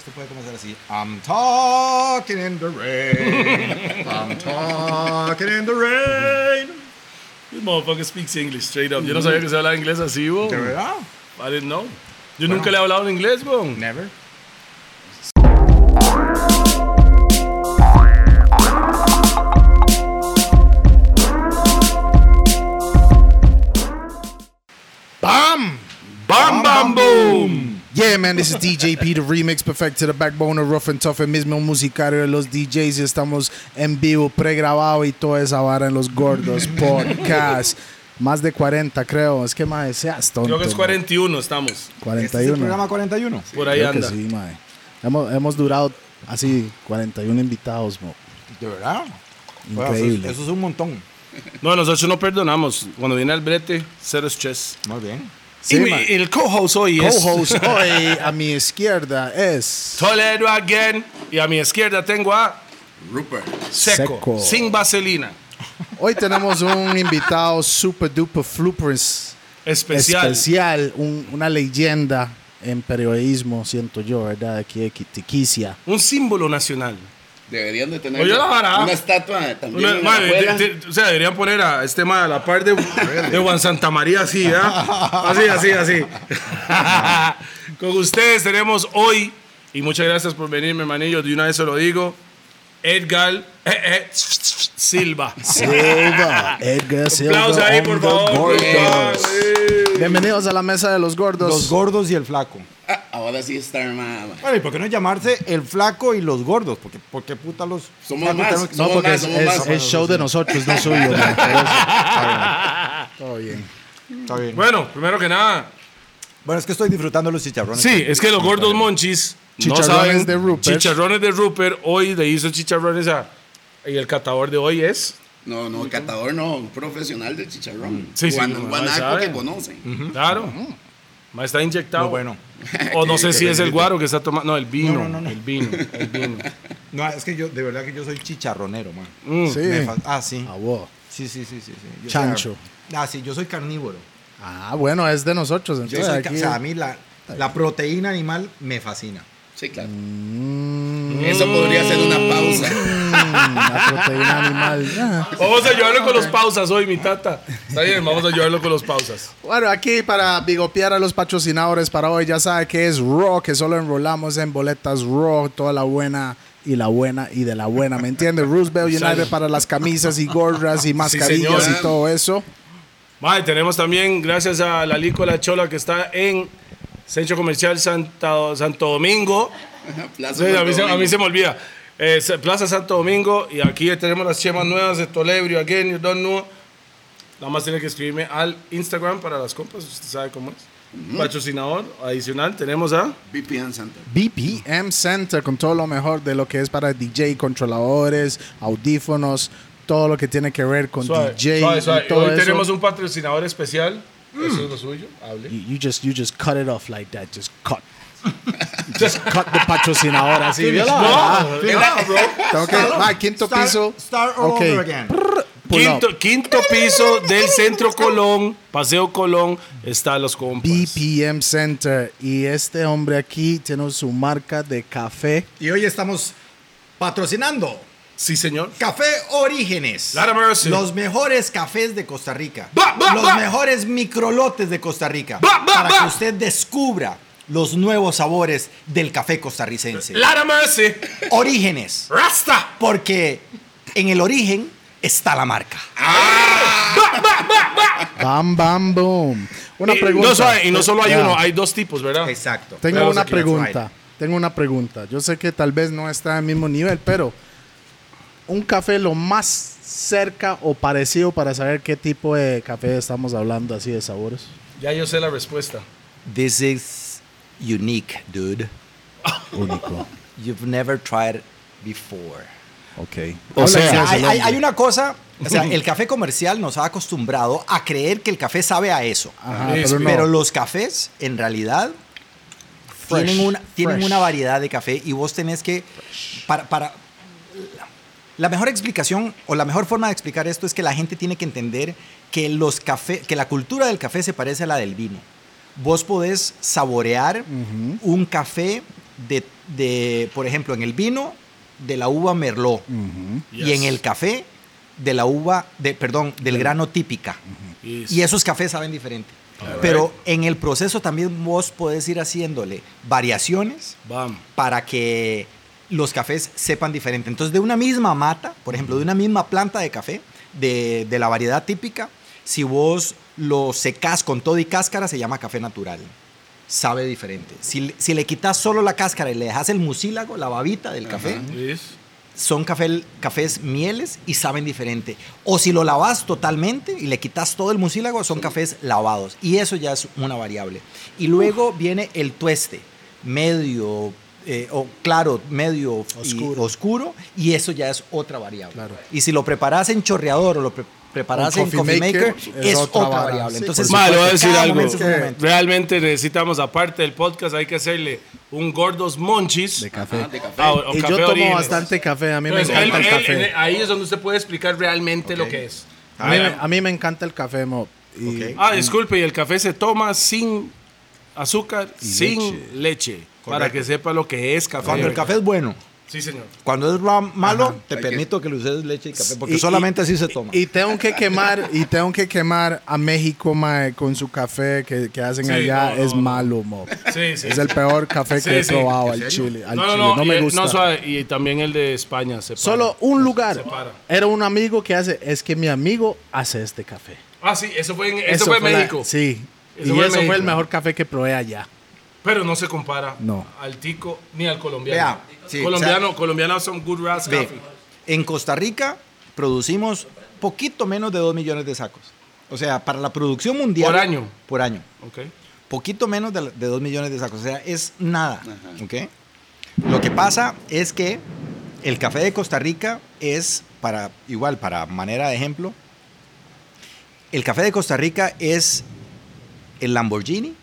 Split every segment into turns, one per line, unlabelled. esto puede comenzar así. I'm talking in the rain. I'm talking in the rain.
This motherfucker speaks English straight up. Yo no sabía que se hablaba inglés así, weón.
¿De verdad?
I didn't know. Yo nunca le he hablado en inglés, weón.
Never. Bam!
Bam, bam, boom.
Yeah, man, this is DJP, the remix perfecto the backbone of Rough and Tough, el mismo musicario de los DJs. Y estamos en vivo, pregrabado y toda esa vara en los gordos podcast. Más de 40, creo. Es que, mae, seas tonto.
Creo que es
mae.
41 estamos.
Este es el
41.
programa 41.
Por ahí
Creo que
anda.
sí, mae. Hemos, hemos durado así 41 invitados, mo.
¿De verdad? Bueno, eso es-
Increíble.
eso es un montón.
No, nosotros no perdonamos. Cuando viene al brete, cero stress.
Muy bien.
Sí,
y mi-
mae.
el co-host hoy es...
Co-host hoy a mi izquierda es.
Toledo again. Y a mi izquierda tengo a
Rupert.
Seco,
Seco.
sin vaselina.
Hoy tenemos un invitado super duper flupers.
Especial.
especial, un- una leyenda en periodismo, siento yo, ¿verdad? Aquí de Quitiquicia.
Un símbolo nacional.
Deberían de tener
Oye, la vara.
una estatua también
Una-
en la
madre,
abuela.
de- de- o sea, deberían poner a este ma a la par de, de Juan Santa María así, ¿ah? Así, así, así. Con ustedes tenemos hoy, y muchas gracias por venir, mi hermanillo, de una vez se lo digo, Edgar eh, eh, Silva.
Silva, Edgar Silva.
Aplausos ahí,
on
por
the
favor.
board.
por favor.
Bienvenidos a la mesa de los gordos.
Los gordos y el flaco.
Ah, ahora sí está armada. ma.
Bueno, ¿y por qué no llamarse el flaco y los gordos? Porque, ¿por qué puta los
Somos
flacos
más.
tenemos que-
no,
somos
porque
más,
es,
somos
es-
más.
es show de nosotros, no suyo. man, por eso. Está bien, Todo bien.
Está bien. Bueno,
Bueno, primero que nada,
es que estoy disfrutando los chicharrones.
sí, es que los gordos monchis
Chicharrones
no saben,
de Rupert.
Chicharrones de Rupert, hoy le hizo chicharrones a... Y el catador de hoy es...
No, no, catador no, un profesional del chicharrón.
Mm. Sí, sí,
Guan-
no, no
guanaco
sabe.
que conocen.
Claro. Ma, está inyectado.
Muy Mm. bueno. Eh,
O no sé si es el guaro que está tomando. No, el vino.
No, no, no, no.
El vino. El vino.
No, es que yo, de verdad que yo soy chicharronero, man.
Mm.
Sí.
Me fa- Ah, sí.
A vos.
Sí, sí, sí, sí. sí. Yo-
Chancho.
Ah, sí, yo soy carnívoro.
Ah, bueno, es de nosotros.
Yo
Entonces,
soy ca-
aquí-
o sea, a mí la, la proteína animal me fascina.
Sí, claro.
Mm.
Eso podría ser una pausa.
Mm, la proteína animal. Ah.
Vamos a ayudarlo con los pausas hoy, mi tata. Está bien, vamos a ayudarlo con los pausas.
Bueno, aquí para bigopear a los patrocinadores para hoy, ya sabe que es Raw, que solo enrolamos en boletas Raw, toda la buena y la buena y de la buena, ¿me entiendes? Roosevelt United para las camisas y gorras y mascarillas
señora.
y todo eso.
Mae, tenemos también, gracias a la Licola Chola que está en Centro Comercial Santa- Santo Domingo.
Plaza
Sí, a, mí
Santo
se, a mí
Domingo.
se me olvida. Eh, se- Plaza Santo Domingo y aquí tenemos las chemas nuevas de Tolebrio, again, you don't know. Nada más tiene que escribirme al Instagram para las compras, usted sabe cómo es. Patrocinador adicional tenemos a...
VPN Santa.
BPM Center con todo lo mejor de lo que es para DJ, controladores, audífonos, todo lo que tiene que ver con
Suave,
DJ
suave, suave.
y todo
Hoy
eso.
tenemos un patrocinador especial. Eso es lo suyo, hable.
You, you just, you just cut it off like that, just cut. Just cut the patrocinador así. ¿vio la vara?
No, no, bro.
Tengo que- Ah, quinto
Start-
piso.
Start all
Ok.
over again.
Pull up.
Quinto, quinto piso del Centro Colón, Paseo Colón, está los compas.
BPM Center. Y este hombre aquí tiene su marca de café.
Y hoy estamos patrocinando
Sí, señor.
Café Orígenes.
Lord have mercy.
Los mejores cafés de Costa Rica.
Ba, ba,
los
ba.
mejores microlotes de Costa Rica.
Ba, ba,
para
ba.
que usted descubra los nuevos sabores del café costarricense.
Lara Mercy.
Orígenes.
Rasta.
Porque en el origen está la marca.
Bam, bam, boom. Una
Y-
pregunta.
No, suave, y no solo hay
Ya.
uno, hay dos tipos, ¿verdad?
Exacto.
Tengo
Vamos
una
aquí, that's
pregunta. Tengo una pregunta. Yo sé que tal vez no está al mismo nivel, pero un café lo más cerca o parecido para saber qué tipo de café estamos hablando así de sabores.
Ya yo sé la respuesta.
This is unique, dude.
Único.
You've never tried before.
Ok.
O
Habla
sea-
que es
hay, hay-
el hombre.
hay una cosa, o sea, el café comercial nos ha acostumbrado a creer que el café sabe a eso.
Ajá,
Yes,
pero no.
Pero los cafés, en realidad,
Fresh,
tienen, una, tienen
fresh.
una variedad de café y vos tenés que. Para, para- la mejor explicación o la mejor forma de explicar esto es que la gente tiene que entender que, los café, que la cultura del café se parece a la del vino. Vos podés saborear un café de, de, por ejemplo, en el vino de la uva merlot y en el café de la uva, de, perdón, del grano típica.
Yes.
Y esos cafés saben diferente.
Alright.
Pero en el proceso también vos podés ir haciéndole variaciones
Bam.
para que los cafés sepan diferente. Entonces, de una misma mata, por ejemplo, de una misma planta de café, de, de la variedad típica, si vos lo secás con todo y cáscara, se llama café natural. Sabe diferente. Si, le- si le quitas solo la cáscara y le dejas el mucílago, la babita del café,
Yes.
son café- cafés mieles y saben diferente. O si lo lavas totalmente y le quitas todo el mucílago, son cafés lavados. Y eso ya es una variable. Y luego viene el tueste, medio eh, o claro, medio y
Oscuro.
oscuro, y eso ya es otra variable. Y si lo preparas en chorreador o lo pre- preparas
Un
en
coffee
coffee maker,
maker,
es, otra, variable.
Sí,
Entonces,
Ma, le voy a decir
cada
algo.
momento es un momento.
Realmente necesitamos, aparte del podcast, hay que hacerle un gordos monchis.
De café.
de café.
Ah,
Eh,
o- o
y
café
yo tomo
Orines.
bastante café. A mí me
Entonces,
encanta
él-
el
él-
café.
en- ahí es donde usted puede explicar realmente lo que es.
a, mí, me- a mí me encanta el café, Mo. Y
Ok.
Ah, disculpe, y el café se toma sin azúcar, sin leche, para que sepa lo que es café.
Cuando el café es bueno,
Sí, señor.
cuando es ram- malo, te
hay que-
permito que le uses leche y café, porque
Y-
solamente
y-
así se toma.
Y tengo que quemar, y tengo que quemar a México, mae, con su café que, que hacen
Sí,
allá.
no, no,
es
no.
malo, mo.
Sí, sí.
Es el peor café
Sí,
que he
sí.
probado
¿En
al
serio?
chile. Al
No, no,
chile.
no,
No, me
y-
gusta.
no, suave, y también el de España. se para.
Solo un lugar.
para.
Era un amigo que hace, es que mi amigo hace este café.
Ah, sí, eso fue en, eso fue en
la-
México.
sí.
Eso
y
fue en
eso fue el
México.
mejor café que probé allá.
Pero no se compara
No.
al tico ni al colombiano.
Vea, sí, o
colombiano,
sea-
colombiano son good ras
Ve,
coffee.
en Costa Rica producimos poquito menos de 2 millones de sacos. O sea, para la producción mundial.
Por año.
Por año.
Ok.
Poquito menos de, 2 millones de sacos. O sea, es nada. ¿ok? Lo que pasa es que el café de Costa Rica es, para igual, para manera de ejemplo, el café de Costa Rica es el Lamborghini,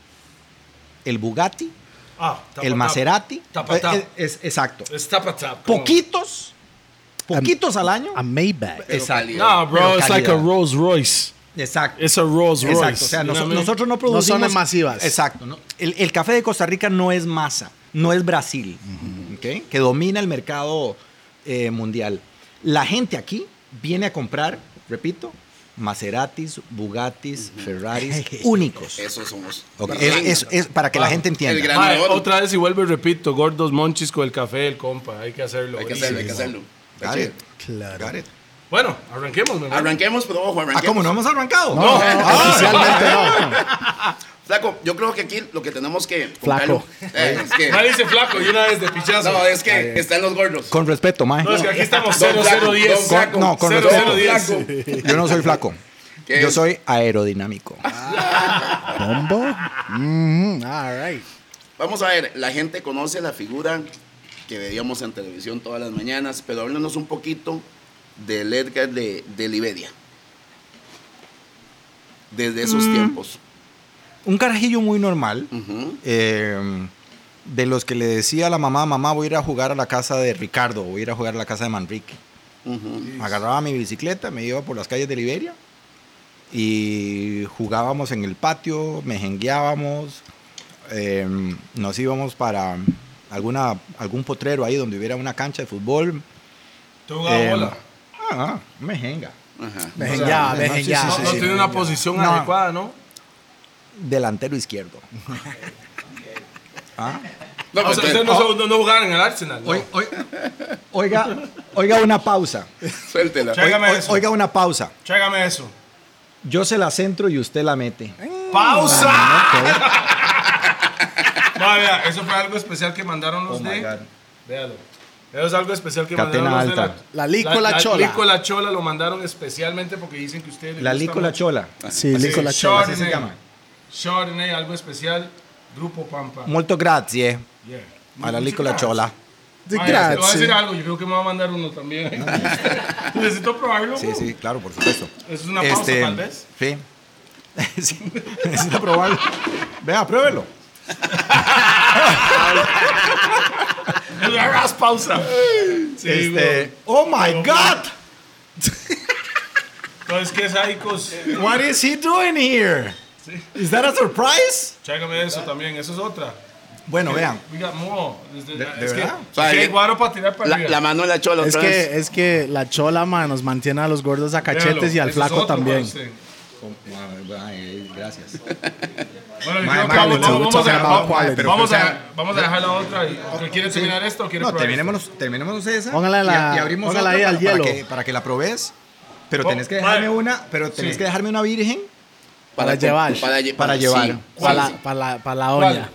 el Bugatti,
Ah, tapa,
el
tapa.
Maserati.
Tapa, tapa.
Eh, es- exacto.
Es tapa, tapa.
Poquitos, poquitos al año.
A Maybach.
Pero
Exacto.
calidad.
No, bro,
Pero
it's like a
calidad.
Rolls Royce.
Exacto.
It's a Rolls Royce.
Exacto. O sea,
You know
noso-
what I mean?
nosotros no producimos.
son en masivas.
Exacto. no. El, el café de Costa Rica no es masa, no es Brasil, ¿ok? que domina el mercado eh, mundial. La gente aquí viene a comprar, repito, Maseratis, Bugattis, Ferraris, únicos.
Esos somos.
Ok, es- es- es para que la
Ah,
gente entienda.
el gran-
Ma,
Grande oro.
otra vez y vuelvo y repito, gordos monchis con el café, el compa, hay que hacerlo.
Hay que hacerlo, hay que
buenísimo.
hacerlo. Está
Got it,
chido.
Claro.
got it.
Bueno, arranquemos. mi hermano.
Arranquemos, pero ojo,
Ah,
arranquemos.
¿cómo no hemos arrancado? Ah,
No, oficialmente no.
Flaco, yo creo que aquí lo que tenemos que.
Flaco.
Eh, es que.
Nadie dice flaco y una vez de pichazo.
No, es que están los gordos.
Con respeto, Mae.
No, es que aquí estamos
Don Flaco,
0010.
Don Flaco,
No, con
Don
respeto.
Flaco.
0010.
Yo no soy flaco.
¿Qué
Yo
es? Ah.
soy aerodinámico.
¿Bombo? Mhm, all right.
Vamos a ver, la gente conoce la figura que veíamos en televisión todas las mañanas, pero háblanos un poquito del Edgar de, de Liberia. Desde esos
Mm.
tiempos.
Un carajillo muy normal.
Ujú.
eh, de los que le decía a la mamá, mamá, voy a ir a jugar a la casa de Ricardo, voy a ir a jugar a la casa de Manrique.
Ujú.
Agarraba mi bicicleta, me iba por las calles de Liberia y jugábamos en el patio, mejengueábamos, eh, nos íbamos para alguna, algún potrero ahí donde hubiera una cancha de fútbol.
Tú jugabas
Eh,
bola.
ah, mejenga.
Ajá.
Mejengueada,
no, sí, sí,
mejengueada.
sí,
No, no
sí.
tiene una posición
No.
adecuada, ¿no?
Delantero izquierdo. Ah.
No,
O
pues,
sea, ustedes no, son- no, no jugaban en el Arsenal. ¿no?
Oiga, oiga una pausa.
suéltela.
Tráigame
Oi-
eso.
Oiga una pausa.
Tráigame eso.
Yo se la centro y usted la mete.
¡Pausa! Ma, vea, eso fue algo especial que mandaron
Oh
los
my
de.
God.
Véalo. Eso es algo especial que
Catena
mandaron los de
alta.
La Lícola Chola.
La Lícola Chola lo mandaron especialmente porque dicen que ustedes. les
La
gusta
lícola
mucho.
chola.
Sí,
Sí,
Nicola
Chardonnay.
Chola.
así se llama.
Chardonnay, algo especial. Grupo Pampa.
Molto grazie eh,
Yeah.
a la lícola chola.
De
Ay, Te voy a decir
gracia.
algo, yo creo que me va a mandar uno también. Necesito probarlo.
Sí, sí, claro, por supuesto. Este,
Es Uh. una pausa, tal vez.
Sí. Sí, Necesita probarlo. Vea, pruébelo.
Haz pausa. Sí,
Este,
güey.
oh my God,
Entonces, ¿qué sádicos?
what is he doing here? Is that a surprise?
Chágame eso también, eso es otra.
Bueno, vean.
We got more. Es de-
¿De-
es
de
que-
verdad? eh,
es que hay guaro para tirar para
La,
arriba.
la mano de la chola
Es
otra vez.
que, es que la chola, man, nos mantiene a los gordos a
Véalo,
cachetes y al
ese es
flaco
otro pues, para
también.
usted. Oh,
Con- ay, Gracias.
Bueno, yo
Mae, mae,
creo que vamos-
we're
vamos- vamos
talking
a-
about
vamos-
quality, pero
Vamos
pensaba-
a vamos a dejar la otra. y- ¿que ¿Quiere terminar esto o quiere
No,
probar esto?
terminémonos, terminémonos esa.
Póngala la-
y, y abrimos
póngala
otra
ahí al
para,
hielo.
para que, para que la probes. Pero
Po-
tenés que dejarme
mae.
una, pero tenés
Sí.
que dejarme una virgen
para llevar.
Para, lle-
para
sí.
llevar.
Para
¿Cuál?
la, pa' la, pa' la olla.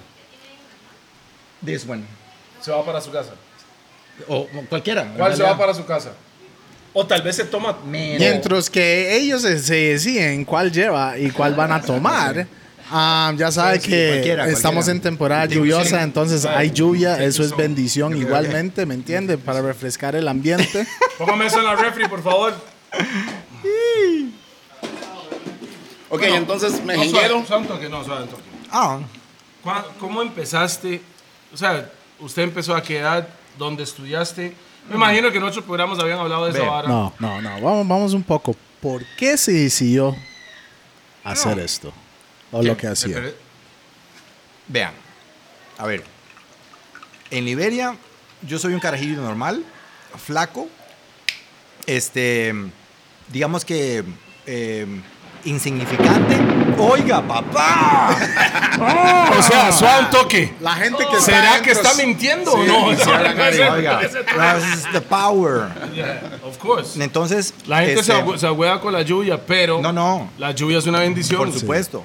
This one.
Se va para su casa.
O o cualquiera.
¿Cuál
en
se va
realidad.
para su casa? O tal vez se toma.
Mira.
Mientras que ellos se, se deciden cuál lleva y cuál van a tomar. ah, ya sabe
Sí, sí,
que
cualquiera,
estamos
cualquiera.
en temporada
Sí,
lluviosa,
sí.
entonces
Claro.
hay lluvia, eso es
son-
bendición
creo
igualmente, ¿me entiende? Para refrescar el ambiente.
Póngame eso en la refri, por favor.
Ok, entonces me
No, suave,
jenguero.
suave un toque, no, suave un toque.
Ah,
¿Cuá- ¿Cómo empezaste? O sea, ¿usted empezó a qué edad? ¿Dónde estudiaste? Me imagino que en otros programas habían hablado de esa
Ve,
vara.
No, no, no, vamos, vamos un poco. ¿Por qué se decidió hacer esto? O lo que hacía.
Pero-
vean. A ver. En Liberia, yo soy un carajillo normal, flaco. Este. Digamos que. eh, insignificante. ¡Oiga, papá!
O sea, suave un toque.
La gente que
Ah. ¿Será que está mintiendo o no?
sí, ahora
Puede ser,
Oiga,
puede ser.
this is the power.
Yeah, of course.
Entonces.
La gente se
este,
agu- se agüea con la lluvia, pero
No, no.
la lluvia es una bendición.
Por supuesto.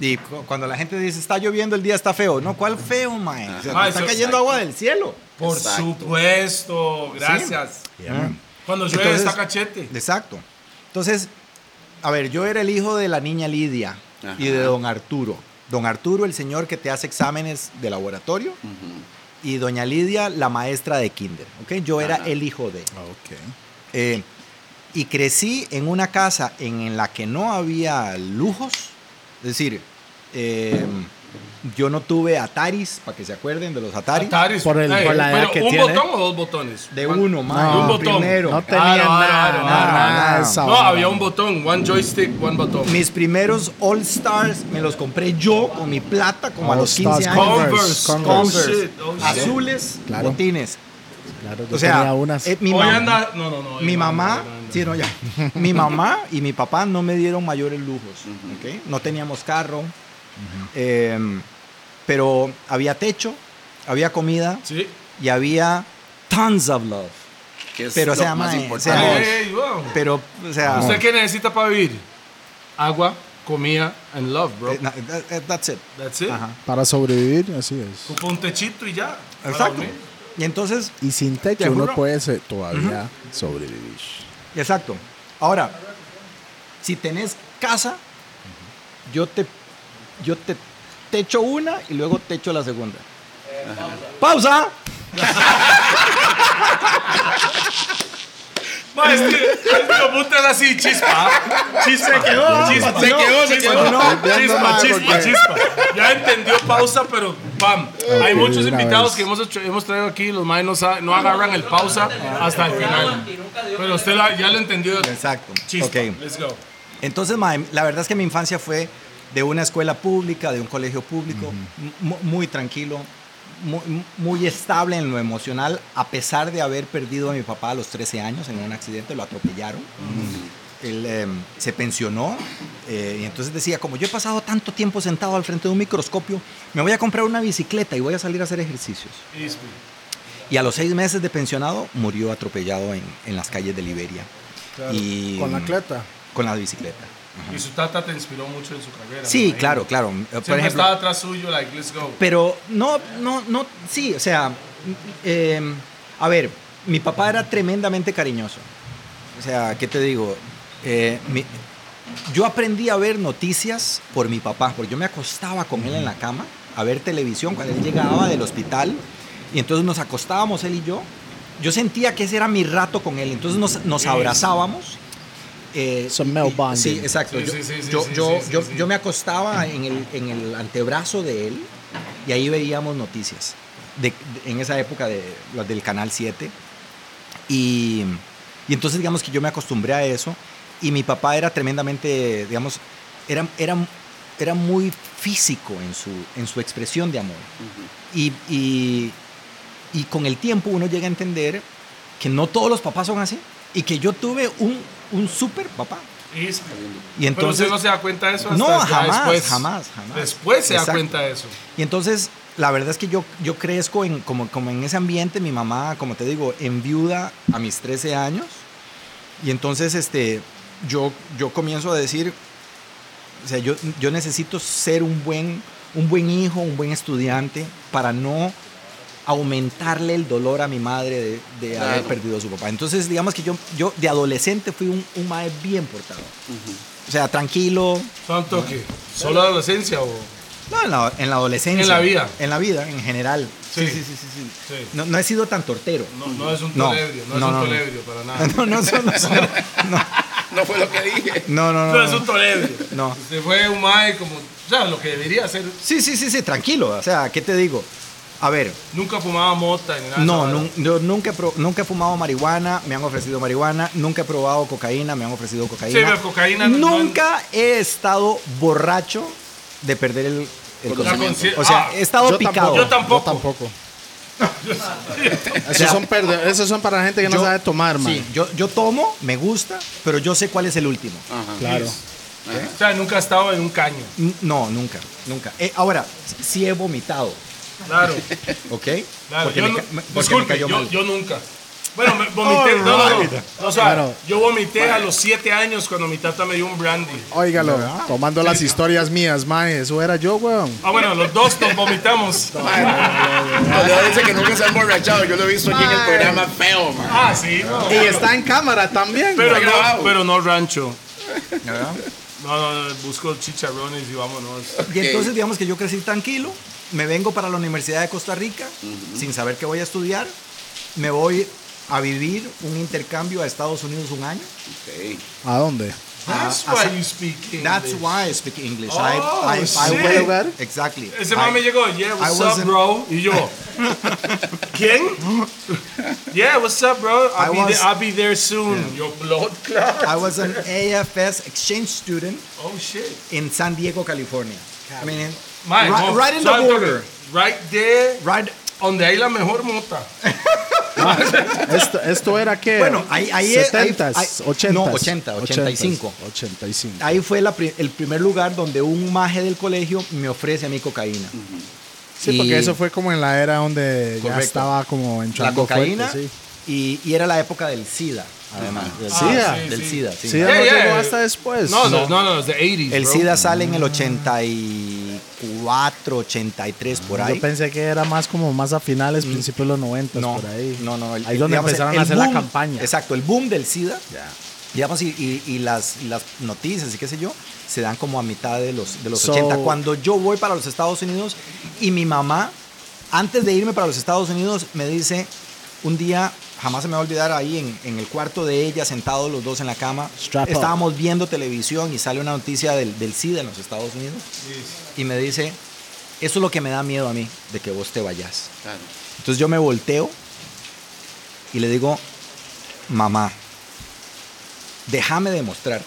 Y cu- cuando la gente dice, está lloviendo, el día está feo. No, ¿cuál feo, mae? O sea,
Ah,
está
eso-
cayendo agua del cielo.
Por
Exacto.
supuesto, gracias. Cuando llueve
Entonces-
está cachete.
Exacto. Entonces, a ver, yo era el hijo de la niña Lidia
Ajá.
y de don Arturo. Don Arturo, el señor que te hace exámenes de laboratorio, y doña Lidia, la maestra de kinder. ¿ok? Yo era
Ajá.
el hijo de... Eh, y crecí en una casa en, en la que no había lujos. Es decir, eh, yo no tuve Ataris, para que se acuerden de los Ataris.
Ataris.
Por el-
Ay,
por la edad
pero,
que
¿Un
tiene.
botón o dos botones?
De
¿Cuán-
uno, más.
No,
un botón.
Primero.
No tenía
Claro,
nada,
claro,
nada,
claro,
nada de
claro.
esa
No,
vara.
había un botón. One joystick, one botón.
Mis primeros All Stars me los compré yo con mi plata, como a
All
los 15
Stars,
años.
Converse.
Converse,
Converse,
Oh, shit, oh, shit.
azules,
Claro.
botines.
Claro, yo
O sea,
tenía unas.
eh, mi,
Hoy
mam-
anda- No, no, no. hoy
mi
no,
mamá,
no, no, no.
sí, no, ya. mi mamá y mi papá no me dieron mayores lujos. ¿ok? No teníamos carro, eh, pero había techo, había comida
Sí.
y había tons of love.
que es
Pero, o
lo
sea,
más
mae,
importante.
Ah,
Vamos. o sea,
Ey, wow.
Pero, o sea,
¿Usted qué necesita para vivir? Agua, comida, and love, bro.
eh, na- that- that- that's it.
That's it.
Ajá.
Para sobrevivir, así es.
Ocupa un techito y ya. para
Exacto.
dormir.
Y entonces
Y sin
Te
techo uno
juro.
puede ser- todavía sobrevivir.
Exacto. Ahora, si tenés casa, yo te yo te, te echo una y luego te echo la segunda. pausa.
Ma, es que este puta es así, chispa. Chispa. Se quedó, chispa, se quedó, se quedó.
Estoy viendo
Chispa,
mal
chispa,
porque-
chispa. Ya entendió pausa, pero pam. Hay
Ok,
muchos
de una
invitados
vez.
que hemos, hecho- hemos traído aquí, los maes no, sa- no agarran el pausa hasta el final. Pero usted la- ya lo entendió.
Exacto.
Chispa,
Ok.
let's go.
Entonces, mae, la verdad es que mi infancia fue de una escuela pública, de un colegio público, mu- muy tranquilo, mu- muy, estable en lo emocional, a pesar de haber perdido a mi papá a los 13 años en un accidente, lo atropellaron. Él em, se pensionó eh, y entonces decía, como yo he pasado tanto tiempo sentado al frente de un microscopio, me voy a comprar una bicicleta y voy a salir a hacer ejercicios. Y a los seis meses de pensionado murió atropellado en, en las calles de Liberia. Y-
cleta.
Con la bicicleta.
Y su tata te inspiró mucho en su carrera.
Sí,
¿no?
claro, claro. Eh, Por
Siempre estaba
ejemplo,
atrás suyo, like, let's go.
pero no, no, no, sí, o sea, eh, a ver, mi papá era tremendamente cariñoso. O sea, ¿qué te digo? Eh, mi- yo aprendí a ver noticias por mi papá, porque yo me acostaba con él en la cama a ver televisión cuando él llegaba del hospital y entonces nos acostábamos él y yo. Yo sentía que ese era mi rato con él, entonces nos, nos abrazábamos. Eh,
Some male
y-
bonding.
Sí, exacto.
Sí,
Yo-
sí, sí, sí,
Yo
sí,
yo-
sí, sí,
yo-
sí.
yo me acostaba en el, en el antebrazo de él y ahí veíamos noticias. De, de- en esa época de las del Canal 7. Y, y entonces digamos que yo me acostumbré a eso y mi papá era tremendamente, digamos, era, era era muy físico en su, en su expresión de amor. Y, y- y con el tiempo uno llega a entender que no todos los papás son así y que yo tuve un, un super papá. Y
Pero usted
entonces,
no se da cuenta de eso hasta,
No,
hasta
jamás,
después.
jamás, jamás.
Después se da
Exacto.
cuenta de eso.
y entonces la verdad es que yo, yo crezco en, como, como en ese ambiente. Mi mamá, como te digo, enviuda a mis 13 años. Y entonces este, yo, yo comienzo a decir, o sea, yo, yo necesito ser un buen, un buen hijo, un buen estudiante, para no aumentarle el dolor a mi madre de, de haber
Claro.
perdido a su papá. Entonces, digamos que yo, yo de adolescente fui un, un mae bien portado. O sea, tranquilo,
Tanto que solo adolescencia o...
no, en la, en la adolescencia.
En la vida.
En la vida, en general.
Sí.
sí.
Sí.
No, no he sido tan tortero.
No, no es un
No.
tolebrio, no,
No,
es un
no, no.
tolebrio para nada.
No, no, no, no, no,
eh,
No fue lo que dije.
no, no,
No es
no,
un tolebrio.
No.
Se fue un mae como... O sea, lo que debería hacer.
Sí, sí, sí, sí, tranquilo. O sea, ¿qué te digo? A ver,
Nunca fumaba mota ni nada.
no,
¿verdad?
nun- yo nunca, he pro- nunca he fumado marihuana, me han ofrecido marihuana, nunca he probado cocaína, me han ofrecido cocaína.
Sí, pero cocaína no-
Nunca he estado borracho de perder el, el
Con la
conocimiento.
consci-
O sea,
Ah,
he estado picado.
Yo tampoco.
Esos son, perde- esos son para la gente que no
Yo-
sabe tomar, man.
Sí, yo, yo tomo, me gusta, pero yo sé cuál es el último.
Ajá.
Claro.
O sea, nunca ha estado en un caño.
N- No, nunca, nunca. Eh, ahora, sí he vomitado,
Claro,
¿ok?
claro.
Porque,
yo
me,
nu-
ca- me- porque me
disculpe,
cayó
yo,
mal.
yo nunca. Bueno, me vomité. no, no, no. O sea,
Claro.
yo vomité a los 7 años cuando mi tata me dio un brandy.
Óigalo, tomando las historias mías, man. Eso era yo, weón.
Ah, bueno, los dos nos vomitamos.
Toledo dice que nunca se ha emborrachado. Yo lo he visto aquí en el programa feo, man.
Ah, sí, no.
Y está en cámara también.
Pero
Está
no,
grabado.
pero no rancho.
¿verdad?
No, no, no, busco chicharrones y vámonos.
Y entonces, digamos que yo crecí tranquilo, me vengo para la Universidad de Costa Rica sin saber qué voy a estudiar, me voy a vivir un intercambio a Estados Unidos un año.
Ok.
¿A dónde?
That's
Ah,
why
asa-
you speak English.
That's why I speak English.
Oh,
I, I, I
shit.
will- Exactly.
Ese man
I-
me llegó, yeah,
I
what's
was
up,
in-
bro? Y yo, ¿quién? yeah, what's up, bro?
I
I'll, be,
was-
there, I'll be there soon. Yo, blood clot.
I was an AFS exchange student
Oh, shit.
in San Diego, California. I mean,
Man,
right,
no,
right in
so
the
I'm
border.
talking Right there,
Right,
donde hay la mejor mota.
Esto, esto era qué?
Bueno, ahí- ahí- ahí-
70s,
ahí-
80s.
no, 80, 85.
85.
Ahí fue la pri- el primer lugar donde un maje del colegio me ofrece a mí cocaína.
Mm. Sí,
Y
porque eso fue como en la era donde ya
Correcto.
estaba como
La
entrando
cocaína
fuerte, sí.
y, y era la época del SIDA, además. Del
Ah,
sí,
Del
sí.
SIDA, sí.
Sí, ya
Yeah,
no
yeah.
llegó hasta después.
No, no, no, no, it's the 80s.
El
bro.
SIDA sale en el 84, 83, por ahí.
Ah,
Mm.
Yo pensé que era más como más a finales, principios de los 90
no,
por ahí.
no, no. el-
ahí donde
digamos,
empezaron
el
a hacer
boom-
la campaña.
Exacto, el boom del SIDA.
Ya.
Digamos, y, y- y las, y las noticias y qué sé yo, se dan como a mitad de los, de los
So-
80. Cuando yo voy para los Estados Unidos y mi mamá, antes de irme para los Estados Unidos, me dice, un día, jamás se me va a olvidar, ahí en, en el cuarto de ella, sentados los dos en la cama,
Strap up.
estábamos viendo televisión y sale una noticia del, del SIDA en los Estados Unidos y me dice, eso es lo que me da miedo a mí, de que vos te vayas.
Claro.
Entonces yo me volteo y le digo, mamá, déjame demostrar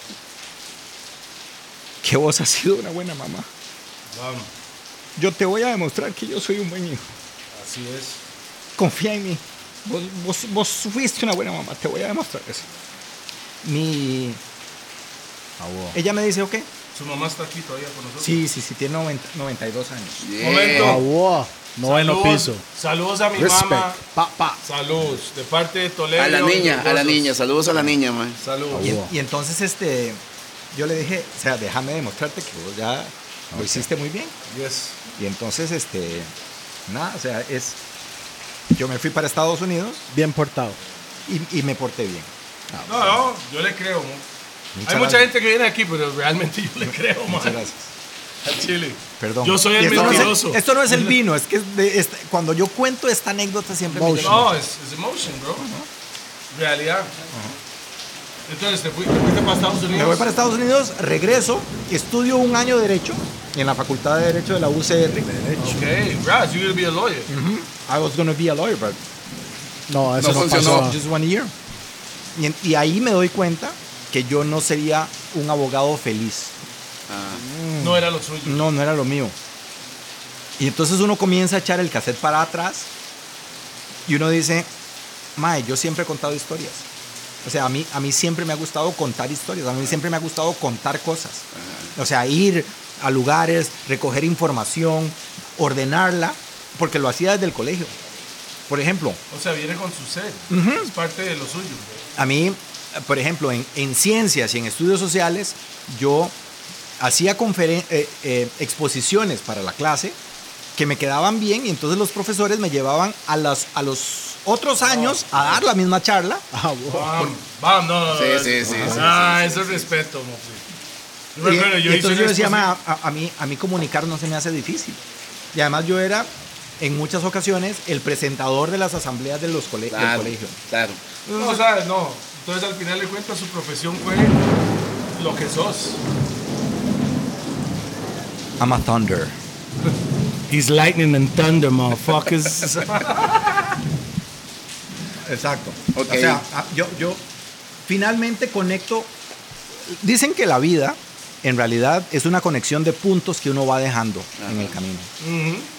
que vos has sido una buena mamá.
Vamos,
Yo te voy a demostrar que yo soy un buen hijo.
así es.
Confía en mí. Vos, vos- vos fuiste una buena mamá. Te voy a demostrar eso. Mi... Ella me dice, ok.
Su mamá está aquí todavía con nosotros.
Sí, sí, sí, tiene 90 92 años.
Yeah.
Momento.
Ah, wow. Noveno
Saludos-
piso.
Saludos a mi
Respect.
mamá.
Pa, pa.
Saludos, de parte de Toledo.
A la
y
niña,
nosotros.
a la niña. Saludos a la niña, man.
Saludos.
Y, en- y entonces este, yo le dije, o sea, déjame demostrarte que vos ya lo hiciste muy bien.
Yes.
Y entonces, este, nada, o sea, es, yo me fui para Estados Unidos
Bien portado.
y, y me porté bien. Ah,
No, no, yo le creo. mo. Hay mucha gente que viene aquí, pero realmente yo le creo, man.
Muchas gracias.
Al Chile.
Perdón.
Yo soy el
Y esto no es
mentiroso.
el- esto no es el vino, es que es de- es- cuando yo cuento esta anécdota siempre me
Motion.
llevo-
No, es es emotion, bro. Realidad. Entonces, te fui- te fuiste para Estados Unidos.
Me voy para Estados Unidos, regreso, estudio un año de Derecho en la Facultad de Derecho de la UCR.
Okay, Raz, you're gonna be a lawyer.
I was going to be a lawyer, but
No, eso
No
no,
funcionó.
pasó.
just one year. Y, en- y ahí me doy cuenta que yo no sería un abogado feliz.
Ah.
No era lo suyo.
No, no era lo mío. Y entonces uno comienza a echar el cassette para atrás y uno dice, Mae, yo siempre he contado historias. O sea, a mí, a mí siempre me ha gustado contar historias, a mí siempre me ha gustado contar cosas. O sea, ir a lugares, recoger información, ordenarla, porque lo hacía desde el colegio. Por ejemplo,
O sea, viene con su ser. Es parte de lo suyo.
a mí, por ejemplo, en, en ciencias y en estudios sociales, yo hacía conferen- eh, eh, exposiciones para la clase que me quedaban bien y entonces los profesores me llevaban a, las, a los otros años a dar la misma charla.
Ah, Bam, bam, no, no, no.
Sí,
no,
sí, sí, sí,
Ah,
sí, sí,
eso es respeto, Mofi. Yo me
Y-
acuerdo,
y
hice
entonces
una
yo decía,
exposición-
"Ma, a, a mí, a mí comunicar no se me hace difícil. Y además yo era, en muchas ocasiones, el presentador de las asambleas de los cole- del
Claro,
colegio.
claro.
No, sabes, no. Entonces al final de cuentas su profesión fue lo que sos.
I'm a thunder.
He's lightning and thunder, motherfuckers.
Exacto.
Ok.
O sea, a- yo, yo finalmente conecto. Dicen que la vida, en realidad, es una conexión de puntos que uno va dejando en el camino.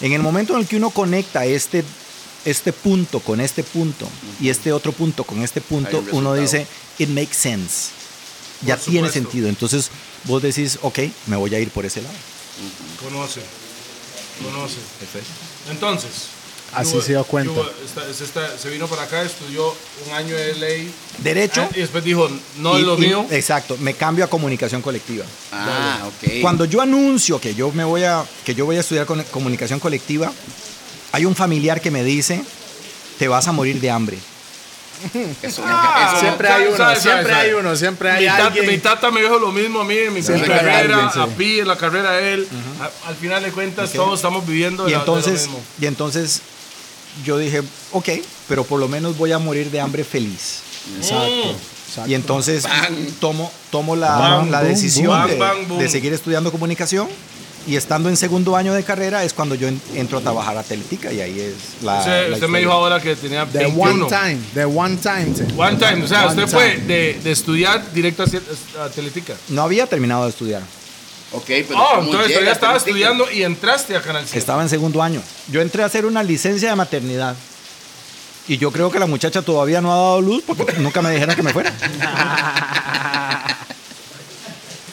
En el momento en el que uno conecta este, este punto con este punto y este otro punto con este
Hay
punto,
un
uno dice,
resultado.
it makes sense. Ya
Por
tiene
supuesto.
sentido. Entonces vos decís, ok, me voy a ir por ese lado.
conoce, conoce. Entonces.
Así se dio cuenta.
Yuba está- se, está- se vino para acá, estudió un año de ley. Ah,
Derecho.
Y después dijo, no es
y-
lo
y-
mío.
eh,
Exacto, me cambio a comunicación colectiva.
Ah, ok.
Cuando yo anuncio que yo me voy a que yo voy a estudiar con- comunicación colectiva, hay un familiar que me dice, "Te vas a morir de hambre."
Eso,
Ah,
eso-
Siempre
siempre hay
hay
sabe, uno,
uno,
sabe, siempre
siempre
sabe, hay
hay
sabe.
uno, siempre
mi,
hay
tata, mi
alguien.
tata me dijo lo mismo a mí, en mi
Siempre
en la
hay
carrera,
alguien, sí.
a Pi, en la carrera de él. A- al final de cuentas, todos estamos viviendo de
Y
la- de lo
entonces
mismo.
y entonces yo dije, ok, pero por lo menos voy a morir de hambre feliz."
Mm. Exacto.
Y entonces
Bang.
tomo, tomo la,
Bang,
la
boom,
decisión
boom.
de,
Bang, bang, boom.
de seguir estudiando comunicación. Y estando en segundo año de carrera es cuando yo en- entro a trabajar a Teletica y ahí es la.
Usted-
la
usted me
historia.
dijo ahora que tenía
ah, The
21.
one time, the one time. te-
One time, o sea,
One time.
usted fue de, de estudiar directo a, a Teletica.
No había terminado de estudiar.
ok, pero
Oh,
¿cómo
entonces
llega
todavía estaba
este ticket?
estudiando y entraste a Canal 7.
Estaba en segundo año. Yo entré a hacer una licencia de maternidad. Y yo creo que la muchacha todavía no ha dado luz porque nunca me dijeron que me fuera.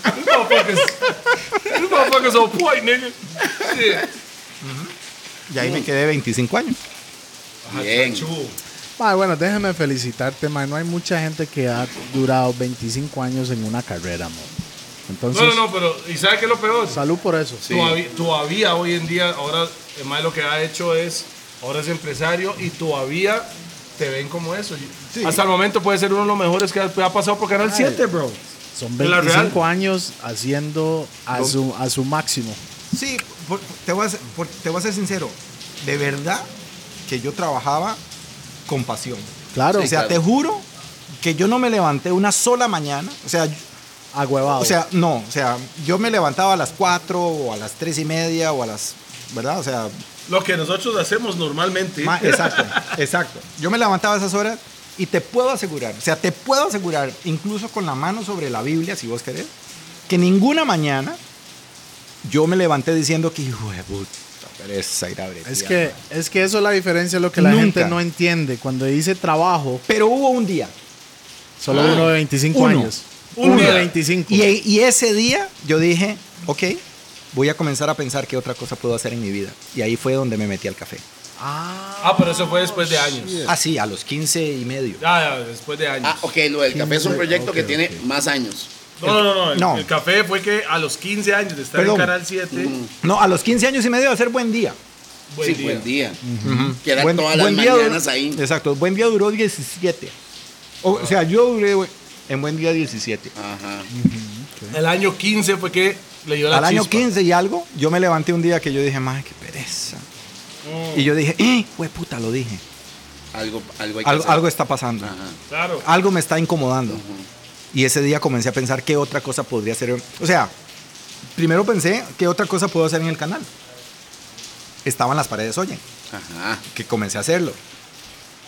motherfuckers. These motherfuckers on point, nigga. Shit.
Y ahí me quedé 25 años.
Bien.
Ma, bueno, déjame felicitarte, ma. No hay mucha gente que ha durado 25 años en una carrera, mo. Entonces,
No, no, no, pero ¿y sabes qué es lo peor?
salud por eso.
Todavía, todavía hoy en día, ahora el mae lo que ha hecho es, ahora es empresario y todavía te ven como eso. Hasta el momento puede ser uno de los mejores que ha, ha pasado por Canal 7, bro.
Son
¿Es la
25 años haciendo a su, a su máximo.
Sí, por- te, voy a ser, por- te voy a ser sincero. De verdad que yo trabajaba con pasión.
Claro,
o sea,
claro.
te juro que yo no me levanté una sola mañana. O sea, yo-
agüevado.
o sea, no. O sea, yo me levantaba a las 4 o a las 3 y media o a las. ¿Verdad? O sea,
Lo que nosotros hacemos normalmente.
Ma- exacto, exacto. Yo me levantaba a esas horas y te puedo asegurar, o sea, te puedo asegurar, incluso con la mano sobre la Biblia, si vos querés, que ninguna mañana yo me levanté diciendo que, hijo de puta, pereza ir a bretear".
es, que, es que eso es la diferencia, lo que la
Nunca.
gente no entiende. Cuando dice trabajo,
Pero hubo un día,
solo uno de 25
Uno.
años.
Un
Uno de
día.
25.
y, y ese día yo dije, ok, voy a comenzar a pensar qué otra cosa puedo hacer en mi vida. Y ahí fue donde me metí al café.
Ah, pero eso fue después de años.
Ah, sí, a los 15 y medio.
Ya, ya, después de años.
Ah, ok, lo del café es un proyecto que tiene más años.
No, no, no. El,
No.
el café fue que a los 15 años de estar
Perdón.
en Canal 7.
No, a los 15 años y medio de hacer buen día.
Mm. Buen
sí,
día.
buen día. Que era
Buen-
todas las
buen día
mañanas
duró-
ahí.
Exacto, buen día duró 17. O, o sea, yo duré bu- en buen día 17.
Ajá.
El año 15 fue que le dio la
Al año
chispa.
15 y algo, yo me levanté un día que yo dije, madre, qué pereza. Y yo dije, eh, güey, puta, lo dije.
Algo, algo hay que
Algo,
hacer.
algo está pasando.
Ajá.
Claro.
Algo me está incomodando. Y ese día comencé a pensar qué otra cosa podría hacer. O sea, primero pensé qué otra cosa puedo hacer en el canal. Estaban las paredes, oye,
Ajá.
que comencé a hacerlo.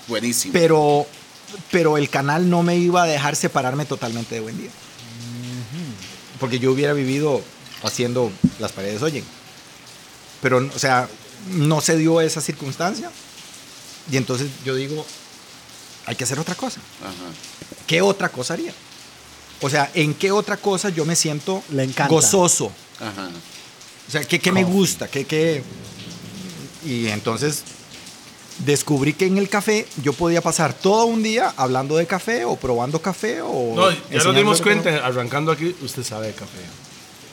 Buenísimo.
pero pero el canal no me iba a dejar separarme totalmente de Buen Día. Porque yo hubiera vivido haciendo las paredes oyen. Pero, o sea, no se dio esa circunstancia. Y entonces yo digo, hay que hacer otra cosa.
Ajá.
¿Qué otra cosa haría? O sea, ¿en qué otra cosa yo me siento
Le encanta.
gozoso?
Ajá.
O sea, ¿qué, qué me gusta? ¿Qué, qué? Y entonces descubrí que en el café yo podía pasar todo un día hablando de café o probando café o...
No, ya
enseñando
nos dimos
algo.
cuenta, arrancando aquí, usted sabe de café.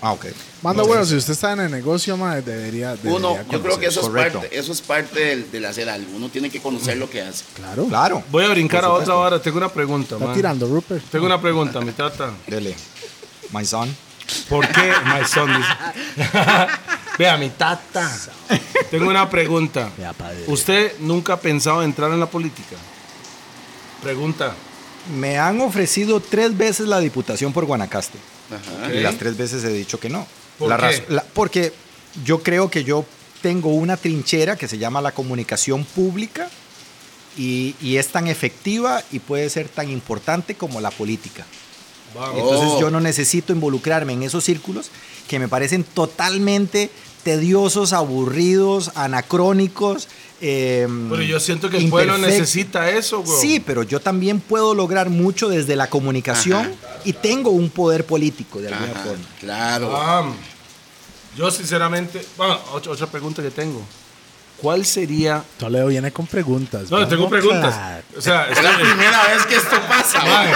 Ah, ok.
Manda
No,
huevos, si usted está en el negocio, madre, debería, debería
Uno, yo creo
conocer.
que eso es
correcto.
parte, eso es parte del, del hacer algo. Uno tiene que conocer lo que hace.
Claro.
Claro.
Voy a brincar a otra hora, tengo una pregunta,
Está
man.
tirando, Rupert.
Tengo una pregunta, mi tata.
Dele. My son.
¿Por qué? My son dice. Vea, mi tata. Tengo una pregunta.
Vea, padre.
¿Usted nunca ha pensado entrar en la política? Pregunta.
Me han ofrecido tres veces la diputación por Guanacaste.
Ajá.
Y las tres veces he dicho que no.
¿Por
La
qué?
razo- la- porque yo creo que yo tengo una trinchera que se llama la comunicación pública y, y es tan efectiva y puede ser tan importante como la política.
Vamos.
Entonces
Oh.
yo no necesito involucrarme en esos círculos que me parecen totalmente tediosos, aburridos, anacrónicos. em,
Pero yo siento que el pueblo
imperfectos.
necesita eso, güey.
Sí, pero yo también puedo lograr mucho desde la comunicación y tengo un poder político de alguna
Ajá.
forma.
Claro.
Bam. yo sinceramente, bueno, ot- otra pregunta que tengo. ¿Cuál sería?
Toledo viene con preguntas.
No,
vamos,
tengo preguntas.
claro.
O sea,
Es
estoy-
la primera vez que esto pasa.
Mae.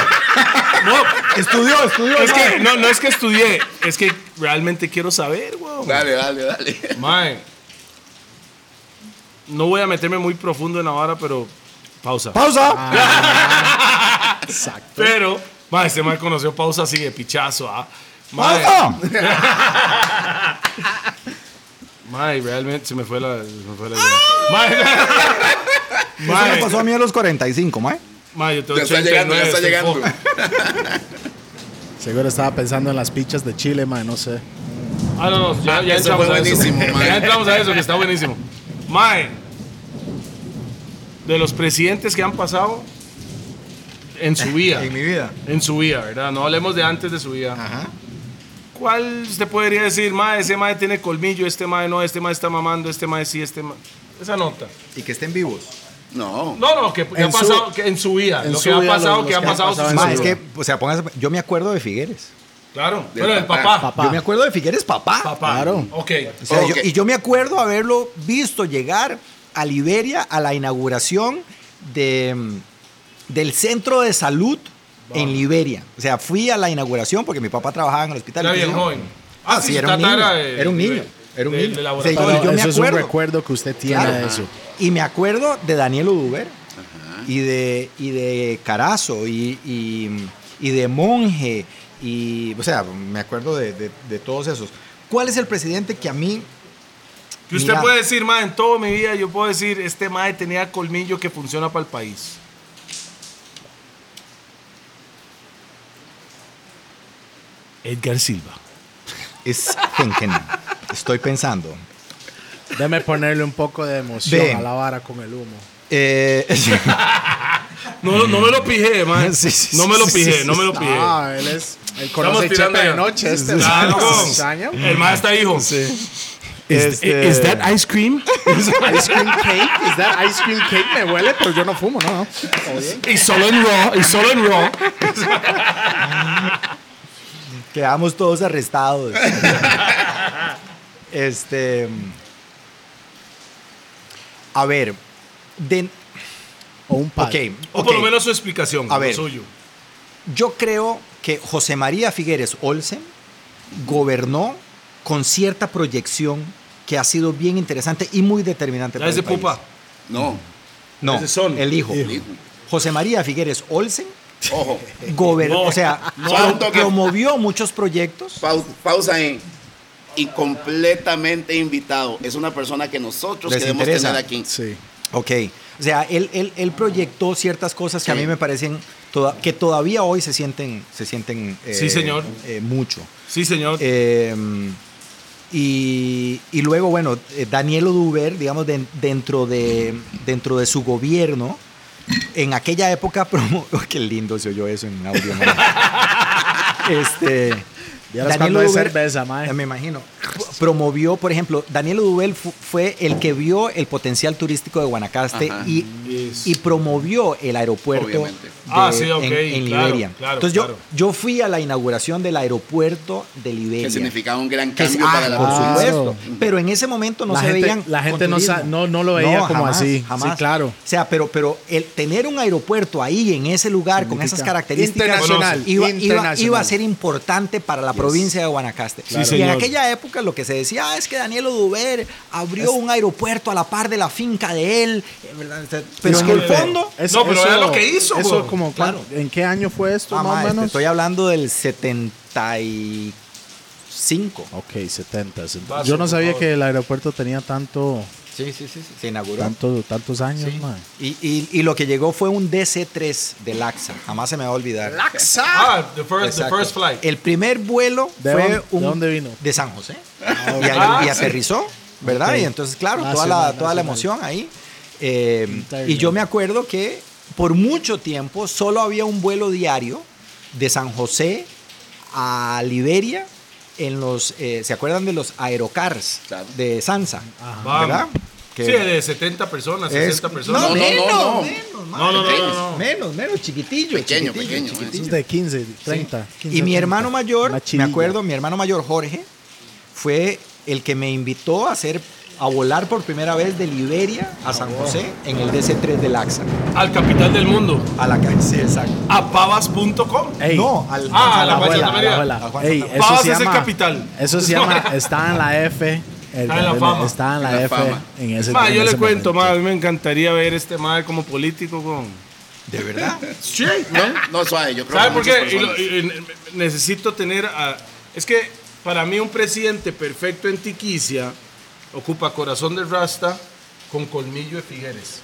no,
Estudió, estudió.
es que no, no es que estudié, es que realmente quiero saber, güey.
Dale, dale, dale.
Mae. No voy a meterme muy profundo en la vara, pero pausa.
Pausa.
Ah, Pero, mae, este mae conoció pausa así de pichazo, ah. Mae,
Pausa.
mae, realmente se me fue la, se me fue la idea. Mae,
Eso
mae,
me pasó a mí a los 45, mae.
mae, yo tengo
Ya está llegando, ya
89,
está
estoy
llegando.
fo-
Seguro estaba pensando en las pichas de Chile, madre, no sé.
Ah, no, no, ya,
Ah,
ya
eso
entramos
fue
a eso.
buenísimo, mae.
Ya entramos a eso, que está buenísimo. Mae, de los presidentes que han pasado en su vida,
En mi vida.
en su vida, ¿verdad? No hablemos de antes de su vida. ¿Cuál usted podría decir, mae, ese mae tiene colmillo, este mae no, este mae está mamando, este mae sí, este mae... Esa nota.
Y que estén vivos.
No.
No, no, que, que
En
ha
su-
pasado que en su vida.
en
lo
su
que ha
vida,
pasado,
los-
que ha
los que han
pasado.
pasado
su-
en su
Mae, es
vida.
que, o sea, póngase- yo me acuerdo de Figueres.
Claro,
Del
pero el
papá.
papá.
Papá.
Yo me acuerdo de Figueres papá.
Papá.
Claro.
Ok.
O sea, yo-
Ok.
y yo me acuerdo haberlo visto llegar a Liberia a la inauguración de, mm, del centro de salud en Liberia. O sea, fui a la inauguración porque mi papá trabajaba en el hospital.
Era
y qué
bien
sé yo.
joven.
Ah, sí,
su
era un
tata
niño.
de-
Era un
de-
niño. Era un
de-
niño.
de
O sea,
laboratorio.
yo- yo
Pero
me
eso es un
acuerdo.
recuerdo que usted tiene
Claro.
de eso.
Y me acuerdo de Daniel Uduber y de, y de Carazo y, y- y de Monje. Y, o sea, me acuerdo de, de- de todos esos. ¿Cuál es el presidente que a mí...
Que usted
Mira.
puede decir, mae, en toda mi vida yo puedo decir, este mae tenía colmillo que funciona para el país. Edgar Silva.
es thinking? Estoy pensando.
Deme ponerle un poco de emoción
Ven.
a la vara con el humo.
Eh,
Este, No, no me lo pijé, mae.
Sí, sí,
No me lo
sí, sí,
pijé,
sí.
eh, no me lo pijé.
Ah, él es. Él conoce
tirando
Chepe de
ya.
noche. Este
Claro.
¿Saña?
El mae está hijo.
este-
Eh, ice cream?
eh,
eh,
Ice cream cake. Is that ice cream cake? Me huele, pero yo no fumo, no.
y solo en raw, y solo en raw.
Quedamos todos arrestados. este. A ver. De,
O un
ok,
pie.
O por lo
ok.
menos su explicación,
A
lo
ver.
suyo.
Yo creo que José María Figueres Olsen gobernó con cierta proyección que ha sido bien interesante y muy determinante
Ya es de
el país.
pupa.
No.
No,
Ese son.
el hijo.
Hijo.
José María Figueres Olsen
Ojo.
gobernó,
No,
o sea,
no,
pro-
un toque.
promovió muchos proyectos.
Pau- pausa en. Y completamente invitado. Es una persona que nosotros
Les
queremos
interesa.
tener aquí.
Sí.
Ok. O sea, él, él, él proyectó ciertas cosas que a
Sí.
mí me parecen toda- que todavía hoy se sienten, se sienten eh,
Sí, señor.
eh, mucho.
Sí, señor.
Eh, y, y luego, bueno, eh, Daniel Oduber, digamos, den- dentro, de, dentro de su gobierno, en aquella época promo... Oh, qué lindo se oyó eso en un audio. Este, man. este,
Ya las cuando hay
Oduber-
cerveza, mae.
Me imagino. promovió, por ejemplo, Daniel Udubel fu- fue el que vio el potencial turístico de Guanacaste
Ajá.
y,
Yes.
y promovió el aeropuerto
Obviamente.
de-
Ah, sí, ok,
en, en
claro,
Liberia.
claro,
Entonces
claro.
Yo, yo fui a la inauguración del aeropuerto de Liberia.
Que significaba un gran
Que es-
cambio
ah,
para la
por
población.
persona.
supuesto. Pero en ese momento no
La
se
gente-
veían.
la
con
gente no sa-
turismo.
no- no lo veía como
jamás,
así. Sí,
jamás.
claro.
O sea, pero, pero el tener un aeropuerto ahí, en ese lugar, con
Significa
esas características.
internacional,
Iba, iba-
internacional.
iba a ser importante para la provincia de Guanacaste. y
señor.
en aquella época lo que se decía "Ah, es que Daniel Oduber abrió un aeropuerto a la par de la finca de él. eh, ¿verdad? Pero en el
Disculpe,
fondo.
es-
No, pero vea lo que hizo,
Eso
weón.
como,
Claro.
cuán- ¿En qué año fue esto,
Ah,
más
mae,
o
te
menos?
estoy hablando del 75.
Ok, 70.
Vaso,
Yo no
por
sabía
favor.
que el aeropuerto tenía tanto,
Sí, sí, sí. Se inauguró.
tanto tantos años, man.
Y, y- y lo que llegó fue un DC-3 de Laxa. Jamás se me va a olvidar.
Ah, the first, the
Exacto. Eh,
first flight.
El primer vuelo
¿De
fue
dónde-
un.
de dónde vino?
De San José. y,
Ah,
y
sí.
aterrizó, ¿verdad?
Ok. Ah,
Y entonces, claro, toda,
Nacional,
la, toda la emoción
nacional.
ahí. Eh,
Interno.
y yo me acuerdo que por mucho tiempo solo había un vuelo diario de San José a Liberia en los. eh, ¿Se acuerdan de los aerocars
Claro.
de Sansa?
Vamos.
¿Verdad? Que-
Sí, de 70 personas,
es-
60 personas.
No,
No, no,
menos,
no, no.
menos,
No, no, no,
madre.
no, no.
Menos, menos, chiquitillo.
Pequeño,
chiquitillo,
pequeño,
chiquitillo.
Esos de 15, 30. 15,
Y mi
30.
hermano mayor,
Una
me
chirilla.
acuerdo, mi hermano mayor Jorge, fue el que me invitó a hacer a volar por primera vez de Liberia a San
Oh.
José en el DC-3 de Laxa.
Al capital del mundo.
A la calle, sí, exacto.
A pavas.com.
Ey,
No, al,
Ah,
a
la Juan Santa María.
A Juan
Ey,
Santa
eso
Pavas
se
es el
llama-
capital.
Eso se llama, está en la F. el-
Está en la fama.
Está en la
En la
F.
fama.
En ese,
Ma,
en
yo le
ese
cuento, ma, a
momento.
mí me encantaría ver este madre como político con...
De verdad.
Sí,
No, no, suave, yo creo
¿Sabe
que
por
muchas
qué? Y lo-
personas-
y- y necesito tener a... Es que para mí un presidente perfecto en Tiquicia ocupa corazón de Rasta con colmillo de Figueres.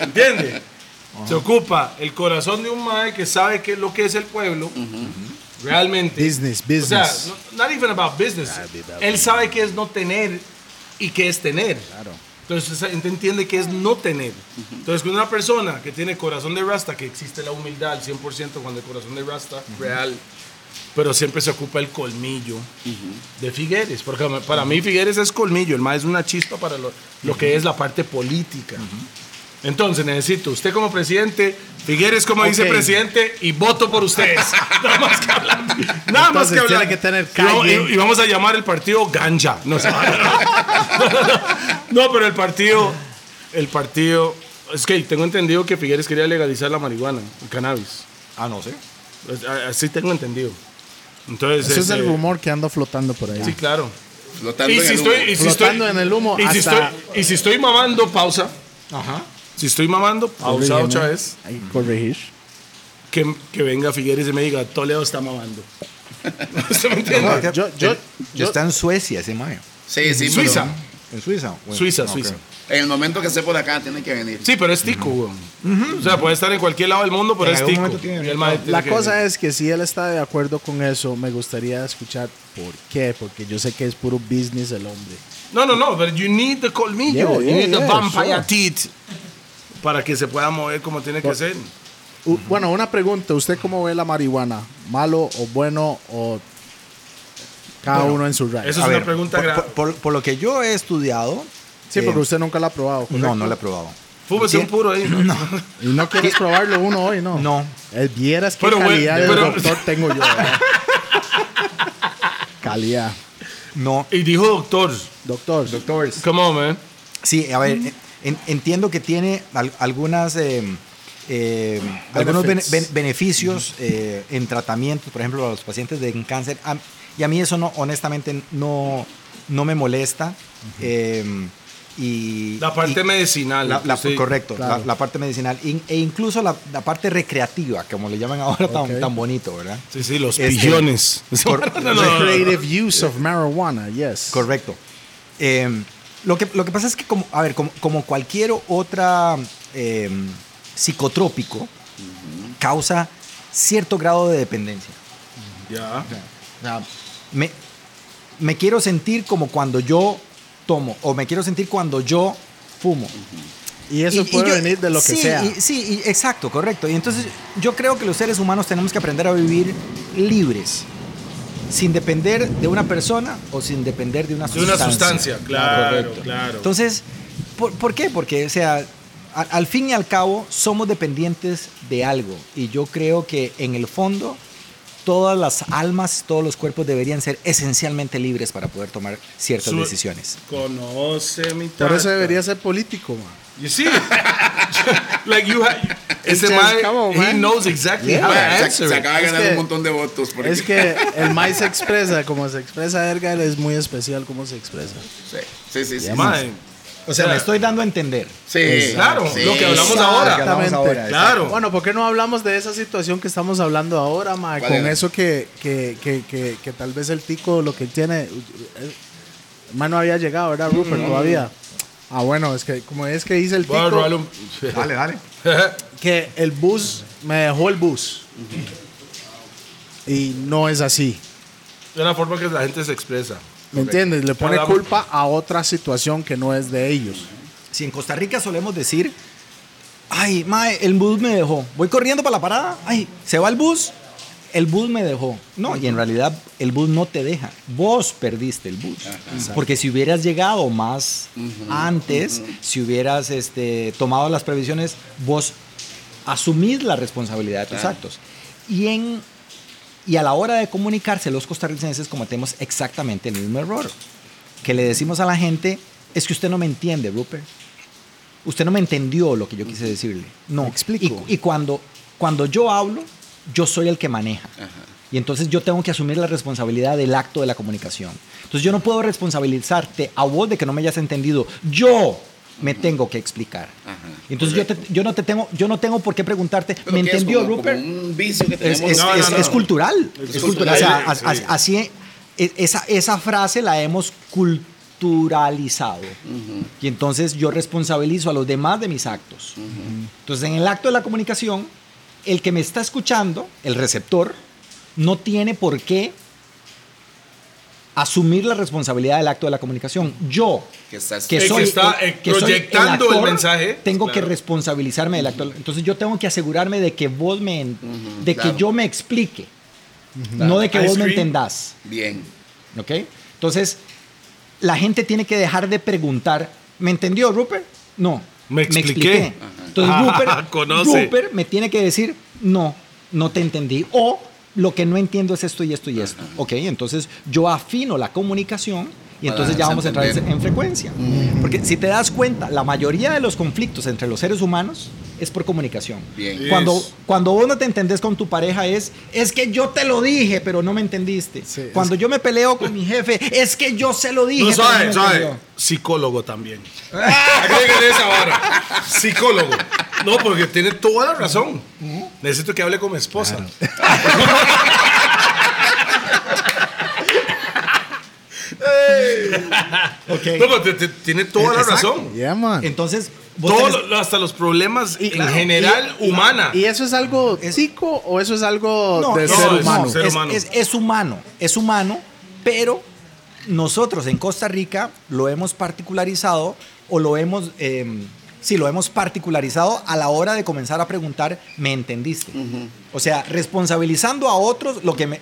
¿Entiende? Se ocupa el corazón de un mae que sabe qué es lo que es el pueblo. Realmente.
Business,
O sea,
business.
no- not even about business. Él sabe qué es no tener y qué es tener. Entonces esa gente entiende que es no tener. Entonces con una persona que tiene corazón de rasta, que existe la humildad al 100% cuando el corazón de rasta real, pero siempre se ocupa el colmillo de Figueres. Porque para mí Figueres es colmillo, el más es una chispa para lo, lo que es la parte política. Entonces necesito usted como presidente, Figueres como
Ok.
vicepresidente y voto por ustedes. Nada más que hablar. Nada más
Entonces,
que hablar.
tiene que tener
Y vamos-
calle.
Y, y vamos a llamar el partido Ganja. No, sé. No, pero el partido, el partido, es que tengo entendido que Figueres quería legalizar la marihuana, el cannabis.
Ah, no sé.
Pues, a- Así tengo entendido. Entonces,
Eso es
este,
el rumor que anda flotando por ahí.
Sí, claro.
flotando
Y
en
si
el
estoy,
humo.
y si estoy-
Flotando en el humo
Y si,
hasta-
estoy, y si estoy mamando, pausa.
Ajá.
Si estoy mamando, pausa
Corrígeme.
otra vez.
Hay que corregir.
Que, que venga Figueres y me diga, Toledo está mamando. ¿Usted me entiende?
No,
yo- yo- yo-
está en Suecia ese mayo.
Sí, sí, pero
Suiza.
¿En Suiza? Bueno,
Suiza,
ok.
Suiza.
En el momento que esté por acá, tiene que venir.
Sí, pero es tico, weón. O sea, puede estar en cualquier lado del mundo, pero
En
es
algún
tico.
momento tiene-
Y el mae tiene
La
que-
cosa es que si él está de acuerdo con eso, me gustaría escuchar por qué, porque yo sé que es puro business el hombre.
No, no, no, pero you need the colmillo,
Yeah,
you
yeah,
need the
yeah,
vampire
sure.
teeth para que se pueda mover como tiene que ser.
U- Bueno, una pregunta, ¿usted cómo ve la marihuana? ¿Malo o bueno o cada uno en su raya?
Eso es
A
una
ver,
pregunta
por-
grave.
por, por- por lo que yo he estudiado.
sí,
eh,
porque usted nunca la ha probado.
No, no lo he probado.
Fúmese un puro ahí. ¿no?
Y no quieres probarlo uno hoy, ¿no?
No.
Eh, vieras qué
Pero, güey,
calidad de
pero-
doctor tengo yo. ¿verdad? calidad.
No.
Y dijo doctor,
Doctor.
Doctores.
come on, man.
Sí, a ver,
Mm.
en- entiendo que tiene al- algunas, eh, eh, algunos bene- ben- beneficios eh, en tratamiento, por ejemplo, a los pacientes de cáncer. A- y a mí eso no, honestamente, no, no me molesta. Eh, y,
La parte
y-
medicinal.
la- la-
sí.
correcto,
Claro.
la, la parte medicinal in- e incluso la, la parte recreativa, como le llaman ahora tan,
Ok.
tan bonito, ¿verdad?
Sí, sí, los
Este,
pillones.
cor-
No, no, no, no.
Creative use of marijuana, yes.
Correcto. Eh, lo, que, lo que pasa es que, como, a ver, como, como cualquier otra eh, psicotrópico, causa cierto grado de dependencia.
Ya.
O
Ah,
sea, me, me quiero sentir como cuando yo tomo, o me quiero sentir cuando yo fumo.
Y eso
Y- y
puede
yo-
venir de lo
sí,
que sea.
y- sí, y- exacto, correcto. Y entonces yo creo que los seres humanos tenemos que aprender a vivir libres, sin depender de una persona o sin depender de una
De
sustancia.
una sustancia, claro,
Correcto.
claro.
Entonces, ¿por, por qué? Porque, o sea, a- al fin y al cabo somos dependientes de algo y yo creo que en el fondo todas las almas, todos los cuerpos deberían ser esencialmente libres para poder tomar ciertas
Su-
decisiones.
Conoce mi
Por eso
tata.
debería ser político, man.
You see? like you ha- ese
just
man,
come on,
he
man.
knows exactly
Yeah.
how to
Man,
Se,
answer
se
it.
acaba de
Es
ganar
que-
un montón de votos. Porque,
Es que el Mai se expresa como se expresa Edgar, es muy especial como se expresa.
Sí, sí, sí. sí, sí.
Man,
O sea, me estoy dando a entender.
Sí,
Claro,
sí.
lo que hablamos
Exacto,
ahora.
lo que hablamos ahora,
Claro.
Bueno, ¿por qué no hablamos de esa situación que estamos hablando ahora, ma?
¿Cuál
Con
era?
eso que, que, que, que, que tal vez el tico, lo que él tiene, eh, ma no había llegado, ¿verdad, Rupert? Todavía. Ah, bueno, es que como es que dice el
Mm. voy a
tico,
robarle un-
Dale, dale.
que el bus, me dejó el bus. Y no es así.
de la forma que la gente se expresa.
¿Me entiendes? Le pone
Hablamos-
culpa a otra situación que no es de ellos.
Si en Costa Rica solemos decir, ay, mae, el bus me dejó. Voy corriendo para la parada, ay, se va el bus, el bus me dejó. No, y en realidad el bus no te deja. Vos perdiste el bus. Porque si hubieras llegado más antes, si hubieras este, tomado las previsiones, vos asumís la responsabilidad de tus
Claro.
actos. Y en y a la hora de comunicarse, los costarricenses cometemos exactamente el mismo error. Que le decimos a la gente, es que usted no me entiende, Rupert. Usted no me entendió lo que yo quise decirle. No.
Me explico.
Y, y cuando, cuando yo hablo, yo soy el que maneja. Y entonces yo tengo que asumir la responsabilidad del acto de la comunicación. Entonces yo no puedo responsabilizarte a vos de que no me hayas entendido. Yo me tengo que explicar.
Ajá,
entonces yo, te- yo no te tengo, yo no tengo por qué preguntarte,
Pero
¿me
que es
entendió,
como-
Rupert?
como un vicio que
Es,
tenemos.
es-
No,
es-
no, no.
es cultural.
Es
Es, cultural. O sea,
cultural,
as-
sí.
as- así e- e- esa, esa frase la hemos culturalizado. Y entonces yo responsabilizo a los demás de mis actos. Entonces, en el acto de la comunicación, el que me está escuchando, el receptor, no tiene por qué asumir la responsabilidad del acto de la comunicación. Yo,
Que estás-
que
El que
soy
está, eh, proyectando el mensaje.
tengo que
Claro.
responsabilizarme del acto. Entonces yo tengo que asegurarme de que vos me, en-
Ujú,
de
claro.
que yo me explique,
Claro.
no de que
Ice
vos me
cream.
entendás,
Bien.
¿ok? Entonces la gente tiene que dejar de preguntar, ¿me entendió Rupert? No,
Me expliqué. Ajá.
Entonces
Ah,
Rupert,
conoce.
Rupert me tiene que decir, no, no te entendí o lo que no entiendo es esto y esto y esto, ¿ok? Entonces yo afino la comunicación y
Para
entonces ya vamos a entrar en,
entender.
en frecuencia. Porque si te das cuenta, la mayoría de los conflictos entre los seres humanos es por comunicación.
Bien.
Sí.
Cuando,
Yes.
cuando vos no te entendés con tu pareja es, es que yo te lo dije, pero no me entendiste.
Sí, es
cuando yo me peleo con mi jefe, es que yo se lo dije.
No,
pero
sabe,
me
sabe.
entendió".
Psicólogo también. Agréguele esa vara. Psicólogo. No, porque tiene toda la razón. Necesito que hable con mi esposa.
Ok.
No, pero te- te- tiene toda la
Exacto.
razón.
Yeah, man.
Entonces, vos
Todo
tenés-
lo- hasta los problemas en
claro,
general humana.
¿Y eso es algo psico o eso es algo
No,
de
es-
ser
no,
humano?
Es,
Ser humano.
es- es humano, es humano, pero nosotros en Costa Rica lo hemos particularizado o lo hemos, eh, sí, lo hemos particularizado a la hora de comenzar a preguntar, ¿me entendiste? O sea, responsabilizando a otros lo que me...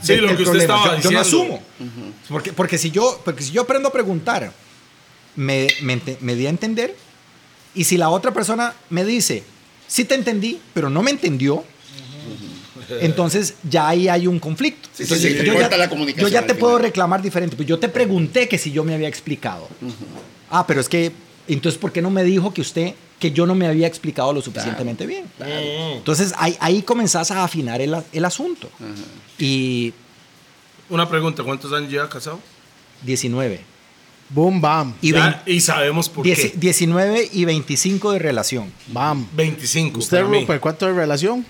Sí,
del-
lo
del
que usted estaba
yo, yo no
diciendo.
asumo. porque, porque, si yo, porque si yo aprendo a preguntar, me, me, ente- me di a entender, y si la otra persona me dice, sí te entendí, pero no me entendió, entonces ya ahí hay un conflicto.
Sí, sí,
Entonces,
sí, corta la comunicación
yo ya
al
te
final.
puedo reclamar diferente. Pues yo te pregunté que si yo me había explicado. Ah, pero es que, entonces, ¿por qué no me dijo que usted, que yo no me había explicado lo suficientemente bien? Entonces ahí, ahí comenzás a afinar el, a- el asunto. Y
Una pregunta, ¿cuántos años lleva casado?
19.
Boom, bam,
Y, vein-
Ya, y sabemos por
dieci-
qué.
19 y 25 de relación.
bam.
25.
¿Usted,
para mí.
Rupert, cuánto de relación?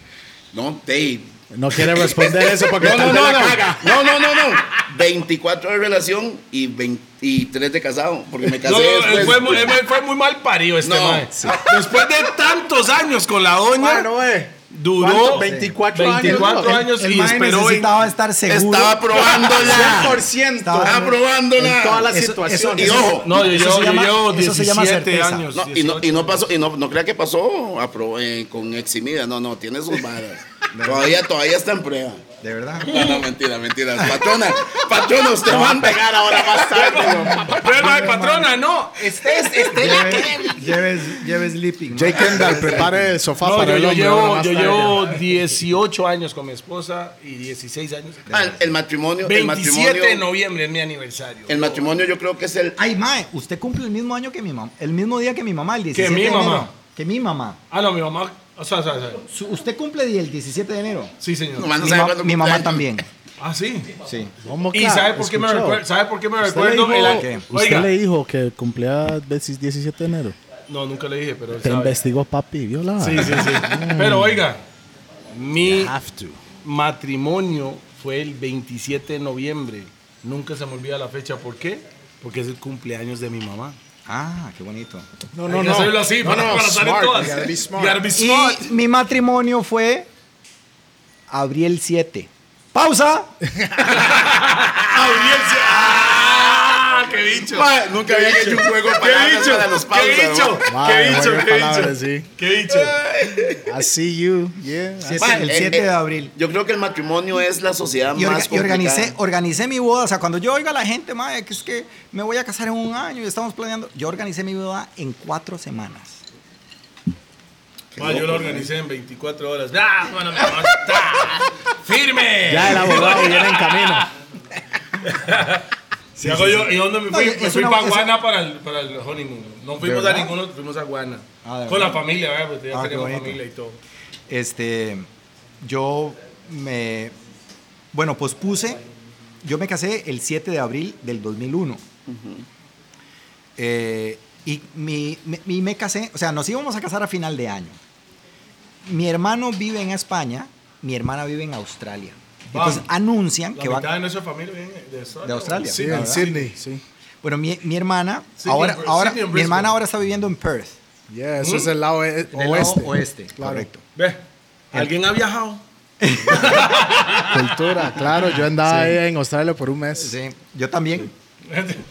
No, Dave.
No quiere responder eso porque
No,
tal
no,
vez
no,
la
no.
caga.
No, no, no, no. 24 de relación y 23 de casado. Porque me casé
No, no, él
después.
fue, muy- él fue muy mal parido este
pues. No.
mae. Después de tantos años con la doña,
Ah,
Bueno, eh.
duró
¿Cuánto? 24 años,
24
¿no?
años
El
y
mae
esperó. en-
necesitaba estar seguro.
Estaba probándola.
100%.
Estaba
En todas las
probándola.
Eso-
situaciones.
eso-
Y
eso-
ojo,
No, yo,
Eso
yo-
se
yo
llama-
llevo
eso se llama
17
certeza.
años.
No, y, no, y no pasó, y no, no crea que pasó a pro- eh, con eximida, no, no, tiene sus varas. Todavía, todavía está en prueba.
De verdad.
No, no, mentira, mentira. Patrona, patrona, usted va a pegar ahora más tarde.
Prueba de patrona, no.
Estés, estés
Lleve, lleves, lleves sleeping.
Jay Kendall, prepare el sofá
No,
para
yo,
el hombre,
yo
ahora
llevo,
más
yo
tarde.
llevo 18 años con mi esposa y 16 años.
Ah, el- el matrimonio, el
27 de
matrimonio,
noviembre es mi aniversario.
el matrimonio yo creo que es el
Ay, mae, usted cumple el mismo año que mi mamá. El mismo día que mi mamá, el 17
mi
de
mamá.
enero. Que mi mamá.
Ah, no, mi mamá. O sea, o sea, o sea,
Su- usted cumple el 17 de enero.
sí, señor.
Nomás no
mi,
sabe
ma-
cuándo
mi mamá
cumpleaños.
también.
Ah, sí.
Sí.
¿Cómo
¿Y
que?
sabe por qué me
escuchó.
recuerdo? ¿Sabe por qué me
Usted le
recuerdo?
dijo-
El-
¿Qué?
Usted
Oiga.
le dijo que cumplía 17 de enero.
No, nunca le dije, pero. él
Te
sabe.
investigó, papi, vio la.
Sí, sí, sí. Pero oiga, mi
Have to.
matrimonio fue el 27 de noviembre. Nunca se me olvida la fecha. ¿Por qué? Porque es el cumpleaños de mi mamá.
Ah, qué bonito.
No,
Hay que hacerlo así para, para salir
smart,
todas.
you gotta be smart.
You gotta be
Y
smart.
mi matrimonio fue abril 7. ¡Pausa!
Audiencia. ¡Ah! ¡Qué bicho!
Ma, nunca había hecho un juego de
¡Qué
palabras
bicho!
para los pausas.
¡Qué bicho!
¿no?
Wow,
¡Qué bicho!
buena
¡Qué
palabra,
bicho!
sí.
¡Qué bicho!
I see you. Yeah. I-
Siete- el
eh,
7
eh,
de abril.
Yo creo que el matrimonio es la sociedad
Y, orga-
más
y organicé,
complicada.
organicé mi boda. O sea, cuando yo oiga a la gente, mae, que es que me voy a casar en un año y estamos planeando. Yo organicé mi boda en cuatro semanas.
Ma, Ah, yo lo
eh.
organicé en 24 horas. ¡Ah! Bueno, me va a matar. ¡Firme!
Ya el abogado viene en camino.
Si hago yo, ¿y dónde me
No,
fui?
es
me fui
una-
para
es-
Guana para el, para el honeymoon. No fuimos a
verdad?
ninguno, fuimos a Guana.
Ah, de
Con la
verdad.
familia, ¿verdad? Porque ya
Ah, qué
tenemos
bonito.
familia y todo.
Este, yo me. Bueno, pospuse. Yo me casé el 7 de abril del 2001. Eh, y mi, me, y me casé, o sea, nos íbamos a casar a final de año. Mi hermano vive en España, mi hermana vive en Australia.
Vamos.
Entonces anuncian
La
que
mitad
va
de nuestra familia viene de Australia.
de Australia.
Sí,
la
en
verdad.
Sydney. Sí.
Bueno, mi, mi hermana,
Sydney,
ahora,
Br-
ahora,
Sydney en
mi hermana
Brisbane.
ahora está viviendo en Perth,
Yeah,
¿Mm?
eso es el lado e-
del lado
oeste.
oeste,
Claro.
correcto.
Ve, ¿alguien ha viajado?
Cultura, claro. Yo andaba ahí en Australia por un mes.
Sí, yo también.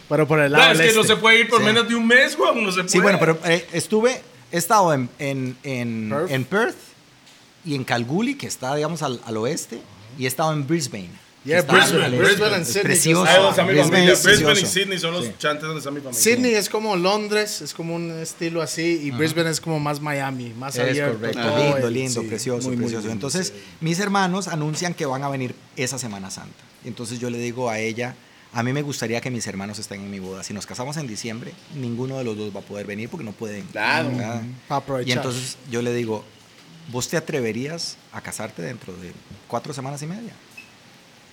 Pero por el lado
Claro, es
del
que no
este.
se puede ir por
Sí.
menos de un mes, güey. No se puede.
Sí, bueno, pero eh, estuve, he estado en, en, en- en Perth.
Perth.
y en Calguli, que está, digamos, al, al oeste, y he estado en Brisbane. que
Yeah,
está al-
Brisbane,
al
Brisbane
este.
and
Es
Sydney,
Precioso.
Ahí donde Ah, está mi
Brisbane
familia.
es
Brisbane y
precioso.
Sydney son los chantes donde está mi familia.
Sydney es como Londres, es como un estilo así, y Brisbane es como más Miami, más
Es
abierto.
correcto,
todo,
Ah, lindo,
y-
lindo,
sí,
precioso,
muy, muy
precioso.
lindo,
entonces,
sí.
mis hermanos anuncian que van a venir esa Semana Santa. Y Entonces yo le digo a ella, a mí me gustaría que mis hermanos estén en mi boda. Si nos casamos en diciembre, ninguno de los dos va a poder venir porque no pueden.
Claro.
¿verdad?
Pa' aprovechar.
Y entonces yo le digo, ¿vos te atreverías a casarte dentro de cuatro semanas y media?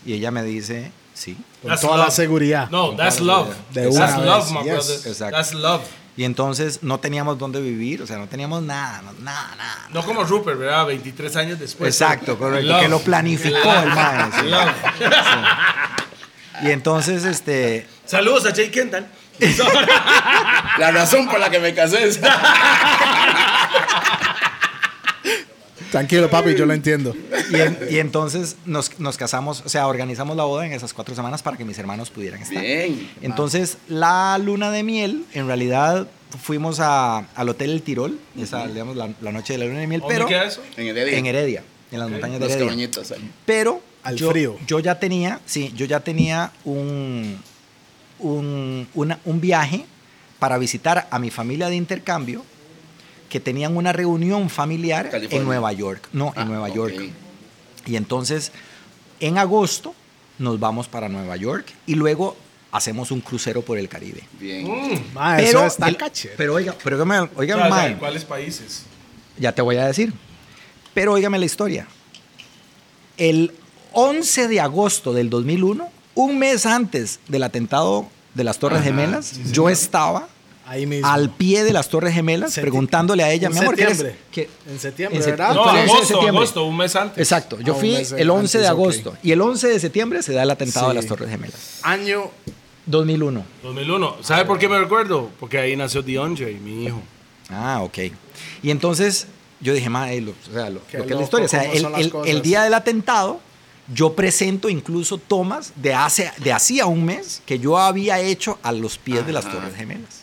Y ella me dice, sí.
Con toda la seguridad.
Ah, No, that's love.
De
that's
una
love,
vez,
my
yes.
brother.
Exacto.
That's love.
Y entonces no teníamos dónde vivir, o sea, no teníamos nada, no- nada, nada.
No como Rupert, ¿verdad? 23 años después.
Exacto, correcto,
Love.
que lo planificó el maestro.
Love.
Y entonces, este,
Saludos a Jay Kendall.
La razón por la que me casé es.
Tranquilo, papi, yo lo entiendo.
y, en- y entonces nos, nos casamos, o sea, organizamos la boda en esas cuatro semanas para que mis hermanos pudieran estar.
Bien.
Entonces, la luna de miel, en realidad fuimos a- al Hotel El Tirol, esa, digamos, la, la noche de la luna de miel,
¿Dónde
pero
queda eso?
En el día
en Heredia, en las montañas de
Los
Heredia.
cabañitas. ahí.
Pero
Al
yo,
frío.
yo ya tenía, sí, yo ya tenía un, un, una- un viaje para visitar a mi familia de intercambio que tenían una reunión familiar
California.
en Nueva York. No,
Ah,
en Nueva
ok.
York. Y entonces, en agosto nos vamos para Nueva York y luego hacemos un crucero por el Caribe.
Mm.
Bien.
Ma, Ah, eso está
el-
caché.
pero oiga, pero oígame, oígame,
O sea,
mae,
¿en ¿Cuáles países?
ya te voy a decir. Pero óigame la historia. El 11 de agosto del 2001, un mes antes del atentado de las Torres Gemelas, yo estaba
Ahí mismo.
al pie de las Torres Gemelas
Septi-
preguntándole a ella,
en
mi amor, ¿qué eres?
septiembre.
¿Qué-
En septiembre,
en sep-
¿verdad? Ah,
no,
fue el 11 de
agosto,
septiembre.
agosto, un mes antes.
Exacto, yo
Ah, un
fui
mes
el 11 de
antes, ok.
agosto y el 11 de septiembre se da el atentado
Sí.
de las Torres Gemelas.
Año
2001.
2001. ¿Sabe por qué me recuerdo? Porque ahí nació DeAndre, mi hijo.
Ah, ok. Y entonces yo dije, madre, lo, o sea, lo, lo
Qué
que es la
loco,
historia. O sea,
cómo
el,
son las
el-
cosas.
el día del atentado, yo presento incluso tomas de, hace, de hacía un mes que yo había hecho a los pies de las Torres Gemelas.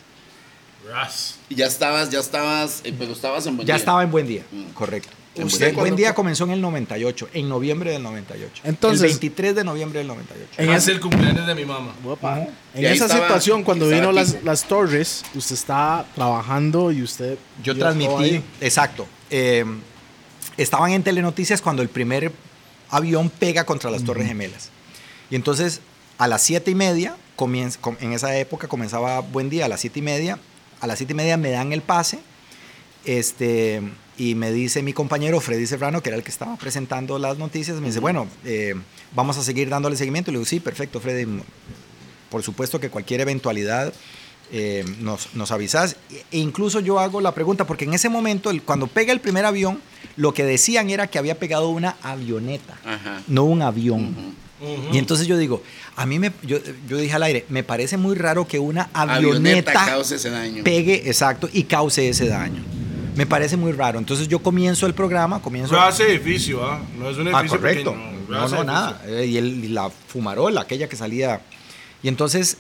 Ras.
Y ya estabas, ya estabas, eh, pero estabas en buen
Ya
día.
estaba en buen día,
Mm.
correcto.
En
Usted
Buen Día.
buen día comenzó en el 98, en noviembre del 98.
Entonces-
el 23 de noviembre del 98.
En
Ah,
ese-
el cumpleaños de mi mamá.
En
Y ahí
esa
estaba-
situación, cuando
estaba
vino las,
Kiko.
las torres, usted estaba trabajando y usted...
Yo
y estaba
transmití,
ahí.
exacto. eh, estaban en Telenoticias cuando el primer avión pega contra las Torres Gemelas. Y entonces a las siete y media, comienza, com- en esa época comenzaba Buen Día, a las siete y media, a las siete y media me dan el pase este, y me dice mi compañero Freddy Serrano, que era el que estaba presentando las noticias, me dice, bueno, eh, vamos a seguir dándole seguimiento. Y le digo, sí, perfecto, Freddy, por supuesto que cualquier eventualidad eh, nos, nos avisas. E incluso yo hago la pregunta, porque en ese momento, el- cuando pega el primer avión, lo que decían era que había pegado una avioneta,
Ajá.
no un avión.
Ujú.
Y entonces yo digo, a mí me, yo, yo dije al aire, me parece muy raro que una
Avioneta,
avioneta,
causa ese daño.
pegue, exacto, y cause ese daño. Me parece muy raro. Entonces yo comienzo el programa, comienzo...
Ras edificio, ¿ah? No es un
Ah,
edificio
correcto.
pequeño,
No,
ras
no,
edificio.
nada. Eh, Y, el- y la fumarola, aquella que salía. Y entonces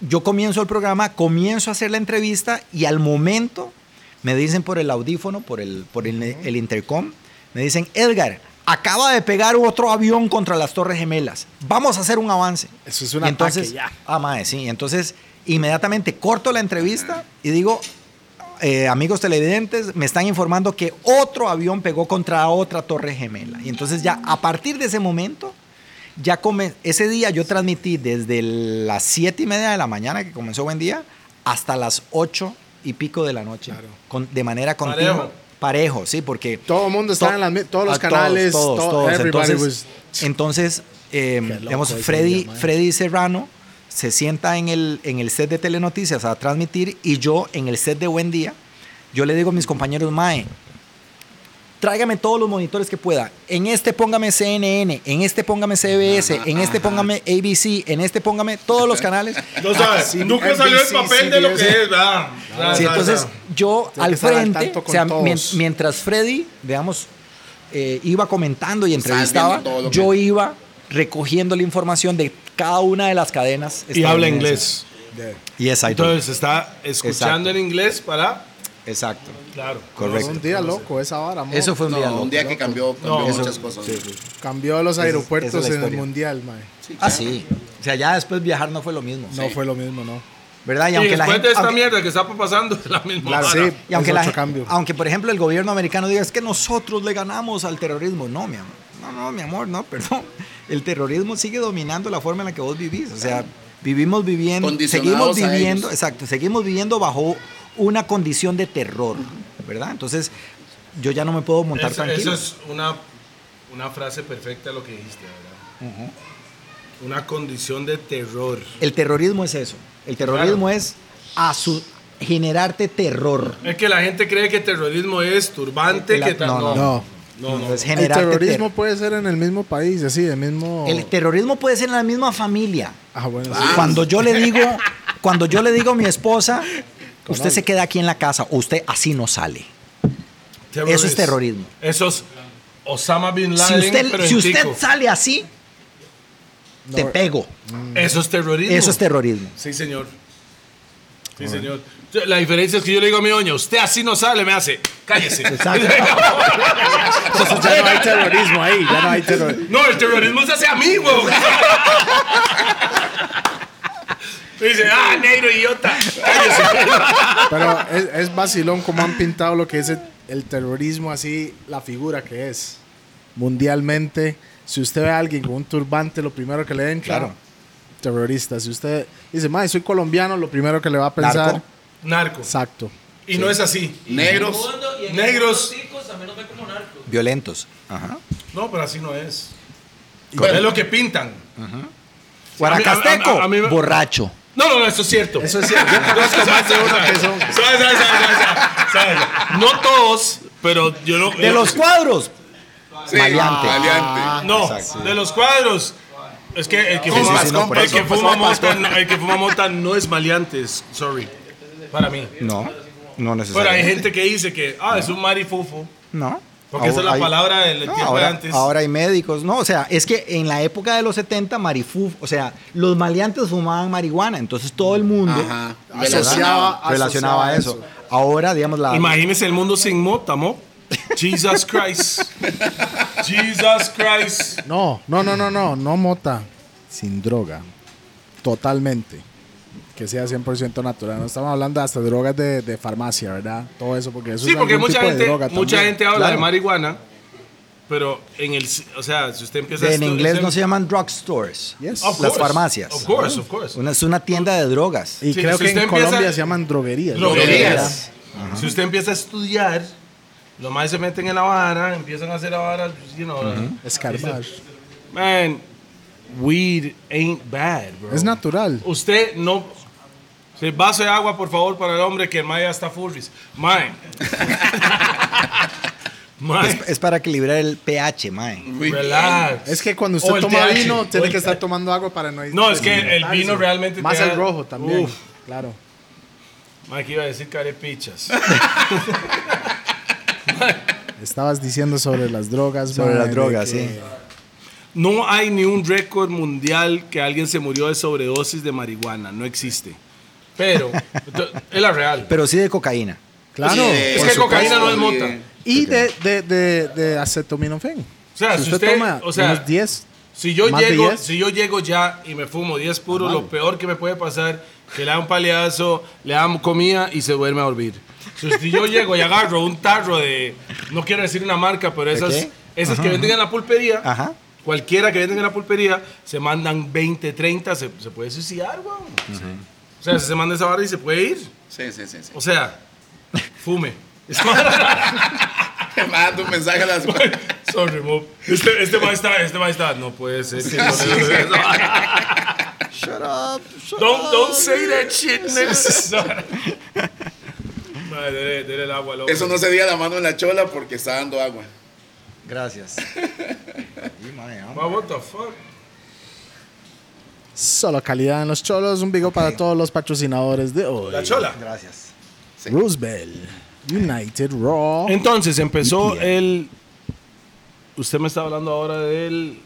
yo comienzo el programa, comienzo a hacer la entrevista y al momento me dicen por el audífono, por el, por el, el intercom, me dicen, Edgar, acaba de pegar otro avión contra las Torres Gemelas. Vamos a hacer un avance.
Eso es un
Y entonces,
ataque, ya.
Ah, mae, sí. Entonces, inmediatamente corto la entrevista y digo, eh, amigos televidentes, me están informando que otro avión pegó contra otra torre gemela. Y entonces ya a partir de ese momento, ya come, ese día yo transmití desde las siete y media de la mañana, que comenzó buen día, hasta las ocho y pico de la noche, con- de manera continua.
Parejo.
Parejo. sí, porque...
Todo el mundo estaba
to-
en las mi- todos los
a
canales,
Todos,
todo-
todos.
everybody
Entonces, entonces eh,
Qué loco
digamos,
ese
Freddy,
día, mae.
Freddy Serrano se sienta en el, en el set de Telenoticias a transmitir y yo en el set de Buen Día, yo le digo a mis compañeros, Mae, tráigame todos los monitores que pueda. En este póngame CNN, en este póngame CBS, en este póngame ABC, en este póngame todos los canales.
No sabes,
Sí,
nunca salió el
NBC,
papel de lo que
CBS.
es, ¿verdad? Ras,
Sí,
ras,
entonces
ras.
yo
Tiene que
al
estar al
frente,
tanto
o
con
sea, mien-
todos.
mientras Freddy, digamos, eh, iba comentando y
Estaba
entrevistaba,
viendo todo lo que-
yo iba recogiendo la información de cada una de las cadenas.
Y habla
estadounidenses.
inglés.
Yes, I do.
Entonces está escuchando
Exacto.
en inglés para.
Exacto,
Claro.
correcto.
Un día loco, esa hora, mo.
Eso fue un
No,
día loco.
un día que cambió, cambió
No, eso-
muchas cosas.
Cambió los
es-
aeropuertos
esa es la
en el
historia.
mundial, mae.
Sí,
Ah,
claro.
sí. O sea, ya después viajar no fue lo mismo.
No fue lo mismo, no.
¿Verdad?
Y,
Y aunque la
después
gente.
de esta
aunque-
mierda que está pasando, es la misma.
Claro,
vara.
sí.
Y aunque,
Es
la
otro
gen-
cambio.
aunque, por ejemplo, el gobierno americano diga, es que nosotros le ganamos al terrorismo. No, mi amor. No, no, mi amor, no, perdón. El terrorismo sigue dominando la forma en la que vos vivís. O sea, vivimos viviendo,
Condicionados
seguimos
a
viviendo,
ellos.
exacto, seguimos viviendo bajo una condición de terror, ¿verdad? Entonces, yo ya no me puedo montar
Eso,
tranquilo.
eso es una, una frase perfecta de lo que dijiste, ¿verdad? Una condición de terror.
El terrorismo es eso. El terrorismo es a su- generarte terror.
Es que la gente cree que terrorismo es turbante,
La-
que tal.
no,
No,
no.
No.
no, no.
Es
El
generarte
terrorismo
ter-
puede ser en el mismo país, así, el mismo...
el terrorismo puede ser en la misma familia.
Ah, bueno, sí.
Cuando yo le digo, cuando yo le digo a mi esposa, usted se queda aquí en la casa o usted así no sale.
Terrorismo.
Eso es terrorismo.
Eso es Osama Bin
Si
Laden,
usted,
pero
si
en
usted
tico.
sale así, te pego.
Eso es terrorismo.
Eso es terrorismo.
Sí, señor. Sí, señor. Yo- La diferencia es que yo le digo a mi doña, usted así no sale, me hace, cállese.
Entonces ya no hay terrorismo ahí, ya no hay terrorismo.
no, el terrorismo se hace a mí, güey. Dice, ah, negro idiota, cállese.
Pero es, es vacilón como han pintado lo que es el, el terrorismo, así, la figura que es. Mundialmente, si usted ve a alguien con un turbante, lo primero que le entra,
Claro.
terrorista. Si usted dice, mae, soy colombiano, lo primero que le va a pensar...
Narco.
Narco.
Exacto.
Y no es así.
Negros.
Segundo, y en
Negros.
esos ticos también los ve como narcos.
Violentos. Ajá.
No, pero así no es.
Bueno.
es lo que pintan.
Guanacasteco,
a mí- a mí- a mí-
borracho.
No, no, no, eso es cierto.
Eso es cierto. Yo conozco más de uno que son...
Sabe, sabe, sabe, sabe, sabe, sabe. No todos, pero yo no.
De los cuadros,
Sí,
Maleante.
maleante.
No,
Ah,
Exacto.
de los cuadros. Es que el que
Compas,
fuma,
compas,
el que
compas,
fuma
compas,
mota, no- el que fuma mota no es maleante, es- sorry. Para mí.
no, no
Pero hay
necesariamente.
gente que dice que, ah, es un marifufo.
No.
Porque esa es la
Ahora hay-
palabra del
No,
tiempo de
ahora,
antes.
ahora hay médicos. No, o sea, es que en la época de los 70, marifú, o sea, los maleantes fumaban marihuana, entonces todo el mundo
Ajá.
relacionaba,
Asociaba-
relacionaba
asociaba
eso. Ahora, digamos, la...
Ah, Imagínese el mundo sin mota, mo. Jesus Christ. Jesus Christ.
No, no, no, no, no, no mota. Sin droga. Totalmente. Que sea 100% natural. No estamos hablando hasta de drogas de, de farmacia, ¿verdad? Todo eso, porque eso
Sí,
es
porque
algún
mucha
tipo de
gente,
droga
mucha
también.
gente habla de
claro.
marihuana, pero en el, o sea, si em, usted empieza a
en
estu-
inglés no
usted-
se llaman drugstores,
Yes.
Of
las
course,
farmacias.
Of course, of course.
Una- es una tienda de drogas.
Y
Sí,
creo
si
que
usted
en
empieza-
Colombia se llaman droguerías.
Droguerías. Si usted empieza a estudiar, los más se meten en la vara, empiezan a hacer la vara, you know,
Escarbar.
man, weed ain't bad, bro.
Es natural.
Usted no. Se vaso de agua, por favor, para el hombre que el Maya está furris. Mae. Mae.
Es para equilibrar el pH, mae.
Muy bien.
Relax.
Pues, Es que cuando
O
usted
el
toma
TH,
vino,
o
tiene
el-
que estar tomando agua para no
No, es que el vino realmente
Más
te da-
el rojo también.
Uf.
Claro.
Mae, que iba a decir carepichas.
Estabas diciendo sobre las drogas.
Sobre
man,
las
de
drogas,
que-
sí.
No hay ni un récord mundial que alguien se murió de sobredosis de marihuana. No existe. Pero, es la real.
Pero sí de cocaína.
Claro.
Sí,
es
por
que cocaína no es
supuesto,
mota.
sí.
Y de, de, de, de acetaminofén.
O sea, si usted-
toma
o sea,
unos 10,
Si yo,
¿Más de
llego,
10?
si yo llego ya y me fumo 10 puros, lo peor que me puede pasar que le dan un paliazo, le dan comida y se duerme a dormir. So, si yo llego y agarro un tarro de, no quiero decir una marca, pero esas,
qué?
esas que venden en la pulpería,
Ajá.
cualquiera que venden en la pulpería, se mandan 20, 30, se, se puede suicidar, weón. O sea, se manda esa barra y se puede ir.
Sí, sí, sí. sí.
O sea, fume.
Te mando un mensaje a las.
Sorry, Bob. Este, este man está, este man está. No puede ser. que no le-
Shut up.
Don't, don't say that shit, nigga. Madre, dele, dele el agua, loco.
Eso no se diga la mano en la chola porque está dando agua.
Gracias. Y, mae, vamos.
Ma, what the fuck?
solo calidad en los cholos. Un bigo para todos los patrocinadores de hoy.
La chola.
Gracias.
Roosevelt. United Raw.
Entonces empezó el. Usted me está hablando ahora del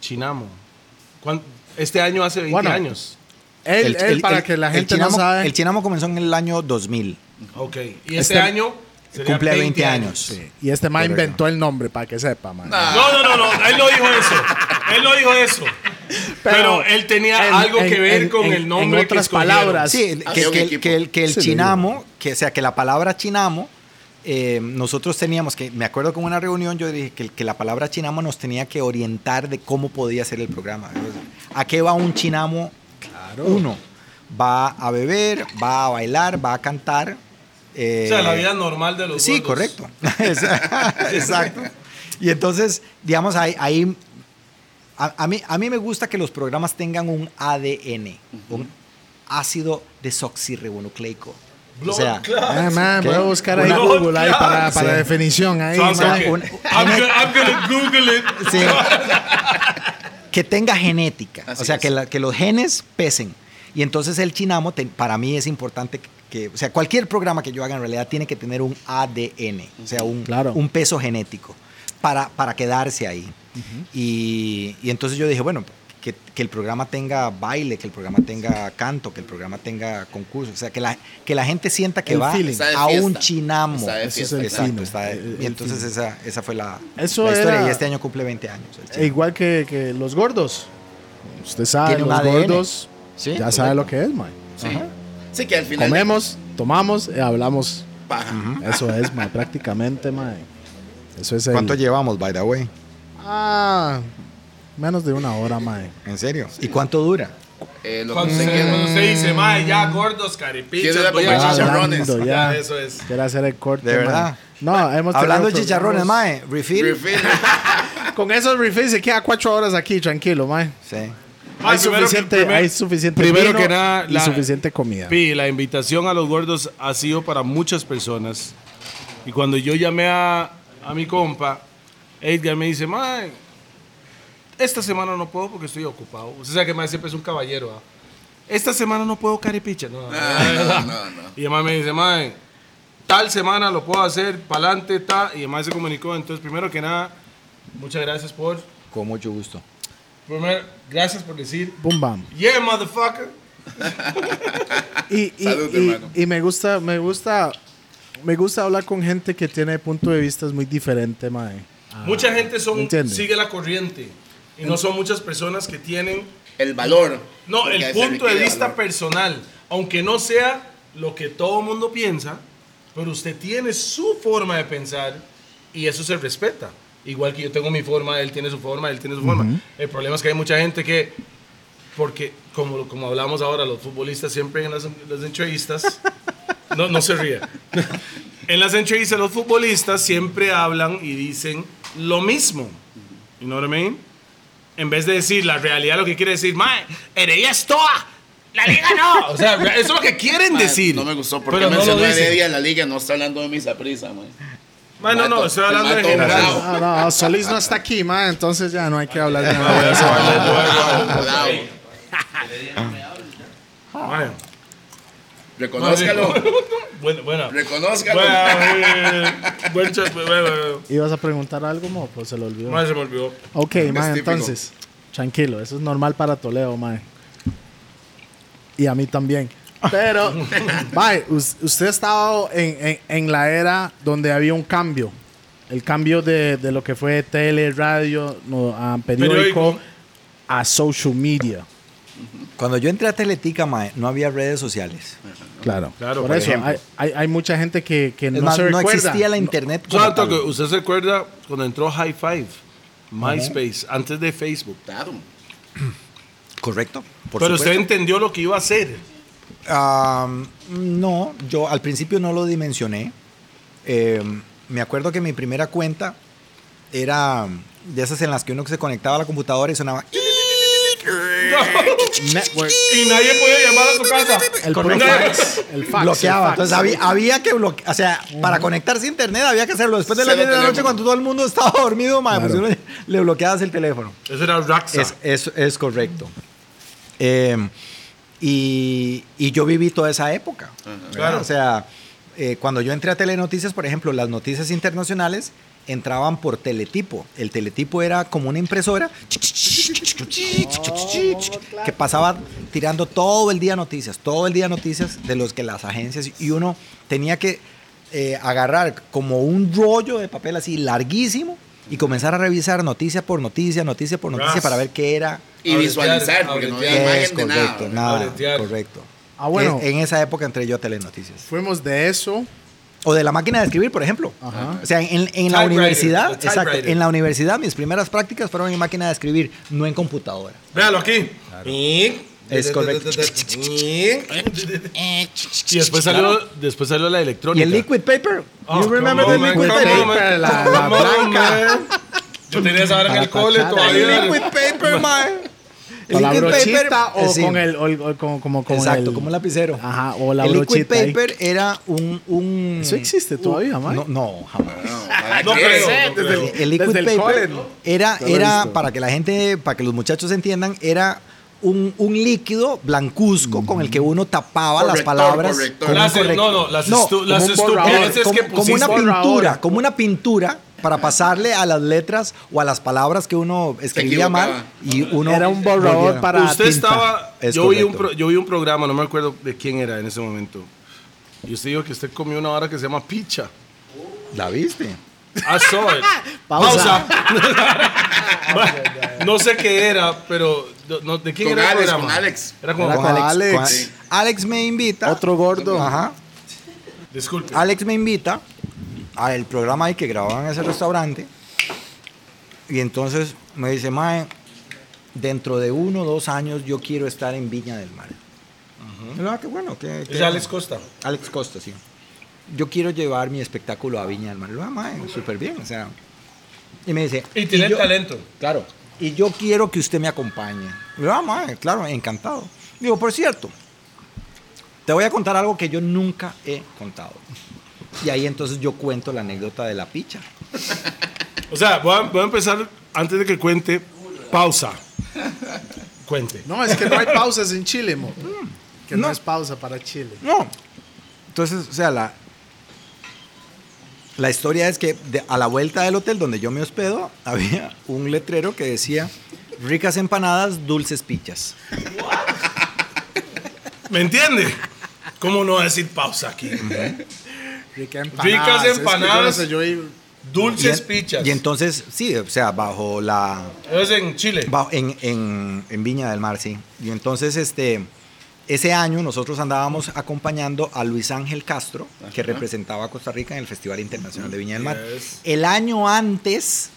Chinamo. ¿Cuán- Este año hace 20
Bueno.
años.
Él,
El-
él,
el-
para
el-
que la
el
gente
Chinamo-
no sabe.
El Chinamo comenzó en el año 2000.
Ok. Y este,
Este-
año. sería
cumple 20 años.
y este
Correcto.
man
Ah,
inventó el nombre para que sepa, man.
No, no, no, no. Él no dijo eso. Él no dijo eso. Pero, él tenía
en-
algo que
en-
ver
en-
con
en-
el nombre.
en otras
que escogieron.
palabras.
Sí, el-
Ah,
Hacía
que,
un
que el-
equipo.
que el, que el
Sí, le
chinamo, que, o sea, que la palabra chinamo, eh, nosotros teníamos que, me acuerdo con una reunión, yo dije que, que la palabra chinamo nos tenía que orientar de cómo podía ser el programa. ¿A qué va un chinamo? Uno, va a beber, va a bailar, va a cantar. eh,
O sea, la vida normal de los
Sí,
gordos.
correcto. Exacto. Y entonces, digamos, ahí, ahí- a, a mí, a mí me gusta que los programas tengan un ADN, un ácido desoxirribonucleico. O
Blood
sea,
clot.
Ah, man,
¿Qué?
voy a buscar ahí
Una-
Google ahí para,
Sí.
para la definición. Ahí,
So I'm,
man.
okay.
una-
I'm, gonna, I'm gonna Google it.
sí, que tenga genética.
Así
o sea,
es.
que, la- que los genes pesen. Y entonces el chinamo, te- para mí es importante que- que, o sea, cualquier programa que yo haga en realidad tiene que tener un ADN, o sea, un,
Claro.
un peso genético para, para quedarse ahí. y, y entonces yo dije, bueno, que, que el programa tenga baile, que el programa tenga canto, que el programa tenga concurso, o sea, que la, que la gente sienta que
El
va
feeling.
Está de
a un
fiesta.
chinamo.
Está de
Eso es
fiesta,
el
exacto.
fino. Está de-
El- el
y entonces esa, esa fue la,
Eso
la historia
era-
y este año cumple 20 años. el
E
chinamo.
Igual que, que los gordos. Usted sabe,
Tiene un
los
ADN.
gordos
Sí,
ya
correcto.
sabe lo que es, man.
Sí. Sí, que al final.
Comemos, tomamos y hablamos.
Paja.
Eso es, man, prácticamente, man. Eso es el-
¿Cuánto llevamos, by the way?
Ah, menos de una hora, man.
¿En serio? ¿Y cuánto dura?
Eh, lo que
Cuando
se
se, cuando
queda.
usted dice, mae, ya gordos, caripichas,
Quiere la
voy a
competencia.
chicharrón".
chicharrones.
Hablando, ya.
Ya, eso es.
Quiero hacer el corte.
De
man.
verdad.
No, hemos
Hablando de
tenido
chicharrones,
programas-
mae, refill.
Refill.
Con esos refills se queda cuatro horas aquí, tranquilo, mae.
Sí.
Mae,
Hay
primero que-
suficiente,
primer-
hay suficiente
primero
vino
que nada,
y
la-
suficiente comida.
Pi, la invitación a los gordos ha sido para muchas personas. Y cuando yo llamé a, a mi compa, Edgar me dice, mae, esta semana no puedo porque estoy ocupado. O sea que mae siempre es un caballero. ¿ah? Esta semana no puedo caripicha. No, no, no.
ah,
Ah.
No, no, no.
Y además me dice, mae, tal semana lo puedo hacer, pa'lante, ta, y además se comunicó. Entonces, primero que nada, muchas gracias por,
Con mucho gusto.
primero, gracias por decir,
Boom, bam.
yeah, motherfucker.
Y, y-
Salud,
y-
hermano.
y me gusta, me gusta, me gusta hablar con gente que tiene punto de vista muy diferente, mae.
Mucha gente son,
entiendo.
sigue la corriente y no son muchas personas que tienen,
El valor.
no,
Porque
el
se
punto de
requiere
vista
valor.
personal, aunque no sea lo que todo el mundo piensa, pero usted tiene su forma de pensar y eso se respeta. Igual que yo tengo mi forma, él tiene su forma, él tiene su forma. El problema es que hay mucha gente que, porque como, como hablamos ahora, los futbolistas siempre en las, las entrevistas, no, no se ría. En las entrevistas los futbolistas siempre hablan y dicen lo mismo. You know what I mean? En vez de decir la realidad, lo que quiere decir, mae, Heredia es toa, la liga no. O sea, eso es lo que quieren
Mae,
decir.
Ah, No me gustó porque
pero no lo
mencionó a
dicen.
Heredia en la liga. No está hablando de mis aprisa, man.
Mae, no, no, estoy hablando en
Mato,
general.
bravo.
No, no, Solís no está aquí, mae, entonces ya no hay que hablar de nada. de eso.
Ah, Bravo.
Mae,
Reconózcalo.
Bueno, bueno.
Reconózcalo.
Bueno, eh, buen cha- bueno, bueno.
¿Ibas a preguntar algo, mo? Pues se lo olvidó.
Mae, se me olvidó.
Ok, mae,
típico.
entonces, tranquilo, eso es normal para Toledo, mae. Y a mí también. Pero, mae, us- usted ha estado en, en- en la era donde había un cambio. El cambio de, de lo que fue tele, radio, no, a periódico,
Periódico.
a social media.
Cuando yo entré a Teletica, mae, no había redes sociales.
Claro.
Claro,
Por,
por
eso,
ejemplo.
hay, hay- hay mucha gente que, que
Es
no
más,
se
no
recuerda.
existía la internet. como
Santo,
tal.
que usted se acuerda cuando entró High Five, MySpace, antes de Facebook.
Claro.
Correcto. por
Pero usted
supuesto.
entendió lo que iba a hacer.
Am, no, yo al principio no lo dimensioné. Eh, me acuerdo que mi primera cuenta era de esas en las que uno se conectaba a la computadora y sonaba.
Network,
Y nadie podía llamar a su casa.
el
Con un
fax, el fax, el
bloqueaba.
fax.
Entonces había, había que bloquear. O sea, para conectarse a internet había que hacerlo. Después de
Se
las
lo
10 de la noche,
tenemos.
cuando todo el mundo estaba dormido, mae, pues, uno le bloqueabas el teléfono.
Eso era Raxa.
Es, es, es correcto. Eh, y, y yo viví toda esa época. ¿verdad?
Claro.
O sea, eh, cuando yo entré a Telenoticias, por ejemplo, las noticias internacionales entraban por teletipo. El teletipo era como una impresora que pasaba tirando todo el día noticias, todo el día noticias de los que las agencias y uno tenía que eh, agarrar como un rollo de papel así larguísimo y comenzar a revisar noticia por noticia, noticia por noticia
Ras.
para ver qué era.
Y
Abretear,
visualizar, porque no había
abretear.
imagen
Es
de nada.
correcto,
man.
nada,
Dobletear.
correcto.
Ah, bueno.
Es- en esa época entré yo a Telenoticias.
Fuimos de eso.
O de la máquina de escribir, por ejemplo.
Ajá.
O sea, en, en la
Typewriter,
universidad,
el
exacto,
typewriter.
en la universidad mis primeras prácticas fueron en máquina de escribir, no en computadora.
Véalo aquí. Y-
Es correcto.
Y y después salió, después salió la electrónica.
Y el liquid paper,
Oh,
you remember
come
the
on, man,
liquid
come
paper?
on, man.
La-
Come
la
on, man. Yo tenía esa vara en el cole
El
todavía.
liquid paper, mae. El
Con la
liquid paper,
brochita o
eh, sí.
con el. O, el- o como, como, con
Exacto,
el-
como un lapicero.
Ajá, o la
el liquid
brochita. ahí.
paper era un, un-
Eso existe todavía, mae.
No, no, jamás.
No, ¿para
No
qué?
creo, no creo.
El liquid
Desde el
paper
cole, ¿no?
era,
lo he
era
visto.
para que la gente, para que los muchachos entiendan, era un, un líquido blancuzco con el que uno tapaba las
Corrector,
palabras.
corrector.
con un
Las-
corrector.
no, no, las,
No,
estu- las
un borrador,
estupideces
como,
que
como una
pusiste.
pintura, como una pintura para pasarle a las letras o a las palabras que uno escribía mal y uno
Era un borrador
volviera.
para-
Usted
tinta.
estaba.
Es
yo, vi un
correcto.
pro- yo vi un programa, no me acuerdo de quién era en ese momento. Y usted dijo que usted comió una vara que se llama picha.
¿La viste?
I saw it.
Pausa.
no sé qué era, pero no- no, ¿de quién
Con
era el
Alex,
programa?
con Alex.
Era como
Era
Con
con Alex.
con-
Sí.
Alex me invita.
Otro gordo.
Ajá.
Disculpe.
Alex me invita al programa ahí que grababan en ese restaurante. Y entonces me dice, Mae, dentro de uno o dos años yo quiero estar en Viña del Mar. Y yo, "Ah, qué bueno. qué-
Es
qué-
Alex Costa.
Alex Costa, sí. Yo quiero llevar mi espectáculo a Viña del Mar. Y yo, "Ah, mae, súper bien, o sea. Y me dice...
Y tiene
yo-
talento.
Claro. Y yo quiero que usted me acompañe. Y yo, "Ah, mae, claro, encantado. Digo, por cierto, te voy a contar algo que yo nunca he contado. Y ahí entonces yo cuento la anécdota de la picha.
O sea, voy a, voy a empezar antes de que cuente. Pausa. Cuente.
No, es que no hay pausas en Chile, mo. Que Mm. no,
No.
es pausa para Chile.
No. Entonces, o sea, la, La historia es que de- a la vuelta del hotel donde yo me hospedo había un letrero que decía ricas empanadas, dulces pichas.
¿Me entiende? ¿Cómo no decir pausa aquí?
Ricas
empanadas, es que yo no sé,
Y en-
Dulces pichas.
Y entonces, sí, o sea, bajo la...
Es en Chile.
bajo- en, en- en Viña del Mar, sí. Y entonces, este, ese año nosotros andábamos acompañando a Luis Ángel Castro, que representaba a Costa Rica en el Festival Internacional de Viña del Mar.
Yes.
El año antes,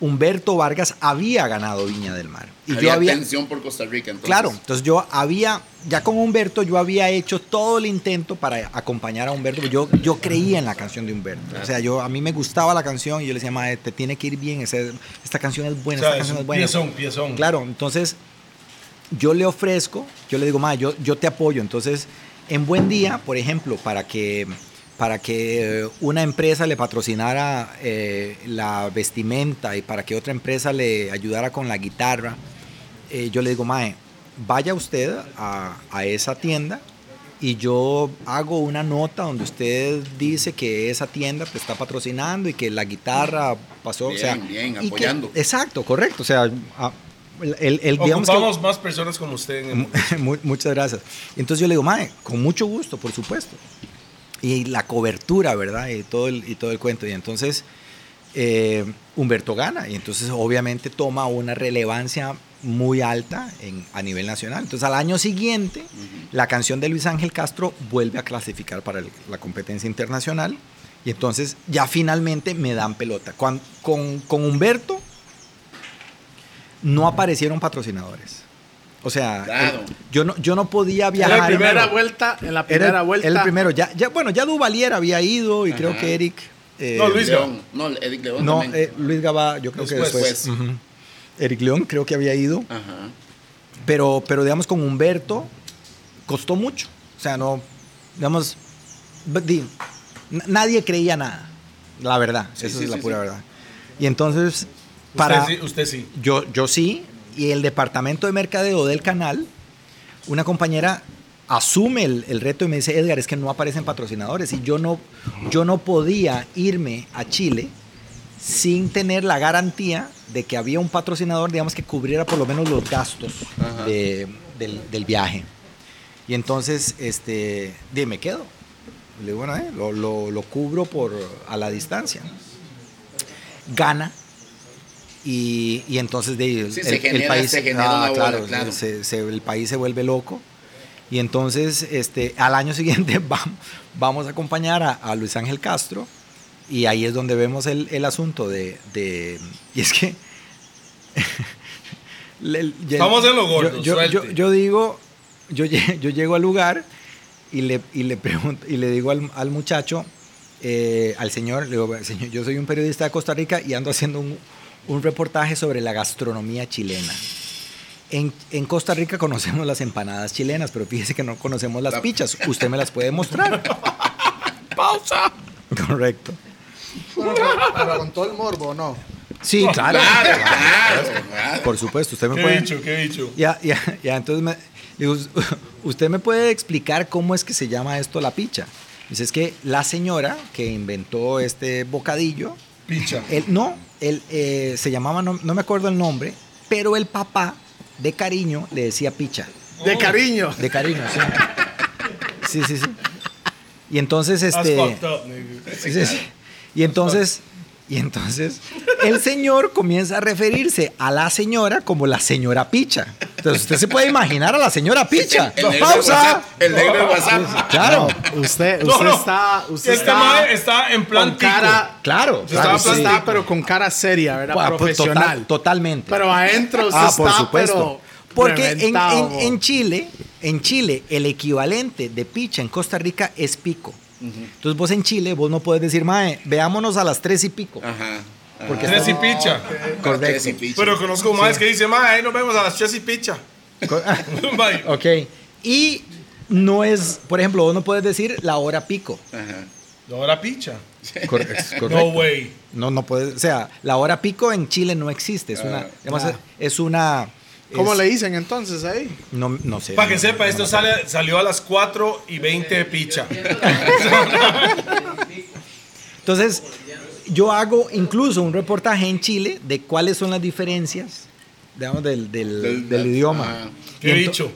Humberto Vargas había ganado Viña del Mar. Y
había
yo había...
tensión por Costa Rica, entonces.
Claro, entonces yo había, ya con Humberto, yo había hecho todo el intento para acompañar a Humberto, porque yo, yo creía en la canción de Humberto. O sea, yo, a mí me gustaba la canción y yo le decía, madre, te tiene que ir bien, ese- esta canción es
O
buena,
sea,
esta
es
canción es
un
buena.
piezón, piezón.
Claro, entonces yo le ofrezco, yo le digo, ma, yo, yo te apoyo. Entonces, en buen día, por ejemplo, para que, para que eh, una empresa le patrocinara eh, la vestimenta y para que otra empresa le ayudara con la guitarra, eh, yo le digo, mae, vaya usted a, a esa tienda y yo hago una nota donde usted dice que esa tienda te está patrocinando y que la guitarra pasó. o sea,
Bien, bien,
y que-
apoyando.
exacto, correcto. O sea, a- el, el- el- digamos que-
Ocupamos más personas como usted. en el-
Mu- Muchas gracias. Entonces yo le digo, mae, con mucho gusto, por supuesto. Y la cobertura, ¿verdad? Y todo el, y todo el cuento. Y entonces eh, Humberto gana. Y entonces obviamente toma una relevancia muy alta en- a nivel nacional. Entonces al año siguiente, la canción de Luis Ángel Castro vuelve a clasificar para el- la competencia internacional. Y entonces ya finalmente me dan pelota. Cuan- con- con Humberto no aparecieron patrocinadores. O sea,
Claro.
el- yo, no, yo no podía viajar.
la primera
hermano.
vuelta, en la
Era
primera
el,
vuelta.
era el primero. Ya, ya, bueno, ya Duvalier había ido y creo
Ajá.
que Eric. eh,
No, Luis
León. No, Eric León
no,
también.
eh, Luis Gaba, yo creo que
Después.
después. Ujú. Eric León creo que había ido.
Ajá.
Pero, pero digamos, con Humberto costó mucho. O sea, no. Digamos, but di- n- nadie creía nada. La verdad.
Sí,
esa
sí,
es la
sí,
pura
sí.
verdad. Y entonces,
Usted
para.
sí, usted sí.
Yo, yo sí, y el departamento de mercadeo del canal, una compañera asume el, el reto y me dice, Edgar, es que no aparecen patrocinadores. Y yo no, yo no podía irme a Chile sin tener la garantía de que había un patrocinador, digamos, que cubriera por lo menos los gastos
Ajá.
de- del, del viaje. Y entonces, este, di, me quedo. Le digo, bueno, eh, lo, lo- lo cubro por, a la distancia. Gana. Y, y entonces de,
Sí, se genera- se genera una bola, claro.
Ah, se- se- el país se vuelve loco. Y entonces, este, al año siguiente vamos, vamos a acompañar a, a Luis Ángel Castro y ahí es donde vemos el, el asunto de, de- Y es que... le- le-
Estamos en lo gordo,
yo, yo,
suelte.
yo digo, yo, lle- yo llego al lugar y le, y le, pregunto, y le digo al, al muchacho, eh, al señor, le digo, señor, yo soy un periodista de Costa Rica y ando haciendo un, un reportaje sobre la gastronomía chilena. En, en Costa Rica conocemos las empanadas chilenas, pero fíjese que no conocemos las
La-
pichas. Usted me las puede mostrar. ¡Pausa! Correcto.
Pero con todo el morbo, ¿no?
Sí, claro.
Claro, claro, claro.
Por supuesto, usted me
¿Qué
puede.
bicho, qué bicho?
Ya, ya, ya, entonces me digo, usted me puede explicar cómo es que se llama esto la picha. Dice, es que la señora que inventó este bocadillo,
Picha.
él, no, él eh, se llamaba, no, no me acuerdo el nombre, pero el papá de cariño le decía picha.
De cariño.
De cariño, sí. Sí, sí, sí. Y entonces,
That's
este.
fucked up, nigga.
Sí, sí, sí. Y entonces, y entonces, el señor comienza a referirse a la señora como la señora Picha. Entonces, usted se puede imaginar a la señora Picha.
El negro de
¡Pausa!
WhatsApp, El negro de WhatsApp.
Claro,
Usted, usted
No, no.
está. Usted
este
está
mae está en plan
con cara.
claro.
Yo estaba
claro,
usted
sí.
está, pero con cara seria, ¿verdad?
Pa- pues, total-
Profesional.
totalmente.
Pero adentro usted
Ah,
está,
por supuesto.
pero.
Porque en,
reventado,
en-
bo.
en Chile, en Chile, el equivalente de picha en Costa Rica es pico. Entonces vos en Chile, vos no puedes decir, mae, veámonos a las tres y pico.
Ajá.
Porque
Tres y
estamos-
picha.
Tres y
Correcto.
picha.
Pero conozco más que dice, ma, ahí nos vemos a las tres y picha. Mae,
Ok. Y no es, por ejemplo, vos no puedes decir la hora pico.
Ajá.
No era picha. No
correcto.
way.
No, no puedes. O sea, la hora pico en Chile no existe. Es una.
Ah.
además,
Ah.
es una.
¿Cómo
es-
le dicen entonces ahí?
No, no sé.
Para que
No,
sepa,
no,
esto
no.
sale, salió a las 4 y 20 de picha.
Entonces, yo hago incluso un reportaje en Chile de cuáles son las diferencias, digamos, del, del- del
Del- del-
idioma.
ah.
¿Qué he
Y ento-
dicho?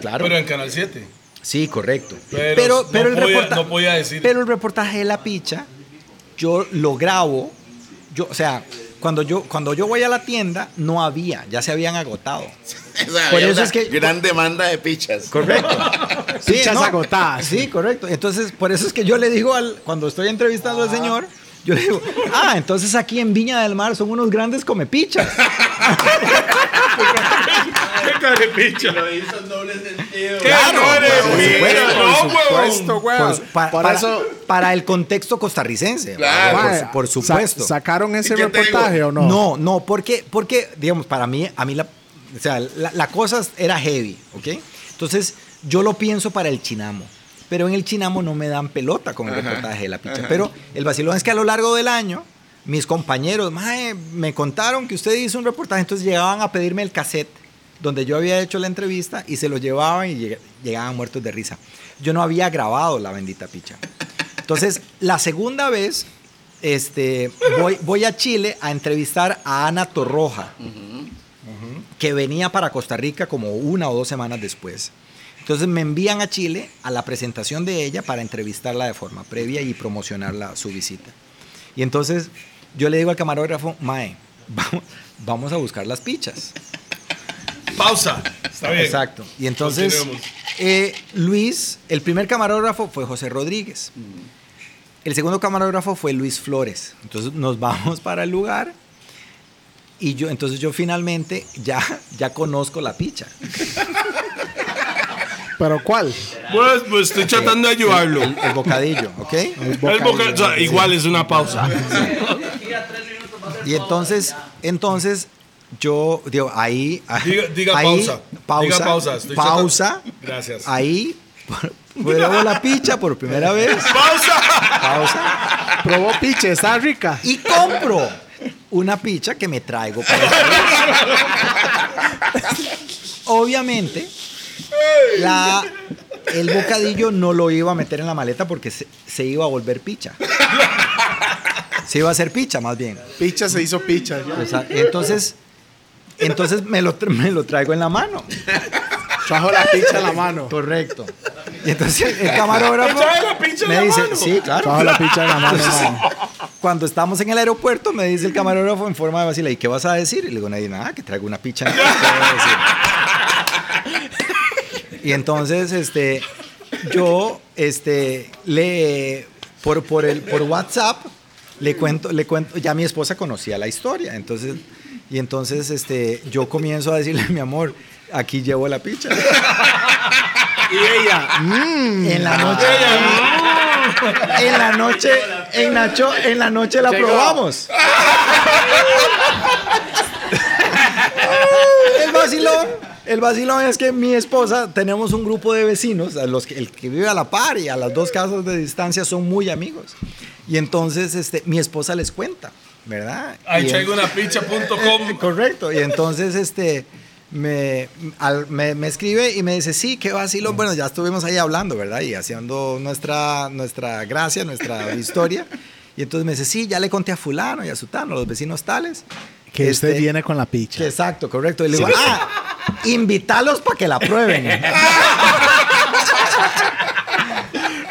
Claro.
Pero en Canal 7.
Sí, correcto.
Pero
Pero, pero,
no
el
podía-
reporta-
no podía decir.
pero el reportaje de la picha, yo lo grabo. Yo, o sea, cuando yo, cuando yo voy a la tienda, no había, ya se habían agotado.
Esa
Por eso
mierda,
es que-
Gran demanda de pichas.
Correcto.
Pichas agotadas.
Sí, correcto. Entonces, por eso es que yo le digo al, cuando estoy entrevistando
Ah.
al señor, yo le digo, ah, entonces aquí en Viña del Mar son unos grandes comepichas.
¡Qué carepicha!
hizo doble sentido.
¡Qué carepicha!
por supuesto,
¡No,
Esto,
por
huevón!
Por
weón.
su- pa-
Por
para,
eso-
para el contexto costarricense.
Claro.
por
Mae,
su- por
sa-
supuesto.
¿Sacaron ese
¿Y qué te
reportaje
digo?
o no?
No, no, porque, porque, digamos, para mí, a mí la, o sea, la, la cosa era heavy, ¿ok? Entonces, yo lo pienso para el chinamo, pero en el chinamo no me dan pelota con el reportaje de la picha. Pero el vacilón es que a lo largo del año, mis compañeros, "Mae, me contaron que usted hizo un reportaje, entonces llegaban a pedirme el cassette donde yo había hecho la entrevista y se lo llevaban y lleg- llegaban muertos de risa. Yo no había grabado la bendita picha. Entonces, la segunda vez, este, voy, voy a Chile a entrevistar a Ana Torroja, que venía para Costa Rica como una o dos semanas después. Entonces me envían a Chile a la presentación de ella para entrevistarla de forma previa y promocionar la- su visita. Y entonces yo le digo al camarógrafo, Mae, vamos, vamos a buscar las pichas.
Pausa. Está bien.
Exacto. Y entonces,
Continuemos.
eh, Luis, el primer camarógrafo fue José Rodríguez. El segundo camarógrafo fue Luis Flores. Entonces nos vamos para el lugar. Y yo, entonces yo finalmente ya, ya conozco la picha.
¿Pero cuál?
Pues, pues estoy tratando de ayudarlo.
El, el bocadillo, ¿ok?
El boca- o sea, igual es una pausa.
Y entonces, entonces yo digo, ahí...
Diga- diga
ahí,
pausa.
Pausa.
Diga pausa. Estoy
pausa.
tratando- Gracias.
Ahí pruebo la picha por primera vez.
¡Pausa!
Pausa.
Probó piche, está rica.
y compro una picha que me traigo para esa noche. Obviamente, la, el bocadillo no lo iba a meter en la maleta porque se, se iba a volver picha. Se iba a hacer picha, más bien.
Picha se hizo picha.
O sea, entonces, entonces me, lo, tra- me lo traigo en la mano.
Trajo la picha en la mano.
Correcto. Y entonces el camarógrafo
¿Te trae la picha en
me
la
dice,
mano?
sí, claro.
Trajo la picha en la mano.
Entonces,
man.
cuando estamos en el aeropuerto, me dice el camarógrafo en forma de vacila, ¿y qué vas a decir? Y le digo, nadie, nada, que traigo una picha. ¿qué voy a decir?". y entonces, este, yo, este, le, por, por, el, por WhatsApp, le cuento, le cuento, ya mi esposa conocía la historia, entonces, y entonces, este, yo comienzo a decirle, mi amor, aquí llevo la picha.
Y ella.
En la noche. En la noche, en Nacho, en la noche la probamos. El vacilón, el vacilón es que mi esposa, tenemos un grupo de vecinos, a los que, el que vive a la par y a las dos casas de distancia son muy amigos. Y entonces este, mi esposa les cuenta, ¿verdad?
Ahí
Y
traigo una picha.com.
Correcto. Y entonces, este, me, al- me, me escribe y me dice, sí, qué vacilo. Bueno, ya estuvimos ahí hablando, ¿verdad? Y haciendo nuestra, nuestra gracia, nuestra historia. Y entonces me dice, sí, ya le conté a fulano y a sutano, los vecinos tales.
Que
Este,
usted viene con la picha.
que exacto, correcto. Y le digo, ah, invítalos para que la prueben.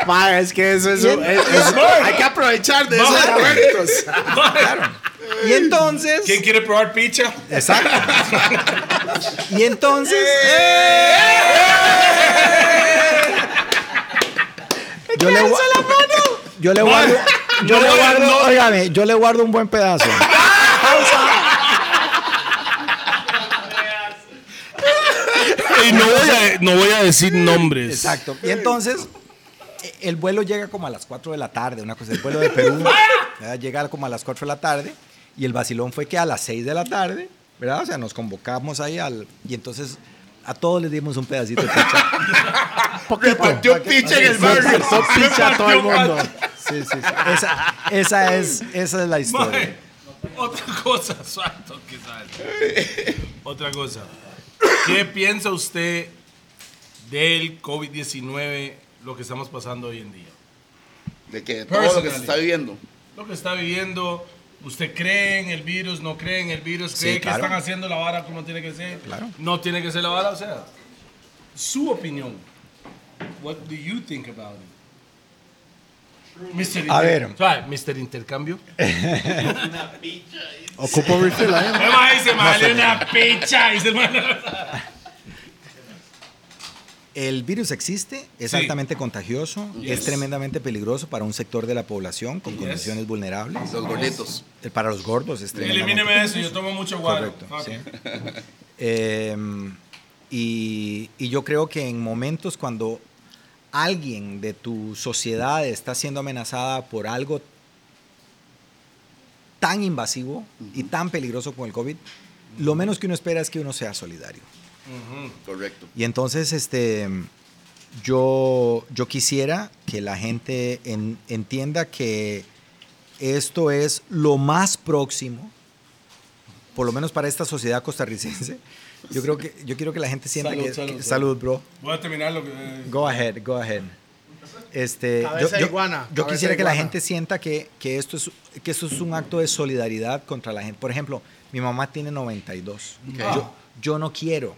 Ma, es que eso es, un- es- es- Hay que aprovechar de esos
Ma.
momentos.
y entonces...
¿Quién quiere probar picha?
Exacto. y entonces.
¡Eh!
Yo le, gua- yo le guardo. Yo
no,
le guardo.
no.
óigame, yo le guardo un buen pedazo.
Y no voy a, no voy a decir nombres.
Exacto. Y entonces. e- El vuelo llega como a las 4 de la tarde, una cosa, el vuelo de Perú ¿verdad? llega como a las 4 de la tarde y el vacilón fue que a las 6 de la tarde, ¿verdad? O sea, nos convocamos ahí al, y entonces a todos les dimos un pedacito de picha.
Partió picha en el barrio.
Son picha a todo el mundo.
Sí, sí, sí. Esa, esa es, esa es la historia.
Mae, otra cosa, suelto que sale. Otra cosa. ¿Qué piensa usted del COVID-19, lo que estamos pasando hoy en día?
De que todo lo que se
Personally.
está viviendo.
lo que está viviendo. ¿Usted cree en el virus? ¿No cree en el virus? ¿Cree
Sí,
que
claro.
están haciendo la vara como tiene que ser?
Claro.
No tiene que ser la vara, o sea, su opinión. What do you think about it? Mr.
A
Inter-
ver.
Suave, Mr. Intercambio.
Ocupo refill ahí.
El mae dice, "Mae, le una picha", dice el mae.
El virus existe, es
Sí.
altamente contagioso, es
Yes.
tremendamente peligroso para un sector de la población con
Yes.
condiciones vulnerables.
Los gorditos.
Eh, Para los gordos es tremendamente
Elimíneme eso, yo tomo mucho guaro.
Correcto,
Fuck
sí.
it.
Em, y, y yo creo que en momentos cuando alguien de tu sociedad está siendo amenazada por algo tan invasivo y tan peligroso como el COVID, lo menos que uno espera es que uno sea solidario.
Correcto.
Y entonces, este, yo, yo quisiera que la gente en- entienda que esto es lo más próximo, por lo menos para esta sociedad costarricense. Yo creo que, yo quiero que la gente sienta
Salud,
que,
salud,
que-
salud.
salud, bro.
Voy a terminar lo que... eh,
Go ahead, go ahead. Este, yo,
Cabeza de
yo-
iguana,
yo
cabeza
quisiera
de
que la
iguana.
gente sienta que, que esto es, que esto es un acto de solidaridad contra la gente. Por ejemplo, mi mamá tiene 92. Yo, yo no quiero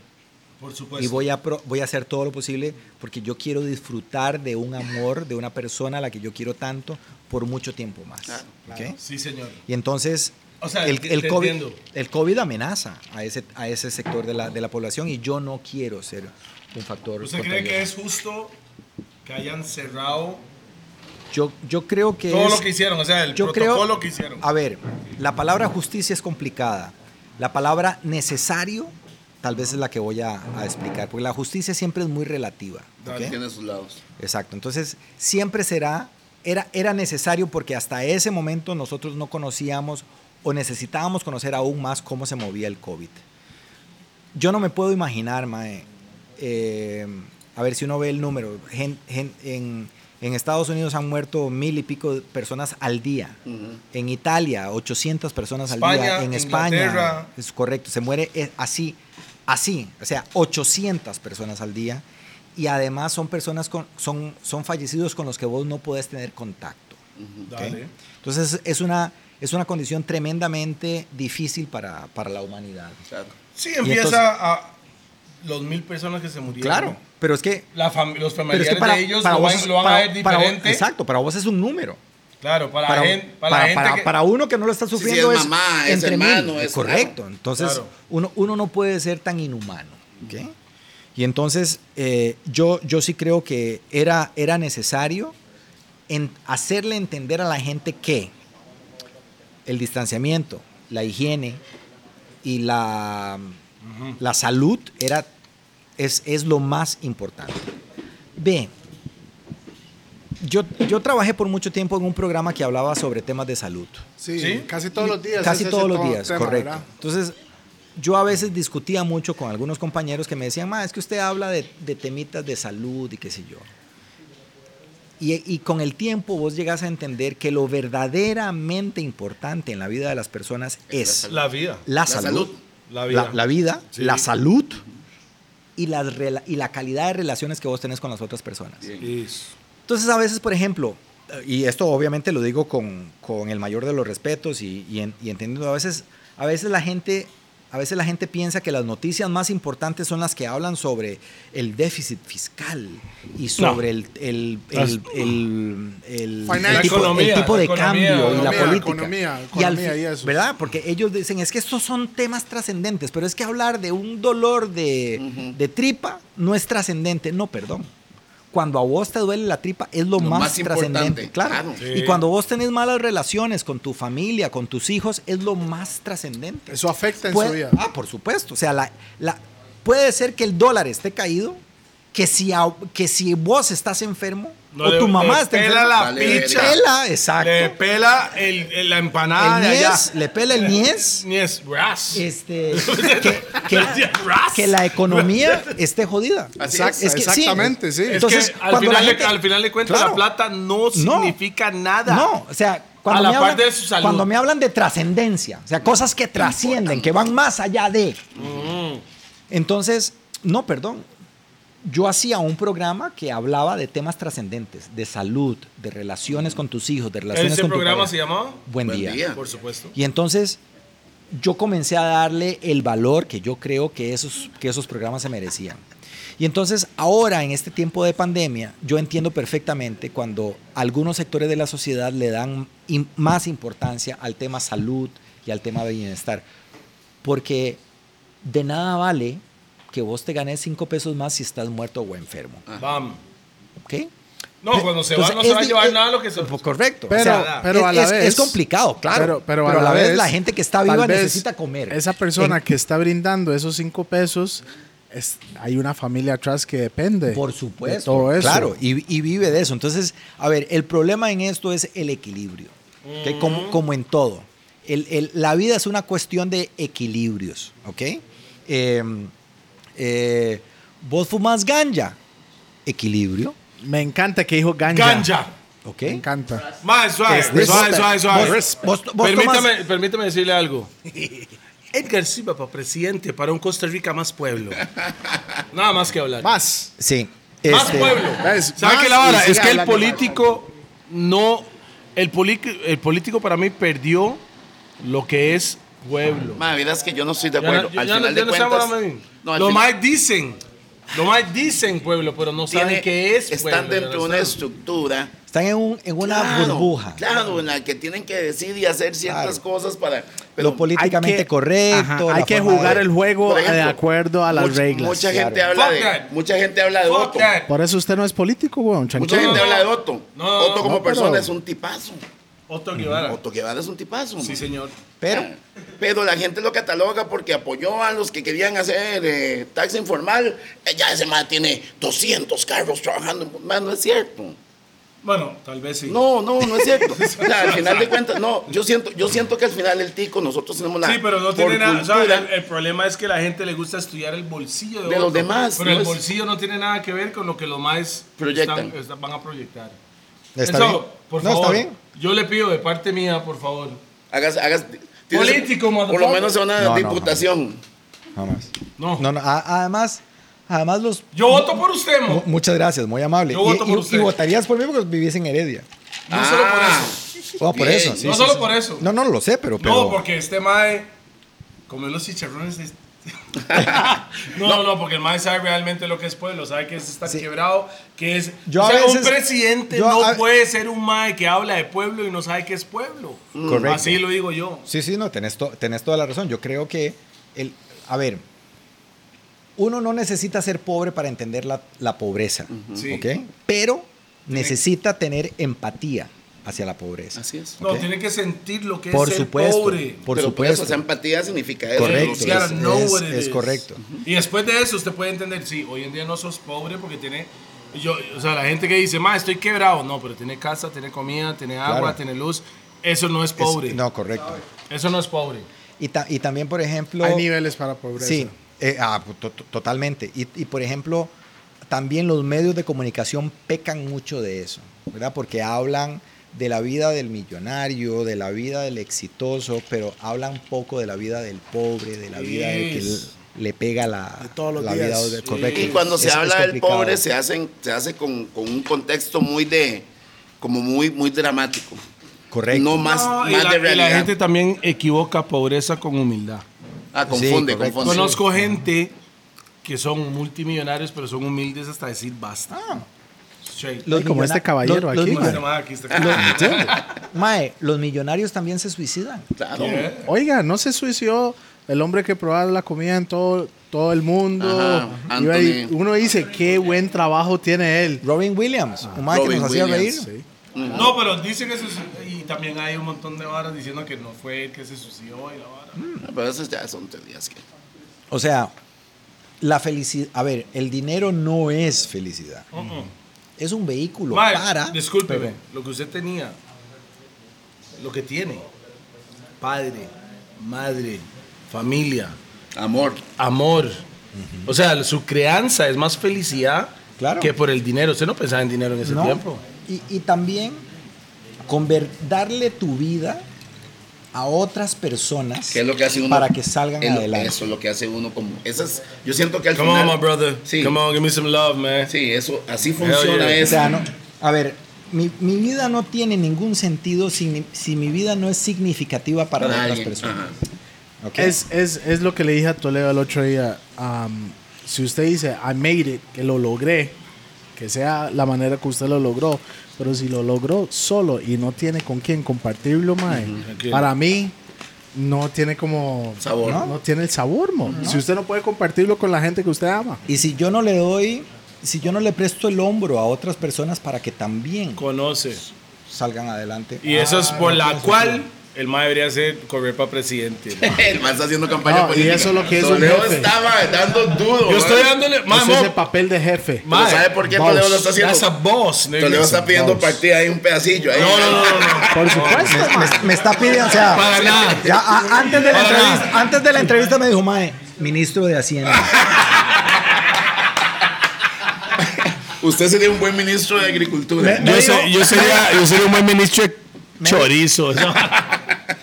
Por
y
supuesto.
voy a, pro- voy a hacer todo lo posible porque yo quiero disfrutar de un amor, de una persona a la que yo quiero tanto por mucho tiempo más. ¿ok?
Sí, señor.
Y entonces,
O sea,
el,
te-
el
te
COVID,
entiendo.
el COVID amenaza a ese, a ese sector de la, de la población y yo no quiero ser un factor.
¿Usted cree que
contagioso.
es justo que hayan cerrado
Yo, yo creo que
todo
es-
lo que hicieron? O sea, el
yo creo-
protocolo que hicieron.
A ver, la palabra justicia es complicada. La palabra necesario tal vez es la que voy a, a explicar, porque la justicia siempre es muy relativa. ¿ok?
Tiene sus lados.
Exacto. Entonces, siempre será, era, era necesario porque hasta ese momento nosotros no conocíamos o necesitábamos conocer aún más cómo se movía el COVID. Yo no me puedo imaginar, Mae. eh, a ver si uno ve el número. Gen- gen- en, en Estados Unidos han muerto mil y pico de personas al día.
Ujú.
En Italia, 800 personas al
España,
día. En España,
Inglaterra.
es correcto, se muere eh, así, así, o sea, 800 personas al día. Y además son personas con, son, son fallecidos con los que vos no podés tener contacto. ¿ok?
Dale.
Entonces es una, es una condición tremendamente difícil para, para la humanidad.
Claro.
Sí,
Y
empieza
entonces-
a los mil personas que se murieron.
Claro, pero es que,
La fam- los
pero es
familiares
que para,
de ellos
para
lo,
vos
van,
es-
lo van
para-
a ver
para vos-
diferente.
exacto, para vos es un número.
Claro, para,
para,
la gen- para
para-
la gente.
para-
que-
para uno que no lo está
sí,
sufriendo
es
es,
mamá, es
entre
hermano,
mil.
es-
correcto. Entonces,
Claro.
uno, uno no puede ser tan inhumano. ¿ok? Y entonces, eh, yo, yo sí creo que era, era necesario en hacerle entender a la gente que el distanciamiento, la higiene y la, la salud era, es, es lo más importante. B. Yo, yo trabajé por mucho tiempo en un programa que hablaba sobre temas de salud.
Sí,
¿Sí?
casi todos los días.
Casi
ese es
todos
el
los
to-
días,
tema,
correcto.
¿verdad?
Entonces, yo a veces discutía mucho con algunos compañeros que me decían, ma, es que usted habla de, de temitas de salud y qué sé yo. Y, y con el tiempo vos llegás a entender que lo verdaderamente importante en la vida de las personas es
La vida.
la,
La
salud,
salud.
La vida.
la, la vida,
Sí.
la salud y, las rela- y la calidad de relaciones que vos tenés con las otras personas.
Bien.
Eso.
Entonces, a veces, por ejemplo, eh, y esto obviamente lo digo con, con el mayor de los respetos y, y en- y entendiendo, a veces, a veces la gente. A veces la gente piensa que las noticias más importantes son las que hablan sobre el déficit fiscal y sobre el, el, el, el- el-
Financial.
el tipo, el
Economía,
tipo de
economía,
cambio y la
economía,
política.
economía,
Y al
economía
fin-
y eso.
¿Verdad? Porque ellos dicen, es que estos son temas trascendentes, pero es que hablar de un dolor de, de tripa no es trascendente. No, perdón cuando a vos te duele la tripa es lo,
Lo
más,
más
trascendente.
importante,
Claro.
claro.
Sí.
Y cuando vos tenés malas relaciones con tu familia, con tus hijos, es lo más trascendente.
Eso afecta en
Puede-
su vida.
Ah, por supuesto. O sea, la, la- puede ser que el dólar esté caído, que si, a- que si vos estás enfermo
No,
o
le-
tu mamá
le
está
pela
enferma.
la
Vale,
picha.
Pela, exacto.
Le pela el, el- la empanada
El
de allá.
niés, le pela el niés.
Niés, ras.
Este, que, que-
Ras.
que la economía esté jodida.
Así
Exact-
es.
Es que sí.
exactamente, sí.
Es
Entonces,
que al
cuando la
final,
gente-
de, al final de cuentas,
Claro.
la plata no significa nada.
No, o sea, cuando,
A la
me,
par
hablan,
de su salud.
cuando me hablan de trascendencia, o sea, cosas que
Mm.
trascienden, que van más allá de. Entonces, no, perdón. yo hacía un programa que hablaba de temas trascendentes, de salud, de relaciones con tus hijos, de relaciones
¿Ese
con tu
programa
pareja.
se llamaba?
Buen,
Buen
día.
Día.
Por supuesto.
Y entonces yo comencé a darle el valor que yo creo que esos, que esos programas se merecían. Y entonces ahora, en este tiempo de pandemia, yo entiendo perfectamente cuando algunos sectores de la sociedad le dan im- más importancia al tema salud y al tema bienestar. Porque de nada vale que vos te ganes cinco pesos más si estás muerto o enfermo.
Bam.
¿ok?
No, cuando se va
Pues, Entonces,
no se
es
va a
di-
llevar
es-
nada de lo que se...
pues correcto.
Pero- pero
es,
a la
es-
vez-
es complicado, claro. Pero, a, la vez, la gente que está viva
tal vez
necesita comer.
Esa persona
En-
que está brindando esos cinco pesos, es, hay una familia atrás que depende.
por
de
supuesto,
todo eso.
claro, y, y vive de eso. Entonces, a ver, el problema en esto es el equilibrio, que
Mm.
como, como en todo. El- el- la vida es una cuestión de equilibrios, ¿ok? Eh, eh, vos fumas ganja, equilibrio,
Me encanta que dijo ganja.
Ganja.
¿ok?
Me encanta.
Más suave,
Es de-
suave, suave, suave.
Vos- vos- vos
permítame, permítame decirle algo. Edgar Silva para presidente para un Costa Rica más pueblo. Nada más que hablar.
Más.
Sí.
Más
este,
pueblo.
¿ves?
¿Sabe
Más
qué la vara?
y sigue
Es que el
hablando
político no. El, poli- el político para mí perdió lo que es pueblo.
Ma, vida es que yo no estoy de
Ya
acuerdo.
no- ya
al
no-
final
ya
de
no estamos
cuentas.
hablando de-
no, al
lo
final
más dicen. Lo más dicen pueblo, pero no saben
tiene-
qué es pueblo.
Están dentro de una
¿verdad?
estructura.
Están en, un- en una
Claro,
burbuja.
Claro, en la que tienen que decir y hacer ciertas
Claro.
cosas para.
lo políticamente
Hay que- Ajá,
correcto.
hay
la
que
forma de-
jugar el juego
por ejemplo,
de acuerdo a las
mucha-
reglas.
Mucha
claro.
gente habla
Fuck
de.
that.
Mucha gente habla de
Fuck
Otto.
that.
Por eso usted no es político, weón.
Mucha
Tranquilo.
gente
no,
habla de
no.
Otto.
No, no,
Otto
no,
pero-
como persona es un tipazo.
Otto Guevara.
Otto Guevara es un tipazo.
Sí,
ma.
señor.
Pero
Pero la gente lo cataloga porque apoyó a los que querían hacer eh, taxi informal. Eh, ya ese más tiene 200 carros trabajando. Ma, no es cierto.
Bueno, tal vez sí.
No, no, no es cierto. O sea, al final de cuentas, no, yo siento, yo siento que al final el tico, nosotros tenemos la
Sí, pero no
por
tiene nada. o sea,
cultura,
el, el problema es que la gente le gusta estudiar el bolsillo de,
De los
otro,
demás,
Pero
¿no
el
es?
bolsillo no tiene nada que ver con lo que los más
Proyectan.
van a proyectar.
está
Eso,
bien.
Eh, Por
no,
favor,
está bien.
Yo le pido de parte mía, por favor.
hagas, hagas tienes-
Político,
Por lo
motherfucker.
menos a una
No, no,
diputación.
Jamás.
No.
No, no, a- además, además los...
Yo voto por usted, mo.
mu- Muchas gracias, muy amable.
Yo
y,
voto por
y-
usted.
y votarías por mí porque viviese en Heredia.
No solo por
Ah,
eso.
Oh, por
Bien.
eso. sí,
no
sí,
solo
sí.
por eso.
No, no lo sé, pero... pero
No, porque este mae comió los chicharrones de... no, no, porque el mae sabe realmente lo que es pueblo, sabe que es estar
Sí.
quebrado, que es...
Yo
o
a
sea, un
veces-
presidente
yo
no
a-
puede ser un mae que habla de pueblo y no sabe qué es pueblo.
Correcto.
Así lo digo yo.
Sí, sí, no, tenés, to- tenés toda la razón. Yo creo que... El, a ver, uno no necesita ser pobre para entender la, la pobreza,
Sí.
¿ok? Pero necesita tener empatía hacia la pobreza.
Así es.
No,
Ok.
tiene que sentir lo que
Por
es
supuesto,
ser pobre.
por
Pero
supuesto.
esa empatía significa eso.
Correcto,
lo que
es-
es.
know what it
es
is.
correcto.
Y después de eso usted puede entender, sí, hoy en día no sos pobre porque tiene... Yo, o sea, la gente que dice, ma, estoy quebrado. No, pero tiene casa, tiene comida, tiene agua,
Claro.
tiene luz. Eso no es
Es-
pobre.
no, correcto.
Eso no es pobre.
Y, ta- y también, por ejemplo...
Hay niveles para pobreza.
Sí, eh, ah, to- to- totalmente. Y, y, por ejemplo, también los medios de comunicación pecan mucho de eso, ¿verdad? Porque hablan de la vida del millonario, de la vida del exitoso, pero hablan poco de la vida del pobre, de la vida del que
Yes.
l- le pega la,
De todos los
la
días.
vida de- correcto.
Y cuando se
Es-
habla
es
del
complicado.
pobre, se, hacen, se hace con, con un contexto muy de. como muy, muy dramático.
Correcto.
No más,
No, y
más
la-
de
y la,
realidad.
gente también equivoca pobreza con humildad.
Ah, confunde,
Sí, correcto.
confunde.
Conozco gente que son multimillonarios, pero son humildes hasta decir basta.
Ah.
Straight.
Los
Sí, como este
millona-
caballero
los-
aquí,
los-
Este mae aquí está-
Mae, los millonarios también se suicidan.
Claro.
Yeah.
Oiga, ¿no se suicidó el hombre que probaba la comida en todo, todo el mundo?
Ajá,
Iba ahí-
Anthony.
uno dice, qué buen trabajo tiene él.
Robin Williams, un mae que
Robin
nos hacía
Williams,
reír.
No, pero dicen que se suicidó. Y también hay un montón de varas diciendo que no fue el que se suicidó y la vara.
Pero esos ya son teorías que.
O sea, la felicidad. A ver, el dinero no es felicidad. Es un vehículo
Mae,
para.
discúlpeme,
Perdón.
lo que usted tenía, lo que tiene, padre, madre, familia,
Amor.
amor. O sea, su crianza es más felicidad
Claro.
que por el dinero. Usted no pensaba en dinero en ese
¿no?
tiempo.
Y, y también conver- darle tu vida a otras personas
Que es lo que hace uno.
para que salgan
es lo-
adelante.
Eso es lo que hace uno como. esas- yo siento que al
Come on,
final.
my brother.
Sí.
Come on, give me some love, man.
Sí, eso, así funciona
yeah.
O
eso.
sea, no- a ver, mi, mi vida no tiene ningún sentido si, ni- si mi vida no es significativa para
Para
otras
alguien,
personas. ¿Ok?
Es, es, es lo que le dije a Toledo el otro día. Am, si usted dice, I made it, que lo logré, que sea la manera que usted lo logró, pero si lo logró solo y no tiene con quién compartirlo, mae,
Tranquilo.
para mí no tiene como...
Sabor.
No, no tiene el sabor, mo. Si usted no puede compartirlo con la gente que usted ama.
Y si yo no le doy, si yo no le presto el hombro a otras personas para que también
Conoce.
salgan adelante.
Y eso es por la cual el mae debería ser correr para presidente. mae.
El man está haciendo campaña
No, y
política.
eso es lo que es un
Toledo
jefe.
estaba dando duro.
Yo estoy
man.
dándole. mae,
Ese es
mo-
el papel de jefe.
mae,
Pero ¿Sabe por qué
boss.
Toledo lo está haciendo?
That's a boss, nigga.
Toledo está pidiendo partida ahí un pedacillo. Ahí.
No, no, no, no, no.
Por supuesto, mae.
Me está pidiendo, o sea,
Para nada.
ya, a- antes, de la
Para nada.
entrevista, antes de la entrevista me dijo, Mae, ministro de Hacienda.
Usted sería un buen ministro de Agricultura.
Me-
Yo,
me-
sé- yo sería, yo sería un buen ministro de
Me-
chorizo. ¿no?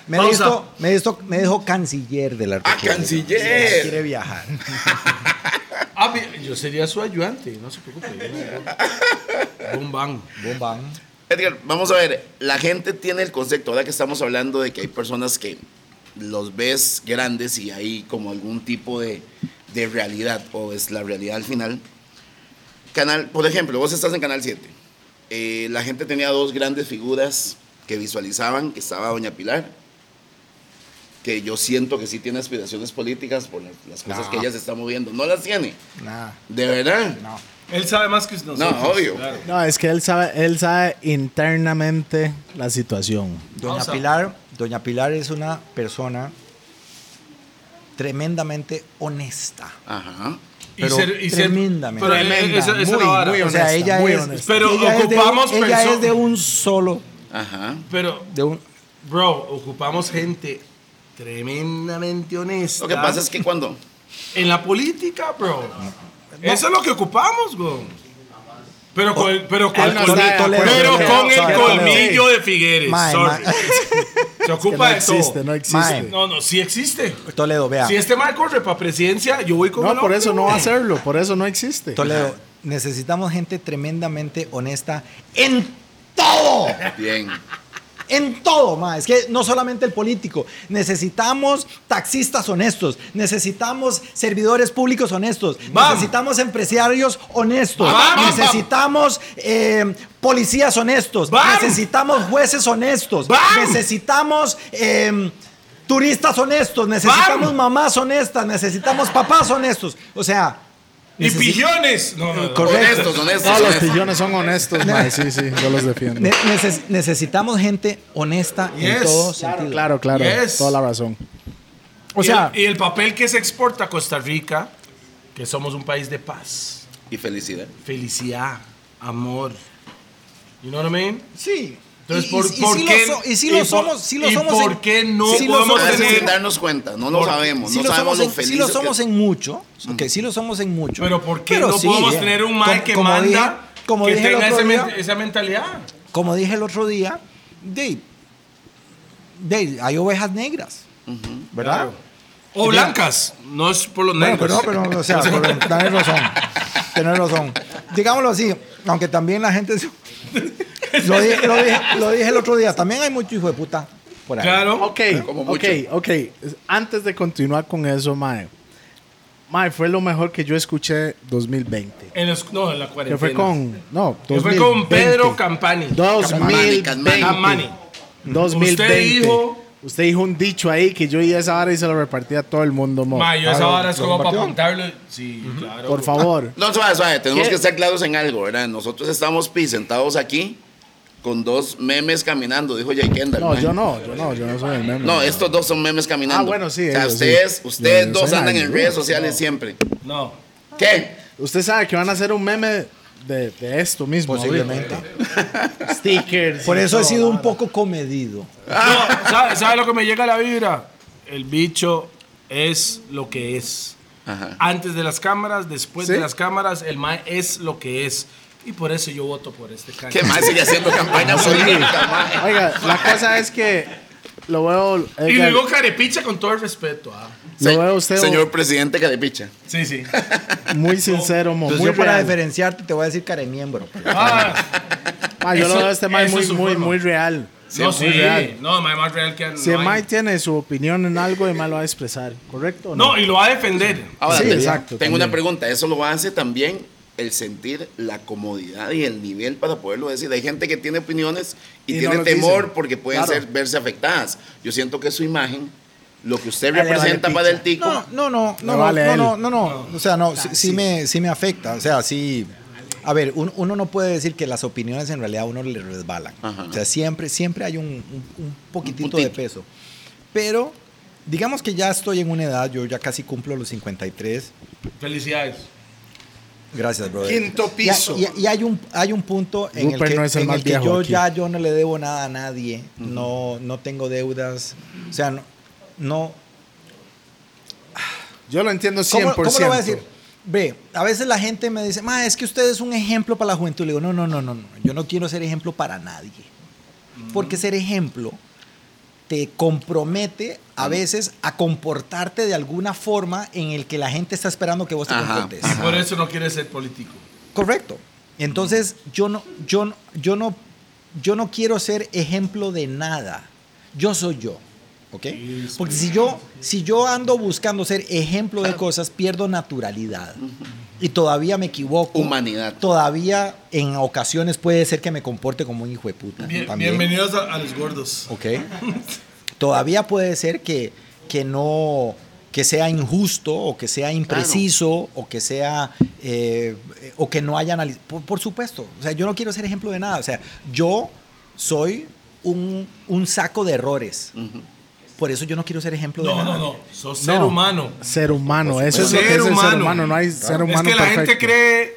Me
Pausa.
dijo, me, dijo, me dijo canciller de la
Ah,
República.
canciller.
Sí, quiere viajar.
Ah, mi- yo sería su ayudante, no se preocupe. yo- Boom, bang.
Bombán.
Edgar, vamos a ver. La gente tiene el concepto. Ahora que estamos hablando de que hay personas que los ves grandes y hay como algún tipo de, de realidad o es la realidad al final. Canal, por ejemplo, vos estás en Canal 7. Eh, la gente tenía dos grandes figuras que visualizaban, que estaba Doña Pilar, que yo siento que sí tiene aspiraciones políticas por las, las cosas
No.
que ella se está moviendo. No las tiene,
Nada.
de verdad.
No.
Él sabe más que nosotros.
obvio.
claro.
No, es que él sabe, él sabe internamente la situación.
Doña
Pausa.
Pilar, Doña Pilar es una persona tremendamente honesta.
Ajá.
Y
Pero
ser- y ser-
tremendamente.
pero eh, esa- esa es la vara.
o sea, ella
muy
es,
honesta.
Pero
ella es de
ocupamos
un- ella
perso-
es de un solo,
Ajá.
Pero,
de un
bro, ocupamos gente tremendamente honesta.
Lo que pasa es que cuando...
En la política, bro. Eso es lo que ocupamos, bro. Pero con, pero con,
Él no está de acuerdo.
pero
Toledo,
con el
Toledo.
colmillo de Figueres.
Mae,
sorry.
mae.
Se
Que no
ocupa de
existe,
todo.
no existe.
Mae.
No, no, sí existe.
Toledo, vea.
Si este mal corre para presidencia, yo voy con
No,
el
por
otro,
eso no va
güey.
a hacerlo, por eso no existe.
Toledo, necesitamos gente tremendamente honesta en todo.
Bien.
En todo, ma. Es que no solamente el político. Necesitamos taxistas honestos. Necesitamos servidores públicos honestos.
Vamos.
Necesitamos empresarios honestos.
Vamos.
necesitamos eh, policías honestos.
Vamos.
Necesitamos jueces honestos.
Vamos.
Necesitamos. eh, Turistas honestos, necesitamos
Vamos.
mamás honestas, necesitamos papás honestos. O sea,
Y
necesi-
pillones. No, no, no.
Eh, Correcto.
Honestos, honestos.
Todos los
honestos.
pillones son honestos, mae. Sí, sí, yo los defiendo.
ne- neces- necesitamos gente honesta
Yes.
en todo
Claro,
sentido.
claro, claro.
Yes.
Toda la razón.
O
Y
sea,
el- y el papel que se exporta a Costa Rica, que somos un país de paz,
Y felicidad.
felicidad, amor. You know what I mean?
Sí.
Entonces,
Y-
¿por,
y- y
por
sí
qué?
lo so- y sí lo
por-
somos, sí lo
y
somos.
por
en-
qué no
sí lo
podemos
A
somos en-
veces sin
tener-
darnos cuenta, no lo
Porque-
sabemos,
sí
no
lo somos
sabemos lo
en,
feliz.
sí lo
que-
somos en mucho, ok, sí lo somos en mucho.
Pero ¿por qué no
sí,
podemos
eh.
tener un mal
Com-
que
como
manda
dije- como
que
dije el
tenga
otro
ese men-
día-
esa mentalidad?
Como dije el otro día, de, de- hay ovejas negras, ¿verdad?
O blancas, no es por los
Bueno,
negros.
pero, no, pero, o sea, pero tenés razón, tenés razón. Digámoslo así, aunque también la gente... se- lo, dije, lo dije- lo dije el otro día, también hay mucho hijo de puta por ahí.
Claro.
Ok,
Como
ok,
mucho.
ok. Antes de continuar con eso, Mae. Mae, fue lo mejor que yo escuché 2020.
En los- no, en la
Que
cuarentena.
fue con. No, 2020.
Que fue con Pedro Campani.
Campani,
2020.
Campani.
Campani.
2020.
Usted dijo-
Usted dijo un dicho ahí que yo y esa hora y se lo repartía a todo el mundo, mo.
Ma, yo esa
Claro,
hora es
¿lo
como para
compartió?
apuntarlo. Sí, claro.
Por favor.
No, suave, suave, tenemos
¿Qué?
que estar claros en algo, ¿verdad? Nosotros estamos pi, sentados aquí con dos memes caminando, dijo Jay Kendall.
No,
man.
yo no, yo no, yo no soy el meme.
No, estos dos son memes caminando.
Ah, bueno, sí,
O sea,
ellos, sí.
ustedes, ustedes
Yo- yo
dos
soy
andan
nadie,
en redes
yo-
sociales
no.
siempre.
No.
¿Qué?
Usted sabe que van a hacer un meme de, de esto mismo.
Posiblemente.
ahorita. Stickers.
Por
y
eso he
todo,
sido un
¿verdad?
poco comedido.
No, ¿sabe, sabe lo que me llega a la vibra? El bicho es lo que es.
Ajá.
Antes de las cámaras, después
¿Sí?
de las cámaras, el mae es lo que es. Y por eso yo voto por este
¿Qué
candidato.
más sigue haciendo campaña política, man?
Oiga, la cosa es que lo veo.
Y
Edgar,
digo carepicha con todo el respeto. ah.
lo
Se-
veo a usted
Señor presidente Carepicha.
Sí, sí.
muy sincero, mo,
Entonces
muy
yo para
real.
diferenciarte te voy a decir caremiembro. pero-
Ah,
Ma, yo lo
Eso-
veo a este Mike
eso
muy,
es su
muy,
forma.
muy real.
no,
muy
sí.
real.
No, mae, más real que
Si
no
el
hay.
Mike tiene su opinión en algo, el Mike lo va a expresar, ¿correcto? o
No, y lo va a defender.
Ahora,
Sí,
te-
exacto,
tengo
también.
una pregunta. Eso lo hace también el sentir la comodidad y el nivel para poderlo decir. Hay gente que tiene opiniones y,
Y no
tiene
los
temor
dicen.
porque pueden
Claro.
ser, verse afectadas. Yo siento que su imagen, lo que usted
Dale, vale,
representa
picha.
para el tico,
No, no, no, no,
Le vale
no,
a
no,
él.
no, no, O sea, no, sí, sí me, sí me afecta. O sea, sí. A ver, un- uno no puede decir que las opiniones en realidad a uno le resbalan.
Ajá.
O sea, siempre, siempre hay un, un- un poquitito de
puntito.
peso. Pero, digamos que ya estoy en una edad, yo ya casi cumplo los 53.
Felicidades.
Gracias, brother.
Quinto piso.
Y, y- y hay, un, hay un punto en el
Rupert
que,
no es el
en
más
el que
viejo
yo
aquí.
ya yo no le debo nada a nadie. No, no tengo deudas. O sea, no- no
Yo lo entiendo 100%.
¿Cómo, ¿Cómo lo voy a decir? Ve, a veces la gente me dice, ma, es que usted es un ejemplo para la juventud. Le digo, no, no, no, no, no. Yo no quiero ser ejemplo para nadie.
Mm.
Porque ser ejemplo te compromete a veces a comportarte de alguna forma en el que la gente está esperando que vos te
Ajá,
comportes.
ajá.
Por eso no quiere ser político.
Correcto. Entonces, yo no, yo, no- yo, no, yo no quiero ser ejemplo de nada. Yo soy yo. ¿Ok? Porque si yo, si yo ando buscando ser ejemplo de cosas, pierdo naturalidad. Y todavía me equivoco.
Humanidad.
Todavía en ocasiones puede ser que me comporte como un hijo de puta.
Bien-
también.
bienvenidos a, a los gordos.
¿Ok? Todavía puede ser que, que no que sea injusto o que sea impreciso o que sea eh, eh, o que no haya analizado por, por supuesto o sea yo no quiero ser ejemplo de nada o sea yo soy un, un saco de errores por eso yo no quiero ser ejemplo de
No,
nada
no, no. Sos ser humano.
Ser humano, eso es lo
Ser
que es el ser
humano.
humano. No hay ser humano
es que la gente
perfecto.
cree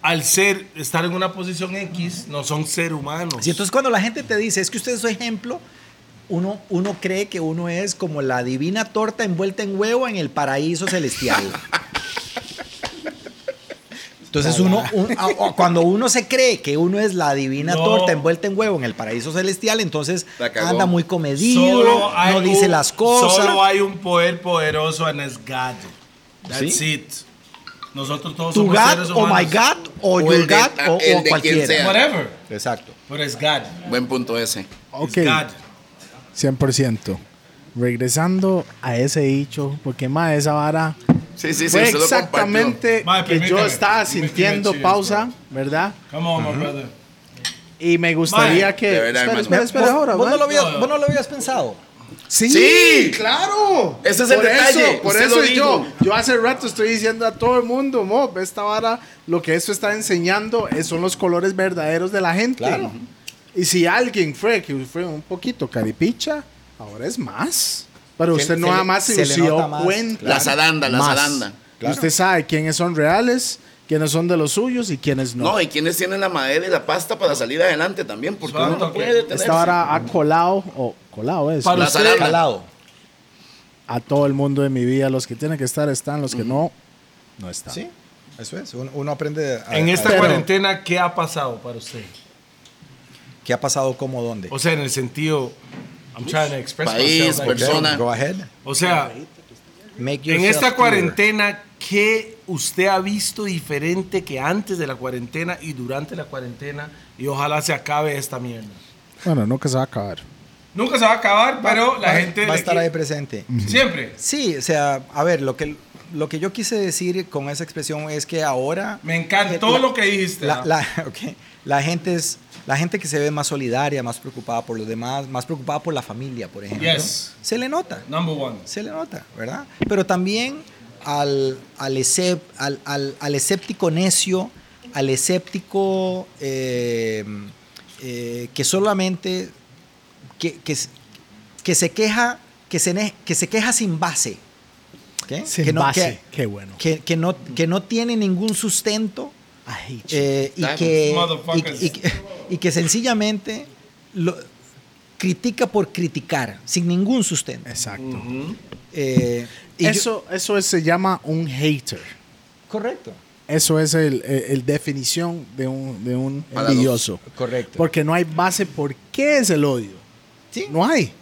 al ser, estar en una posición X, no son ser humanos.
Sí, Pues, entonces cuando la gente te dice es que usted es su ejemplo uno, uno cree que uno es como la divina torta envuelta en huevo en el paraíso celestial. Entonces uno, un- a- o cuando uno se cree que uno es la divina
No.
torta envuelta en huevo en el paraíso celestial, entonces
La cagó.
anda muy comedido,
Solo hay
no dice
un-
las cosas.
Solo hay un poder poderoso en el gato. That's
¿Sí?
it. Nosotros todos
tu
somos
God,
seres
oh
humanos.
my God, o,
O
your
el de-
God, o, o
el de quien
cualquiera.
sea.
Whatever.
Exacto.
Pero es God.
buen punto ese.
Ok,
It's God.
100%. Regresando a ese dicho, porque más esa vara
Sí, sí, sí.
fue
usted lo compartió.
exactamente
Ma,
que yo
permíteme,
estaba
permíteme,
sintiendo
sí,
pausa, ¿verdad?
Come on, my brother.
Y me gustaría
Ma,
que...
de verdad,
espera,
hermano.
Pues,
espera, espera, ahora,
¿Vos, no
ma.
lo habías,
No.
vos no lo habías pensado.
Sí,
Sí.
claro.
Ese es el
por
detalle,
Eso, por
usted
eso
lo
y yo,
dijo.
yo hace rato estoy diciendo a todo el mundo, mo, ve esta vara, lo que esto está enseñando es- son los colores verdaderos de la gente.
Claro.
Y si alguien fue que fue un poquito caripicha, ahora es más. Pero
Se-
usted
se
no nada
le-
más
se
se,
le nota
dio
más,
cuenta.
La zaranda, la
Más.
zaranda.
Y Usted sabe quiénes son reales, quiénes son de los suyos y quiénes no.
No. y quienes tienen la madera y la pasta para salir adelante también, porque
Suave,
uno no
toque.
puede tener.
esta vara ha colado, o colado es,
Para
La
usted,
zaranda.
Calado.
a todo el mundo de mi vida. Los que tienen que estar están, los que no, no están.
Sí, eso es. Uno, uno aprende a-
en
a-
esta
Pero-
cuarentena, ¿qué ha pasado para usted?
¿Qué ha pasado? ¿Cómo? ¿Dónde?
O sea, en el sentido. I'm trying to express
País,
myself.
persona.
Go ahead.
O sea,
Make
en
yourself
esta
clear.
cuarentena, ¿qué usted ha visto diferente que antes de la cuarentena y durante la cuarentena? Y ojalá se acabe esta mierda.
Bueno, nunca se va a acabar.
Nunca se va a acabar, pero la
Va-
gente.
va a
de
estar
aquí-
ahí presente.
Siempre.
Sí, o sea, a ver, lo que lo que yo quise decir con esa expresión es que ahora
Me encantó
La-
lo que dijiste.
la,
¿no?
la- ok, la gente es la gente que se ve más solidaria, más preocupada por los demás, más preocupada por la familia, por ejemplo.
Yes.
Se le nota.
Number one.
se le nota, ¿verdad? Pero también al, al, escep- al, al- al escéptico necio, al escéptico eh, eh, que solamente que, que, s- que se queja, que se, ne- que se queja sin base. ¿ok?
Sin
que no,
base.
que-
Qué bueno.
Que, que no, que no tiene ningún sustento
Ay,
eh, y,
Diamonds,
que,
motherfuckers.
y- y que- y que sencillamente lo, critica por criticar, sin ningún sustento.
Exacto.
Eh, y yo-
eso, eso es- se llama un hater.
correcto.
Eso es el, el- el definición de un, de un
Para los-
envidioso.
Correcto.
Porque no hay base por qué es el odio.
Sí.
No hay.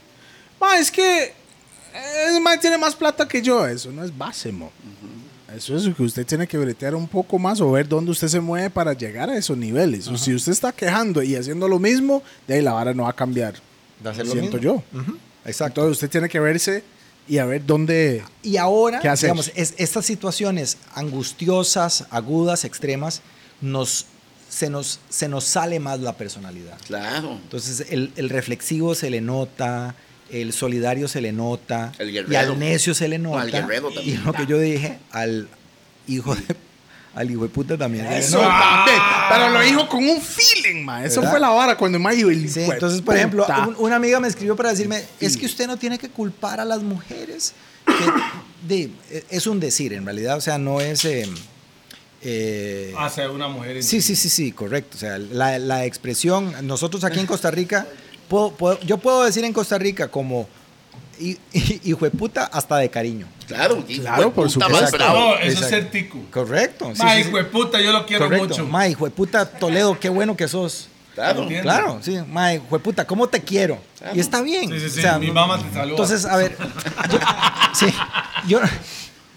Ma, es que eh, el man tiene más plata que yo. Eso no es base, mo. Eso es que usted tiene que bretear un poco más o ver dónde usted se mueve para llegar a esos niveles. O Si usted está quejando y haciendo lo mismo, de ahí la vara no va a cambiar.
De hacer lo
Siento
mismo.
yo.
Ujú, Exacto.
Entonces usted tiene que verse y a ver dónde...
Y ahora,
¿Qué haces?
digamos, es- estas situaciones angustiosas, agudas, extremas, nos, se, nos, se nos sale más la personalidad.
Claro.
Entonces, el, el reflexivo se le nota, el solidario se le nota,
El guerrero.
y al necio se le nota.
al guerrero también.
Y lo que yo dije, al hijo de, al hijo de puta también. se le
Eso
nota.
también.
Ah.
Pero lo dijo con un feeling, ma. Eso
¿Verdad?
fue la vara cuando me dijo el
Sí,
hijo de
entonces, por ejemplo,
puta.
un- una amiga me escribió para decirme, es que usted no tiene que culpar a las mujeres. que- de- e, es un decir, en realidad, o sea, no es... eh, eh,
Hace una mujer.
Sí, sí, sí, sí, correcto. O sea, la, la expresión, nosotros aquí en Costa Rica, puedo- puedo- yo puedo decir en Costa Rica como hi- hi- hijo de puta hasta de cariño.
Claro, y
Claro, por
puta
supuesto.
más bravo.
No, Ah, eso es
Exacto.
ser tico.
Correcto. sí,
Ma,
sí, sí.
hijo de puta, yo lo quiero
Correcto.
mucho.
Ma, hijo de puta, Toledo, qué bueno que sos.
Claro.
Entiendo.
Claro, sí. Ma, hijo de puta, ¿cómo te quiero? Y está bien.
Sí, sí, sí,
o sea,
mi
no-
mamá te saluda.
Entonces, a ver, yo, sí, yo,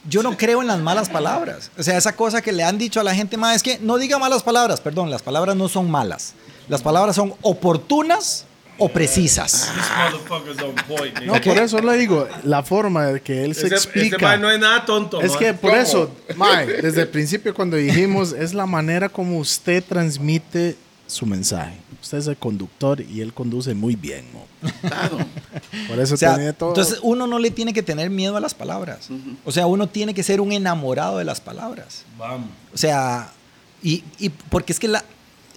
yo no creo en las malas palabras. O sea, esa cosa que le han dicho a la gente, más es que no diga malas palabras, perdón, las palabras no son malas. Las palabras son oportunas o precisas.
This motherfucker's on point, nigga.
No, por eso le digo, la forma de que él se
Ese- ese
explica.
man no es nada tonto.
es
ma.
que por
¿Cómo?
eso, Mae, desde el principio cuando dijimos, es la manera como usted transmite su mensaje. Usted es el conductor y él conduce muy bien, mo.
Claro.
Por eso
O sea,
tenía todo.
entonces uno no le tiene que tener miedo a las palabras. O sea, uno tiene que ser un enamorado de las palabras.
Vamos.
O sea, y, y porque es que la,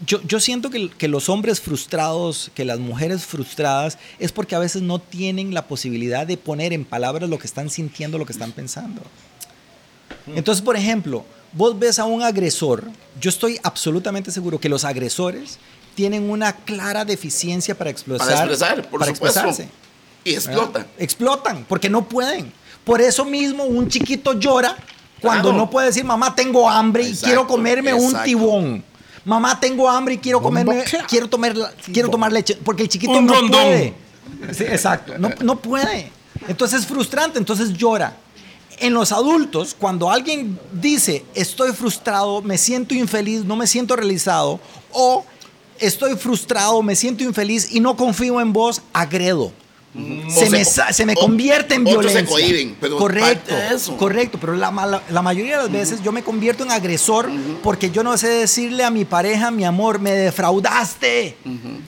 yo, yo siento que, que los hombres frustrados, que las mujeres frustradas, es porque a veces no tienen la posibilidad de poner en palabras lo que están sintiendo, lo que están pensando. Entonces, por ejemplo, vos ves a un agresor, yo estoy absolutamente seguro que los agresores tienen una clara deficiencia para expresar.
Para expresar, por
para
supuesto.
expresarse.
Y
¿verdad?
explota.
Explotan, porque no pueden. Por eso mismo un chiquito llora cuando
Claro.
no puede decir, mamá, tengo hambre y
Exacto,
quiero comerme un
exacto.
tibón. Mamá, tengo hambre y quiero
Bomba
comerme,
clara.
quiero tomar, la- quiero tomar leche. Porque el chiquito
Un
no
rondón.
puede. Sí, exacto, no, no puede. Entonces es frustrante, entonces llora. En los adultos, cuando alguien dice, estoy frustrado, me siento infeliz, no me siento realizado, o estoy frustrado, me siento infeliz y no confío en vos, agredo. Se,
O
me,
se-
sa- se me
o-
convierte en
otros
violencia.
se cohíben, pero
correcto,
parte de eso.
correcto, pero la, mala- la mayoría de las veces yo me convierto en agresor porque yo no sé decirle a mi pareja, mi amor, me defraudaste,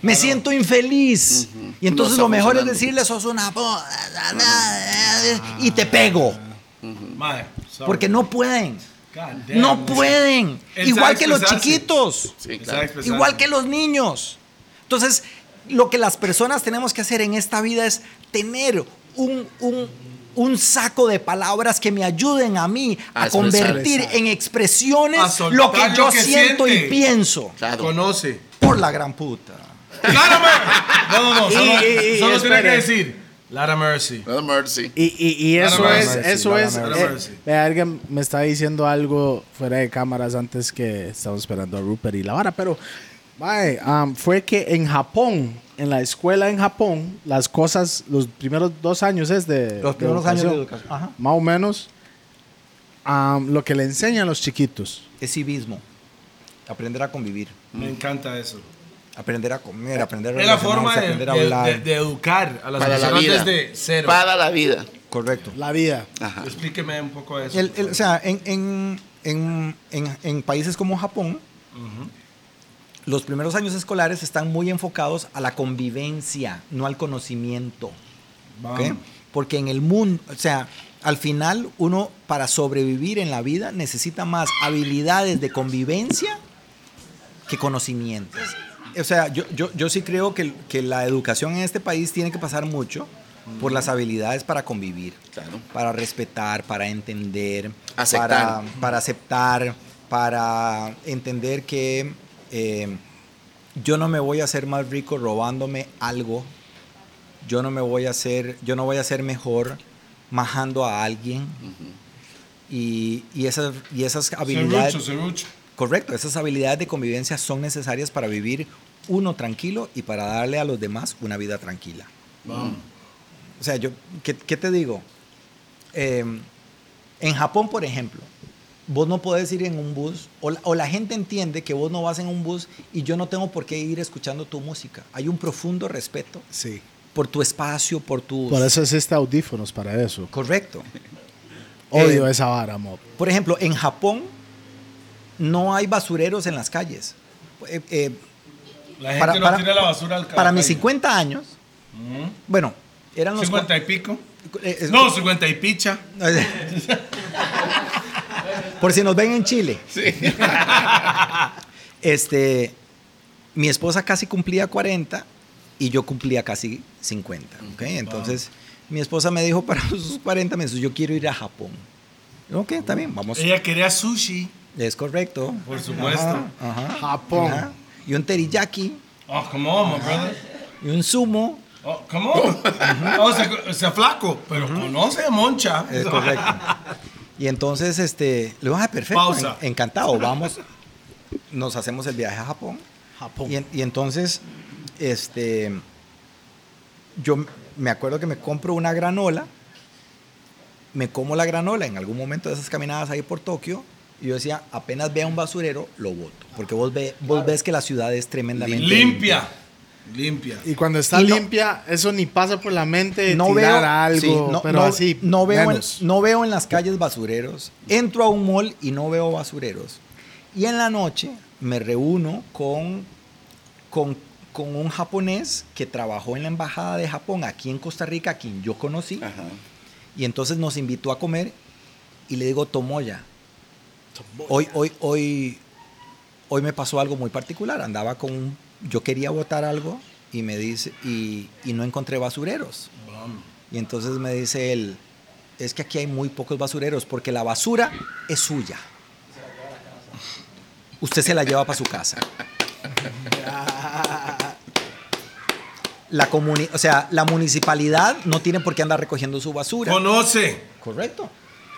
me siento infeliz. Y entonces
No está
lo mejor es
funcionando.
decirle, sos una... bo- y te pego,
Ah.
Mae, sorry.
porque no pueden.
God damn,
No
mae.
pueden.
Él
Igual
sabe
que los
expresarse.
chiquitos.
Sí,
Él sabe
claro.
expresarse.
Igual que los niños. Entonces, lo que las personas tenemos que hacer en esta vida es tener un, un- un saco de palabras que me ayuden a mí a,
A expresar,
convertir
exacto.
en
A
expresiones
soltar
lo que
lo
yo
que
siento
siente.
y pienso.
Claro.
Conoce.
Por la gran puta.
¡Larimer! No, no, no. Solo,
Y- y- y-
solo tiene
espere.
que decir. Lara Mercy.
Not a mercy.
Y, y- y eso
Lord
es,
have
eso Lord
have
es.
mercy.
eh,
Lord have mercy.
vea, alguien me está diciendo algo fuera de cámaras antes que estamos esperando a Rupert y la vara, pero mae, am, fue que en Japón, en la escuela en Japón, las cosas, los primeros dos años es de.
Los
de
primeros años de educación. Ajá.
Más o menos, am, lo que le enseñan a los chiquitos.
Es civismo. Aprender a convivir.
Me encanta eso.
Aprender a comer, aprender a
Eh, Es la
relacionarse,
forma de,
aprender a
de-
hablar.
de- de educar a las
Para la
personas
vida.
desde cero.
Para la vida.
Correcto.
La vida.
Ajá.
Explíqueme un poco eso.
El- el- o sea, en, en- en- en- en países como Japón, los primeros años escolares están muy enfocados a la convivencia, no al conocimiento. ¿ok?
Ah.
Porque en el mundo, o sea, al final uno para sobrevivir en la vida necesita más habilidades de convivencia que conocimientos. O sea, yo, yo, yo sí creo que, que la educación en este país tiene que pasar mucho por las habilidades para convivir
Claro.
para respetar, para entender,
Aceptar.
Para, para aceptar, para entender que eh, yo no me voy a hacer más rico robándome algo, yo no me voy a hacer, yo no voy a ser mejor majando a alguien. Y, y esas, y esas habilidades...
Serrucho, serrucho.
Correcto, esas habilidades de convivencia son necesarias para vivir uno tranquilo y para darle a los demás una vida tranquila. o sea, yo, ¿qué, qué te digo? Eh, en Japón, por ejemplo, vos no podés ir en un bus, o la, o la gente entiende que vos no vas en un bus y yo no tengo por qué ir escuchando tu música. Hay un profundo respeto
Sí.
por tu espacio, por tu...
Por eso existe audífonos para eso.
Correcto.
Odio
Eh,
esa vara, mob.
Por ejemplo, en Japón no hay basureros en las calles. Eh, eh,
La gente
para,
no
para-
tira la basura al
para mis
calle.
50 años, bueno, eran los...
50 y pico.
cua- eh, es-
No, 50 y picha.
Por si nos ven en Chile. este, mi esposa casi cumplía 40 y yo cumplía casi 50. ¿ok? Entonces, mi esposa me dijo para sus 40 meses, yo quiero ir a Japón. Ok, está bien, vamos.
Ella quería sushi,
Es correcto.
por supuesto.
Ajá.
Japón.
Ajá. Y un teriyaki,
Oh, come on, my brother.
y un sumo.
Oh, come on. Oh, se, se flaco, pero conoce a Moncha.
Es correcto. Y entonces, este, le van a perfecto.
Pausa.
en- encantado, vamos. Nos hacemos el viaje a Japón.
Japón.
Y, en- y entonces, este, yo m- me acuerdo que me compro una granola, me como la granola en algún momento de esas caminadas ahí por Tokio, y yo decía, apenas vea un basurero, lo voto. Porque vos, ve- vos ves que la ciudad es tremendamente
Limpia. Limpia.
Y cuando está
Y no-
limpia, eso ni pasa por la mente de
no
tirar
veo,
algo,
sí, no,
pero
no-
así,
no veo, en,
menos.
no veo en las calles basureros. Entro a un mall y no veo basureros. Y en la noche me reúno con, con, con un japonés que trabajó en la embajada de Japón aquí en Costa Rica, a quien yo conocí.
Ajá.
Y entonces nos invitó a comer y le digo, Tomoya, Hoy, hoy, hoy, hoy me pasó algo muy particular. Andaba con un, yo quería botar algo y me dice, y, y no encontré basureros. Y entonces me dice él, es que aquí hay muy pocos basureros porque la basura es suya. Usted se la lleva para su casa. La comuni- o sea, la municipalidad no tiene por qué andar recogiendo su basura.
Conoce.
Correcto.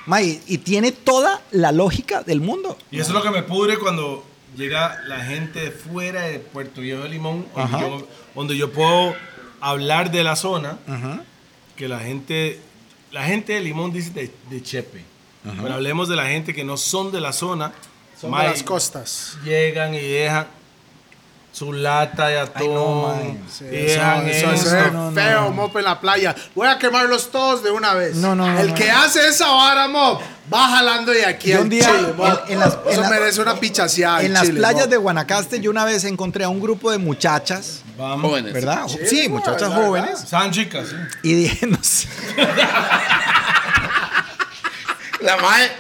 Ma, y, y tiene toda la lógica del mundo.
Y eso es lo que me pudre cuando llega la gente de fuera de Puerto Viejo de Limón, donde
Ajá.
yo, donde yo puedo hablar de la zona,
Ajá.
que la gente, la gente de Limón dice de, de Chepe. Pero hablemos de la gente que no son de la zona.
Son
mae,
de las costas.
Llegan y dejan su lata de atún.
Ay, no, mae.
Sí,
y
eso,
dejan
Ah, eso- eso
esto.
es
no, no,
feo,
no.
mop en la playa. Voy a quemarlos todos de una vez.
No, no, no,
El
no.
que hace esa vara, mop, va jalando de aquí
Yo
al
un día,
Chile, mop.
en- en las- en
Eso
la-
merece una pichaseada
en
al
las
Chile,
playas
mop.
de Guanacaste yo una vez encontré a un grupo de muchachas,
Vamos.
Jóvenes.
Mm, ¿verdad?
Sí,
Sí,
bueno,
muchachas
la verdad.
jóvenes.
Estaban chicas, sí.
Y dije, no sé.
La madre,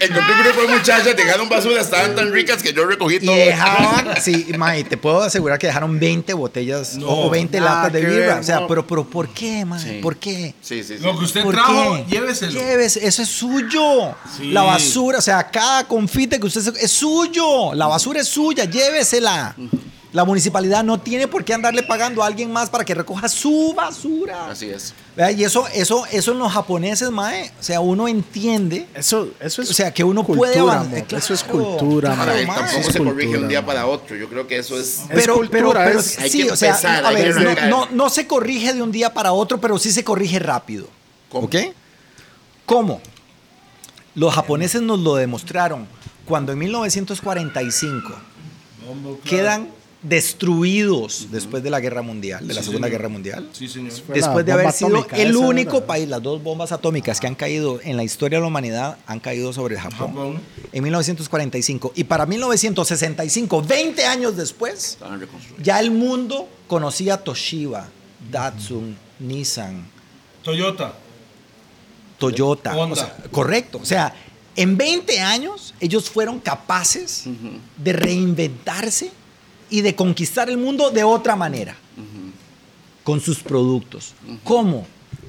encontré un grupo de muchachas, dejaron basura, estaban tan ricas que yo recogí
Y
todo.
dejaban, sí, ma, y te puedo asegurar que dejaron 20 botellas o 20
Nada
latas de
que
birra.
ver,
o sea,
no.
pero, pero ¿por qué, ma?
Sí.
¿Por qué?
Sí, sí, sí.
Lo que usted
¿Por
trajo,
qué?
lléveselo.
Llévese, eso es suyo.
Sí.
La basura, o sea, cada confite que usted se- es suyo. La basura es suya, llévesela. La municipalidad no tiene por qué andarle pagando a alguien más para que recoja su basura.
Así es.
¿Verdad? Y eso, eso, eso en los japoneses, mae, o sea, uno entiende,
Eso, eso es
o sea, que uno puede
cultura,
avanzar.
mop. Eso es
Claro,
cultura,
claro,
Ahora,
mae.
mae.
tampoco
es
se corrige de
cultura,
un día
mae.
para otro. Yo creo que eso es.
Es
Pero, pero,
cultura,
pero
es-
Hay
sí,
que
o sea,
empezar,
a
hay que
ver, no,
arrancar.
no- no se corrige de un día para otro, pero sí se corrige rápido.
¿Cómo?
¿Ok? ¿Cómo? Los japoneses nos lo demostraron cuando en 1945
Bombo, claro.
quedan destruidos después de la Guerra Mundial, de la
Sí,
Segunda
señor.
Guerra Mundial.
Sí, señor.
Fue la
Después de
bomba
haber sido
atómica,
el
esa era.
único país, las dos bombas atómicas que han caído en la historia de la humanidad han caído sobre Japón,
Japón.
en 1945. Y para 1965, 20 años después,
Estaban reconstruidos.
ya el mundo conocía Toshiba, Datsun, Nissan,
Toyota.
Toyota.
Honda.
O sea, correcto. O sea, en 20 años ellos fueron capaces de reinventarse y de conquistar el mundo de otra manera. Con sus productos. ¿Cómo?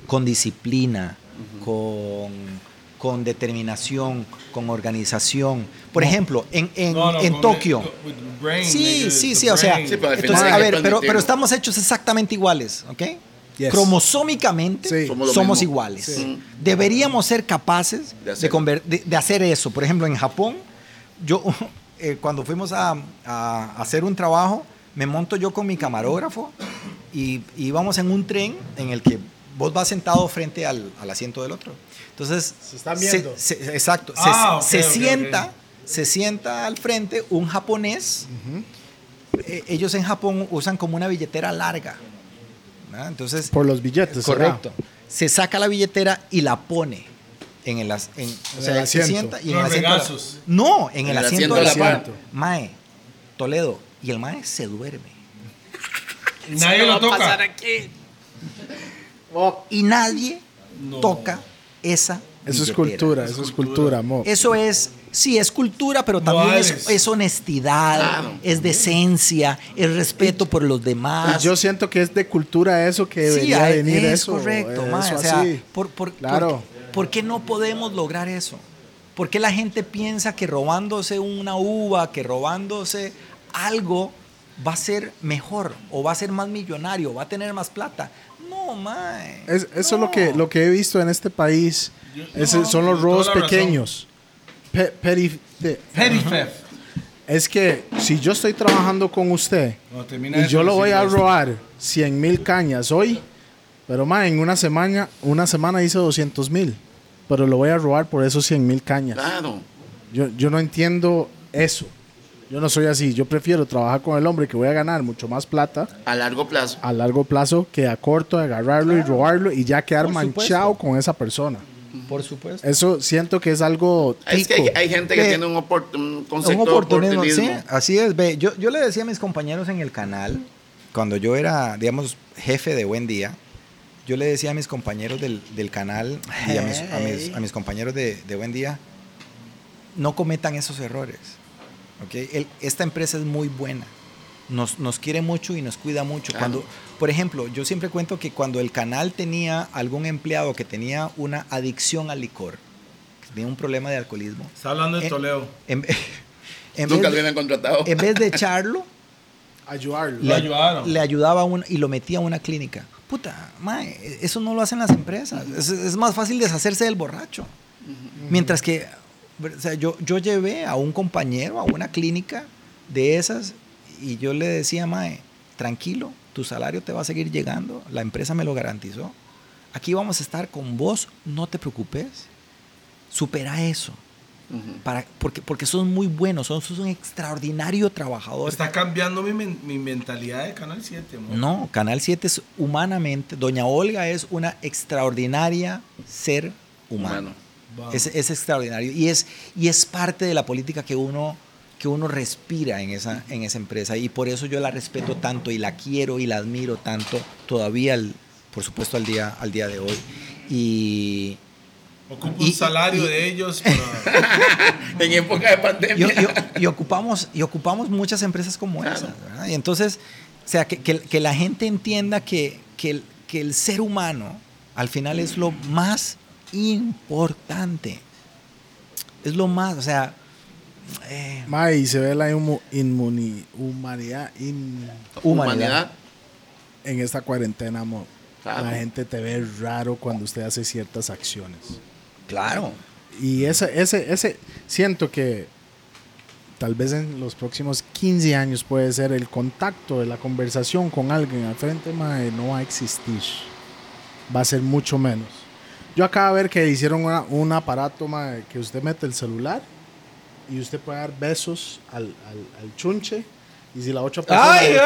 Con disciplina, con, con determinación, con organización. Por ejemplo, en, en-
No, no,
en
con-
Tokio.
with the brain,
Sí,
nigga,
sí,
the
sí, o sea,
brain.
Sí, pero al
entonces,
final
a
es
ver, pero,
planetero.
pero estamos hechos exactamente iguales, ¿ok?
Yes.
Cromosómicamente
Sí.
Somos lo
somos,
mismo.
iguales.
Sí.
Deberíamos ser capaces
De
de,
hacerlo.
conver- de- de hacer eso. Por ejemplo, en Japón, yo eh, cuando fuimos a, a hacer un trabajo, me monto yo con mi camarógrafo y y íbamos en un tren en el que vos vas sentado frente al, al asiento del otro. Entonces,
Se están viendo.
se- se- exacto, se-
Ah, ok,
se,
ok, ok.
sienta, se sienta al frente un japonés. Eh, ellos en Japón usan como una billetera larga. ¿verdad? Entonces,
Por los billetes, ¿será?
correcto. Se saca la billetera y la pone en el, as- en, o
En
sea,
el
se
asiento.
sienta y en el
Los
asiento de la-
regazos.
no, en el, asiento, de la
par.
par. Mae, Toledo y el mae se duerme.
Nadie lo toca.
y nadie toca esa
Eso es
billetera.
cultura, eso es cultura, amor.
Eso es, sí, es cultura, pero también
Modales.
es, es honestidad,
Claro.
es decencia, es respeto por los demás.
Y yo siento que es de cultura eso que
Ah, sí,
debería
es
venir
es
eso.
correcto,
eh,
ma,
eso
o sea,
así.
por, por-
Claro.
por- ¿por qué no podemos lograr eso? ¿Por qué la gente piensa que robándose una uva, que robándose algo va a ser mejor o va a ser más millonario, va a tener más plata? No, mae.
Es- eso es lo que,
no.
lo que he visto en este país. Es- son los
toda
robos
la razón.
pequeños. Pe- peri- de-
Petty theft.
es que si yo estoy trabajando con usted
Cuando termina
y
esto,
yo lo voy a
decimos,
robar 100 mil cañas hoy, pero más en una semana, una semana hice 200 mil, pero lo voy a robar por esos 100 mil cañas.
Ah.
Claro.
Yo, yo no entiendo eso. Yo no soy así. Yo prefiero trabajar con el hombre que voy a ganar mucho más plata
A largo plazo.
a largo plazo que a corto agarrarlo y robarlo y ya quedar
Por supuesto.
manchado con esa persona.
Por supuesto.
Eso siento que es algo
Es que hay,
tico.
hay gente que
Ah, Ve,
tiene un, opor- un
un
concepto
oportunismo,
de
sí,
oportunismo.
así es. Ve, yo, yo le decía a mis compañeros en el canal, cuando yo era, digamos, jefe de Buen Día, yo le decía a mis compañeros del, del canal y a mis, a mis- a mis compañeros de, de Buen Día, no cometan esos errores. ¿ok? El- esta empresa es muy buena. Nos, nos quiere mucho y nos cuida mucho.
Claro.
Cuando, por ejemplo, yo siempre cuento que cuando el canal tenía algún empleado que tenía una adicción al licor, que tenía un problema de alcoholismo,
Está hablando de
Eh,
Toledo.
en, en
Nunca
vez
lo
de-
han contratado.
en vez de echarlo,
ayudarlo.
le,
ayudaron.
le ayudaba a un- y lo metía a una clínica. Puta, mae, eso no lo hacen las empresas. Es, es más fácil deshacerse del borracho. Mientras que, o sea, yo, yo llevé a un compañero a una clínica de esas y yo le decía, mae, tranquilo, tu salario te va a seguir llegando, la empresa me lo garantizó. Aquí vamos a estar con vos, no te preocupes. Supera eso.
Ujú.
Para, porque, porque son muy buenos, son, sos un extraordinario trabajador.
Está cambiando mi, men- mi mentalidad de Canal 7, mo.
No, Canal 7 es humanamente. Doña Olga es una extraordinaria ser humano.
Humano.
Vamos.
Es, es extraordinario. Y es, y es parte de la política que uno, que uno respira en esa, en esa empresa. Y por eso yo la respeto tanto y la quiero y la admiro tanto todavía, al- por supuesto, al día, al día de hoy. Y,
Ocupo
Y-
un salario
y-
de ellos para...
en época de
y,
pandemia.
y- y ocupamos, y ocupamos muchas empresas como esas. ¿verdad? Y entonces, o sea, que, que- que la gente entienda que, que el, que el ser humano al final es lo más importante. Es lo más, o sea, eh,
Mae, y se ve la inmu- inmuni- humanidad in-
humanidad.
en esta cuarentena, amor.
Claro.
La gente te ve raro cuando usted hace ciertas acciones.
Claro.
Y ese, ese, ese, siento que tal vez en los próximos 15 años puede ser el contacto de la conversación con alguien al frente, mae, no va a existir. Va a ser mucho menos. Yo acabo de ver que hicieron una- un aparato, mae, que usted mete el celular y usted puede dar besos al, al- al chunche. Y si la otra persona. lo tiene-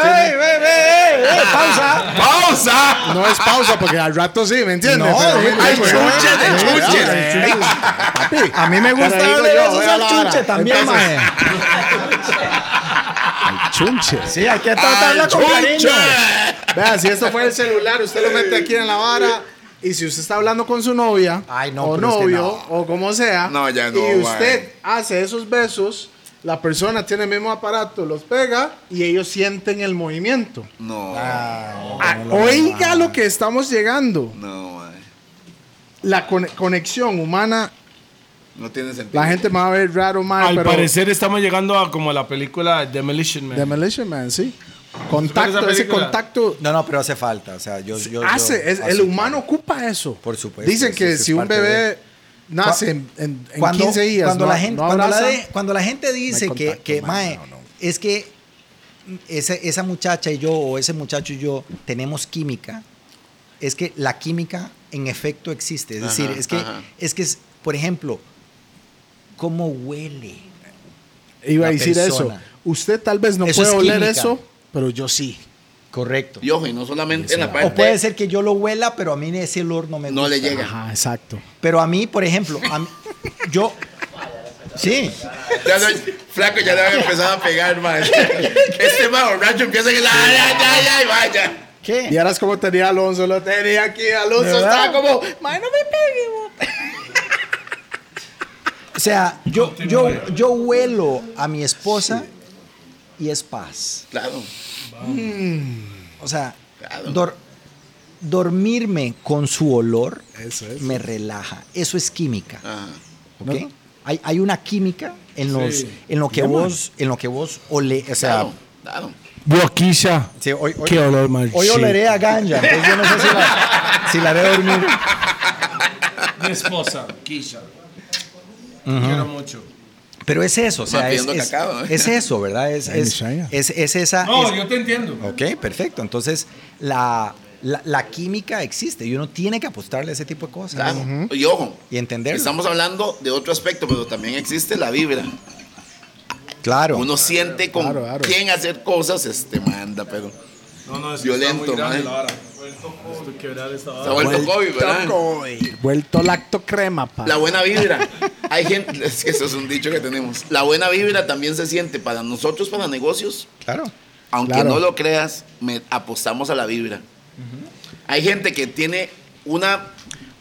¡Pausa!
No es pausa, porque al rato sí, ¿me entiendes?
No,
Pero-
güey,
Ay,
güey,
chunches,
güey,
chunches.
güey.
Papi,
A mí me gusta
Pero digo
darle
yo,
besos
vea la
al
vara.
chunche también,
Entonces-
mae.
chunches.
Sí, hay que tratarla con cariño.
Vea, si esto fue el celular, usted lo mete aquí en la vara. Y si usted está hablando con su novia,
Ay, no,
o
pero es que
novio,
no.
o como sea,
No, ya no,
y
man.
usted hace esos besos, la persona tiene el mismo aparato, los pega y ellos sienten el movimiento.
No,
Ah, oiga lo que estamos llegando.
no, mae.
La cone- conexión humana,
No tiene sentido.
la gente me va a ver raro, mal,
Al
pero
parecer estamos llegando a como la película Demolition Man.
Demolition Man, sí.
¿Recuerdas
Contacto,
esa
ese
película?
contacto
No, no, pero hace falta. O sea, yo. yo- yo-
hace, es- el
hace
humano
falta.
ocupa eso.
Por supuesto,
Dicen
sí,
que
sí,
si
es
un
parte
bebé nace
Cu-
en, en- en 15 días,
cuando
no-
la gente,
no
cuando, la
abraza,
de- cuando la gente dice
no hay
que,
contacto,
que, mae,
mae, no, no.
es que ese- esa muchacha y yo, o ese muchacho y yo, tenemos química, es que la química en efecto existe. Es
Ajá,
decir, es que,
ajá.
es que es, por ejemplo, cómo huele.
Iba a
La
decir eso.
persona.
Usted tal vez no
Eso
puede
es
oler
química.
eso, pero yo sí.
Correcto.
Y ojo, y no solamente en la parte.
O
pues.
puede ser que yo lo huela, pero a mí ese olor no me gusta.
No le llega.
Ajá, exacto.
Pero a mí, por ejemplo, a mí- yo... Sí,
Ya no- flaco ya le había empezado a pegar, man. Este más borracho empieza que "Ah, la. ¡Ay, ay, ay, vaya!
¿qué?
Y ahora es como tenía Alonso, lo tenía aquí, Alonso
¿Verdad?
estaba como, "Mae, no me pegue, bo".
O sea, yo, yo, yo huelo a mi esposa y es paz.
Claro.
O sea,
Claro.
dor- dormirme con su olor
Eso es.
me relaja. Eso es química.
Ajá.
¿ok? Hay, hay una química en, los, en, lo que vos, en lo que vos ole. O sea,
Claro. Claro.
Boquilla.
sí, hoy, hoy-
Qué olor, man.
hoy oleré a ganja. entonces yo no sé si la, si la haré dormir.
Mi esposa, Kisha. Quiero mucho.
Pero es eso. O
Va
sea, es,
pidiendo
es-
cacao, ¿eh?
es eso, ¿verdad? Es,
Ay,
es,
Shaya.
es- es esa...
No,
es-
yo te entiendo.
Ok, perfecto. Entonces, la, la, la química existe y uno tiene que apostarle a ese tipo de cosas.
Claro. Y ojo.
Y entenderlo.
Estamos hablando de otro aspecto, pero también existe la vibra.
Claro.
Uno siente con
Claro, claro.
quién hacer cosas, este manda, pero.
No, no, es
Violento,
que está muy grande
man.
la vara. Esto quebrar esta
Se ha
vara.
vuelto COVID, ¿verdad?
Vuelto lacto crema, pa.
La buena vibra. Hay gente, es que eso es un dicho que tenemos. La buena vibra también se siente para nosotros, para negocios.
Claro.
Aunque
Claro.
no lo creas, me apostamos a la vibra. Hay gente que tiene una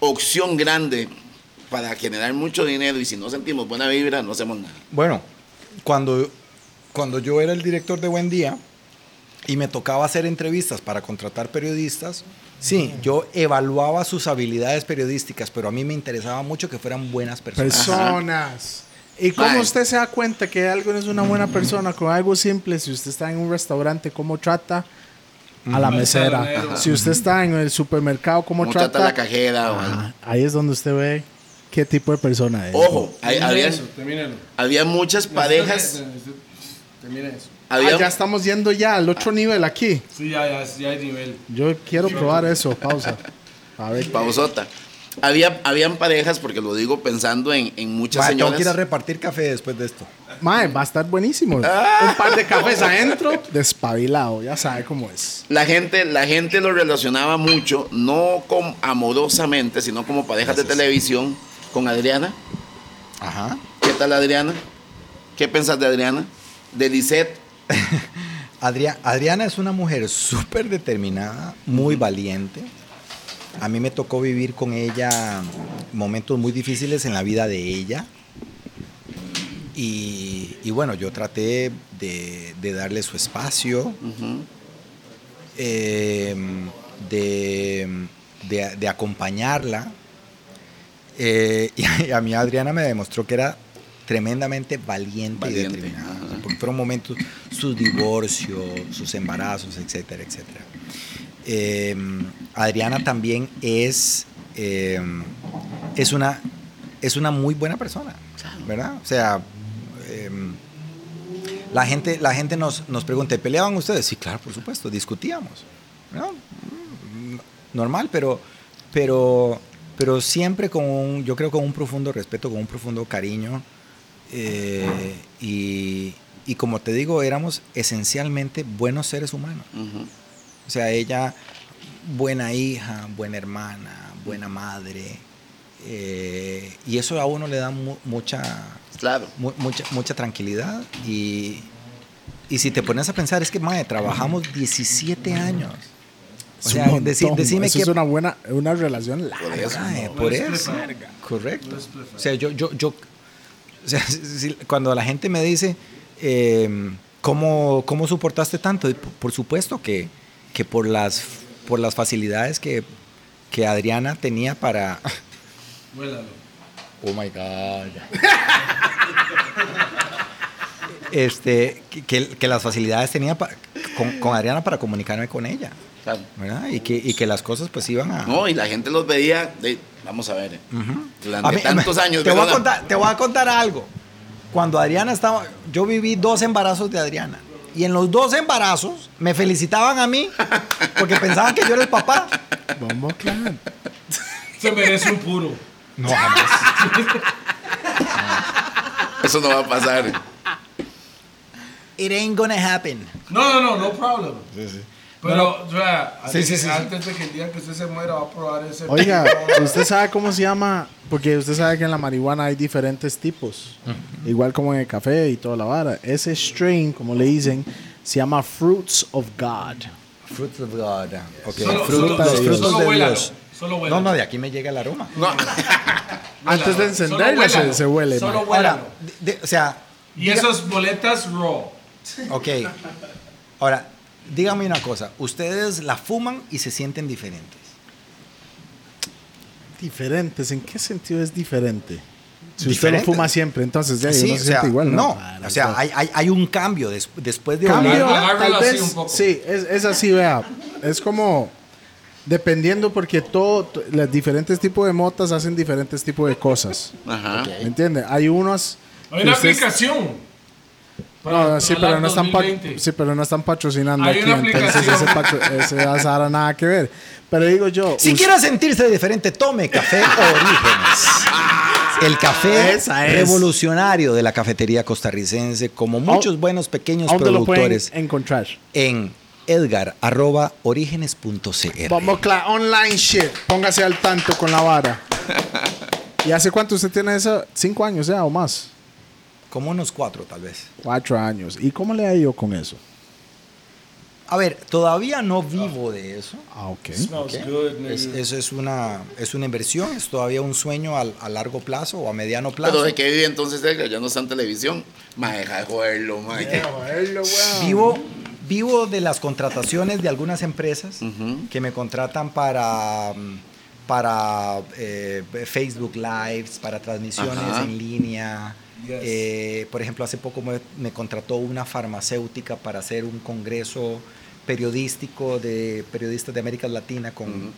opción grande para generar mucho dinero y si no sentimos buena vibra, no hacemos nada.
Bueno, cuando, cuando yo era el director de Buen Día y me tocaba hacer entrevistas para contratar periodistas, sí, yo evaluaba sus habilidades periodísticas, pero a mí me interesaba mucho que fueran buenas personas.
Personas. ¿Y cómo
Mae.
usted se da cuenta que alguien es una buena persona con algo simple? Si usted está en un restaurante, ¿cómo trata a
Mm.
la mesera?
salonero.
Si usted está en el supermercado, ¿cómo
Como trata la
trata?
cajera. o algo.
Ajá, Ahí es donde usted ve qué tipo de persona es.
Ojo, hay- había,
Termine eso, termínelo.
había muchas parejas.
Termina eso.
Ah,
Había,
ya estamos yendo ya al otro nivel aquí.
Sí, ya, ya, ya hay nivel.
Yo quiero probar eso. Pausa. A ver.
pausota. Había, habían parejas, porque lo digo pensando en, en muchas
Va, tengo
señoras.
que ir a repartir café después de esto.
Mae, va a estar buenísimo. Un par de cafés adentro. Despabilado, ya sabe cómo es.
La gente, la gente lo relacionaba mucho, no con amorosamente, sino como parejas de televisión con Adriana.
Ajá.
¿Qué tal Adriana? ¿Qué pensás de Adriana? De Lisette.
Adria- Adriana es una mujer súper determinada, muy valiente. A mí me tocó vivir con ella momentos muy difíciles en la vida de ella. Y, y bueno, yo traté de, de darle su espacio,
Ujú.
eh, de, de- de acompañarla. Eh, y a- y a mí Adriana me demostró que era tremendamente valiente,
Valiente,
y determinada.
ajá.
Porque fueron momentos, sus divorcios, sus embarazos, etcétera, etcétera. Eh, Adriana también es, eh, es, una, es una muy buena persona, ¿verdad? O sea, em, la gente, la gente nos, nos pregunta, ¿peleaban ustedes? Sí, claro, por supuesto, discutíamos. ¿no? Mm, Normal, pero, pero, pero siempre con un, yo creo con un profundo respeto, con un profundo cariño. eh, y, y como te digo, éramos esencialmente buenos seres humanos.
Ujú.
O sea, ella, buena hija, buena hermana, buena madre. eh, y eso a uno le da mu- mucha,
Claro.
mu- mucha, mucha tranquilidad y, y si te pones a pensar, es que, madre, trabajamos 17 años. O
Es
sea,
un montón,
deci- decime
eso
que...
es una buena una relación larga.
Por eso.
Mae,
no.
por
No es
eso.
preferga.
Correcto.
No es preferga.
O sea, yo, yo, yo, o sea, si- cuando la gente me dice, eh, ¿cómo, ¿cómo soportaste tanto? Y Por por supuesto que, que por, las, por las facilidades que, que Adriana tenía para...
Vuélalo.
Oh my God. Este, que- que, que las facilidades tenía pa- con, con Adriana para comunicarme con ella,
claro.
¿verdad? Y que, y que las cosas pues iban a...
No, y la gente los veía. de- vamos a ver. eh. Durante
A mí-
tantos años.
Te voy, a
¿verdad?
contar, te voy a contar algo. Cuando Adriana estaba... Yo viví dos embarazos de Adriana. Y en los dos embarazos me felicitaban a mí porque pensaban que yo era el papá.
Bombo Clan.
Se merece un puro.
No, jamás.
Eso no va a pasar.
It ain't gonna happen.
No, no, no, no problem. Pero, o sea,
Sí, sí, sí,
antes de que el día que usted se muera va a probar ese.
Oiga, ¿usted sabe cómo se llama? Porque usted sabe que en la marihuana hay diferentes tipos. Igual como en el café y toda la vara. Ese strain, como le dicen, se llama Fruits of God.
Fruits of God. Ok,
Solo-
fruta
solo-
de Dios.
solo huélalo, solo
no,
huélalo.
no, de aquí me llega el aroma.
Antes de encenderla se,
huélalo,
se huele.
Solo
mae.
Ahora,
huélalo.
de- de- o sea,
Y esas boletas raw.
ok. Ahora, dígame una cosa. Ustedes la fuman y se sienten diferentes.
Diferentes, ¿en qué sentido es diferente? Si usted lo
Diferente.
fuma siempre, entonces ya
Sí,
no
o
se
sea,
siente igual, ¿no?
no, o sea, hay, hay, hay un cambio des- después de
cambio,
olerla.
Agárralo
tal
así
vez,
un poco.
sí, es, es así, vea, es como dependiendo porque todo, t- los diferentes tipos de motas hacen diferentes tipos de cosas,
Ajá.
¿me entiende? Hay unos
Hay una
Ustedes-
aplicación.
no, sí, pero no están pa-
2020.
sí, pero no están patrocinando
Hay
aquí,
una
entonces ese,
aplicación.
patro, ese azar nada que ver. Pero digo yo,
Si
us-
quiere sentirse diferente, tome café Orígenes. El café
Esa es.
revolucionario de la cafetería costarricense, como muchos buenos pequeños
¿a dónde lo pueden
productores,
encontrar?
en edgar.orígenes.cr.
Vamos, cla- online shit. Póngase al tanto con la vara. ¿Y hace cuánto usted tiene eso? ¿Cinco años ya o más?
Como unos cuatro, tal vez.
Cuatro años. ¿Y cómo le ha ido con eso?
A ver, todavía no vivo de eso.
Ah, ok.
Smells good, nigga.
Es- eso es una, es una inversión, es todavía un sueño al- a largo plazo o a mediano plazo.
Pero de qué vive entonces Edgar, ya no está en televisión. Ma, deja de joderlo, ma.
Vivo, vivo de las contrataciones de algunas empresas que me contratan para, mm, para eh, Facebook Lives, para transmisiones
Ajá.
en línea.
Yes.
Eh, por ejemplo, hace poco me, me contrató una farmacéutica para hacer un congreso periodístico de periodistas de América Latina con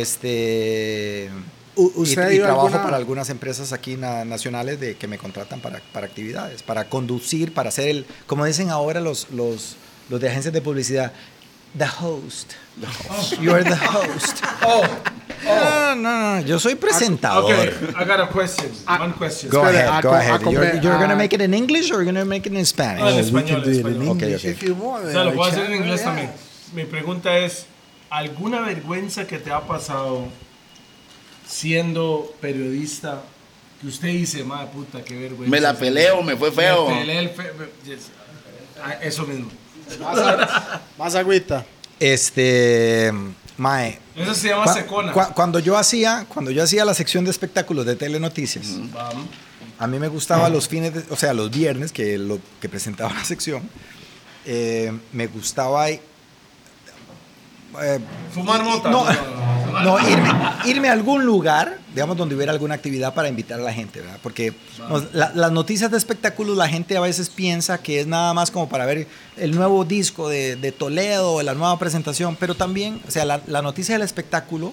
este
U-
y-
¿Usted ha
y,
ido a
trabajo
alguna-
para algunas empresas aquí na- nacionales de, que me contratan para, para actividades, para conducir, para hacer el, como dicen ahora los, los, los de agencias de publicidad, the host. You are the host.
Oh,
No, no, no, yo soy presentador.
okay. I got a question. One question.
Go
Espere,
ahead,
a
go
co- a
ahead. You're,
comer-
you're gonna
a-
make it in English or you're gonna make it in
No, en
Spanish?
español, en español.
Ok, ok.
O sea, lo puedo hacer en inglés también. Mi pregunta es, ¿alguna vergüenza que te ha pasado siendo periodista que usted dice, madre puta, qué vergüenza?
Me la peleo, me fue feo.
Me peleé el fe- me- yes. Ah, Eso mismo.
Más agüita.
Este, mae.
Eso se llama
cua-
secona.
cua- cuando yo hacía, cuando yo hacía la sección de espectáculos de Telenoticias,
Vamos.
A mí me gustaba los fines, de- o sea, los viernes que, lo, que presentaba la sección. eh, me gustaba. eh, eh,
Fumar mota.
No,
no,
no, irme, irme a algún lugar, digamos, donde hubiera alguna actividad para invitar a la gente, ¿verdad? Porque no, la- las noticias de espectáculos, la gente a veces piensa que es nada más como para ver el nuevo disco de, de Toledo, la nueva presentación, pero también, o sea, la, la noticia del espectáculo,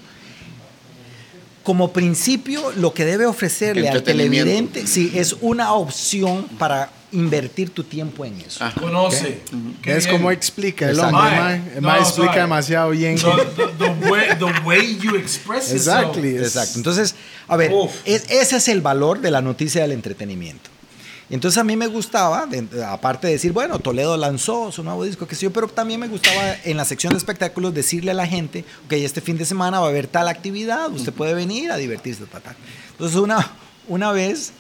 como principio, lo que debe ofrecerle al
Entretenimiento.
televidente, sí, es una opción para invertir tu tiempo en eso.
Ajá.
Conoce. Qué
Es
bien.
como explica el
Exacto.
hombre,
Mae,
mae. El
no,
mae explica
suave.
demasiado bien.
The, the- the way, the way you express yourself.
Exactly. es-
Exacto. Entonces, a ver,
Uf.
es- ese es el valor de la noticia del entretenimiento. Entonces a mí me gustaba, de- aparte de decir, bueno, Toledo lanzó su nuevo disco, qué sé yo, pero también me gustaba en la sección de espectáculos decirle a la gente, ok, este fin de semana va a haber tal actividad, usted puede venir a divertirse, ta, ta". Entonces una, una vez,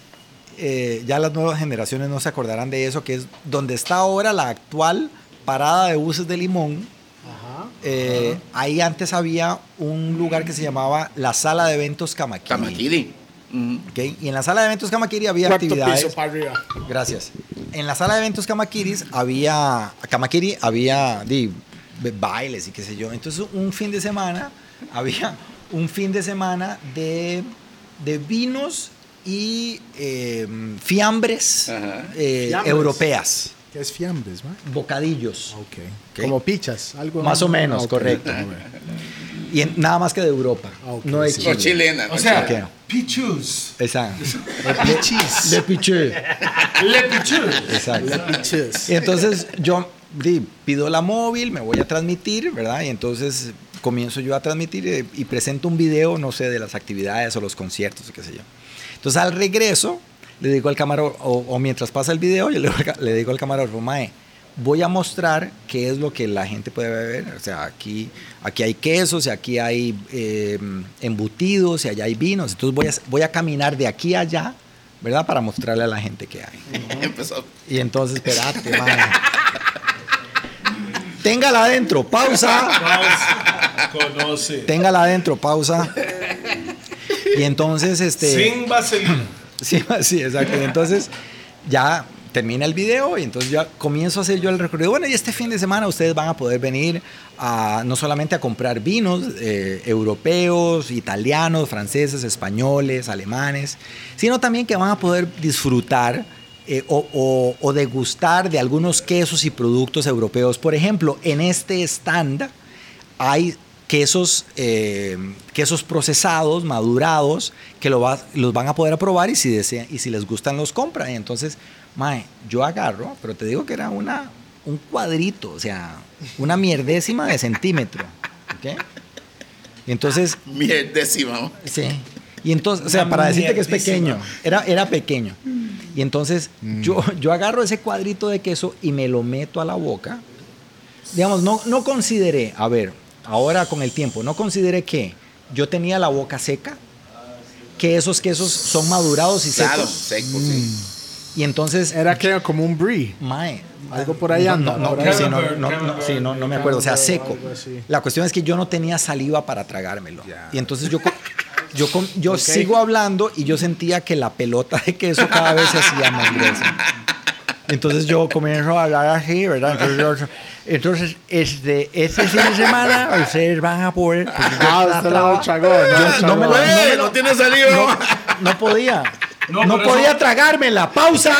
eh, ya las nuevas generaciones no se acordarán de eso, que es donde está ahora la actual parada de buses de Limón, eh, ahí antes había un lugar que se llamaba la sala de eventos Camaquiri.
Tamaquiri. Ujú.
¿ok? Y en la sala de eventos Camaquiri había
Cuarto
actividades.
piso para arriba.
Gracias. En la sala de eventos Kamakiris había, Kamakiri había di, b- bailes y qué sé yo. Entonces un fin de semana había un fin de semana de, de vinos y eh, fiambres,
Ajá.
eh,
Fiambres.
europeas,
¿Qué es fiambres, mae?
bocadillos.
Okay.
Ok.
Como pichas, algo.
Más o menos,
Ah, ok.
correcto. Y en- nada más que de Europa,
Ah, ok,
no de
sí.
Chile.
No chilena. no
O sea,
chilena.
Ok.
pichus.
Exacto.
Pichis.
De Pichu.
Le pichus.
Exacto.
Pichis.
Y entonces yo di, pido la móvil, me voy a transmitir, ¿verdad? Y entonces comienzo yo a transmitir eh, y presento un video, no sé, de las actividades o los conciertos, o qué sé yo. Entonces al regreso, le digo al camarógrafo, o, o mientras pasa el video, yo le, digo al ca- le digo al camarógrafo, Mae, voy a mostrar qué es lo que la gente puede beber. O sea, aquí, aquí hay quesos, y aquí hay eh, embutidos, y allá hay vinos. Entonces voy a, voy a caminar de aquí a allá, ¿verdad? Para mostrarle a la gente qué hay.
Empezó.
Y entonces, espérate, mae. Téngala adentro, pausa.
Conoce.
Téngala adentro, pausa. Y entonces, este.
Sin vaselina.
Sí, sí, exacto. Y entonces, ya termina el video y entonces ya comienzo a hacer yo el recorrido. Bueno, y este fin de semana ustedes van a poder venir a no solamente a comprar vinos eh, europeos, italianos, franceses, españoles, alemanes, sino también que van a poder disfrutar eh, o, o- o degustar de algunos quesos y productos europeos. Por ejemplo, en este stand hay quesos, eh, quesos procesados, madurados, que lo va- los van a poder probar y si, desean, y si les gustan los compran. Y entonces, mae, yo agarro, pero te digo que era una, un cuadrito, o sea, una mierdécima de centímetro. ¿ok? Y entonces
Mierdécima.
Sí. Y entonces, o sea,
Una
para decirte que es
mierdísima.
pequeño, era, era pequeño. Y entonces yo, yo agarro ese cuadrito de queso y me lo meto a la boca. Digamos, no, no consideré, a ver, ahora con el tiempo, no consideré que yo tenía la boca seca, que esos quesos son madurados y
Claro,
secos.
seco, sí.
Y entonces,
Era que era como un brie.
mae,
Algo por ahí
no,
anda,
No, no,
por ahí.
sí, no,
Camembert,
no, no,
camembert.
sí, no, no me acuerdo. O sea,
Camembert o
seco.
algo así.
La cuestión es que yo no tenía saliva para tragármelo. Y entonces yo, co- yo, com- yo sigo hablando y yo sentía que la pelota de queso cada vez se hacía más gruesa. Entonces yo comienzo a hablar así, ¿verdad? Entonces, yo- entonces, este, este fin de semana ustedes van a poder... pues,
Ah, usted la chagó. No,
Yo- no me
chagó.
la-
Güey, no tiene saliva.
No, no podía.
No,
No,
por
podía
eso-
tragármela. ¡Pausa!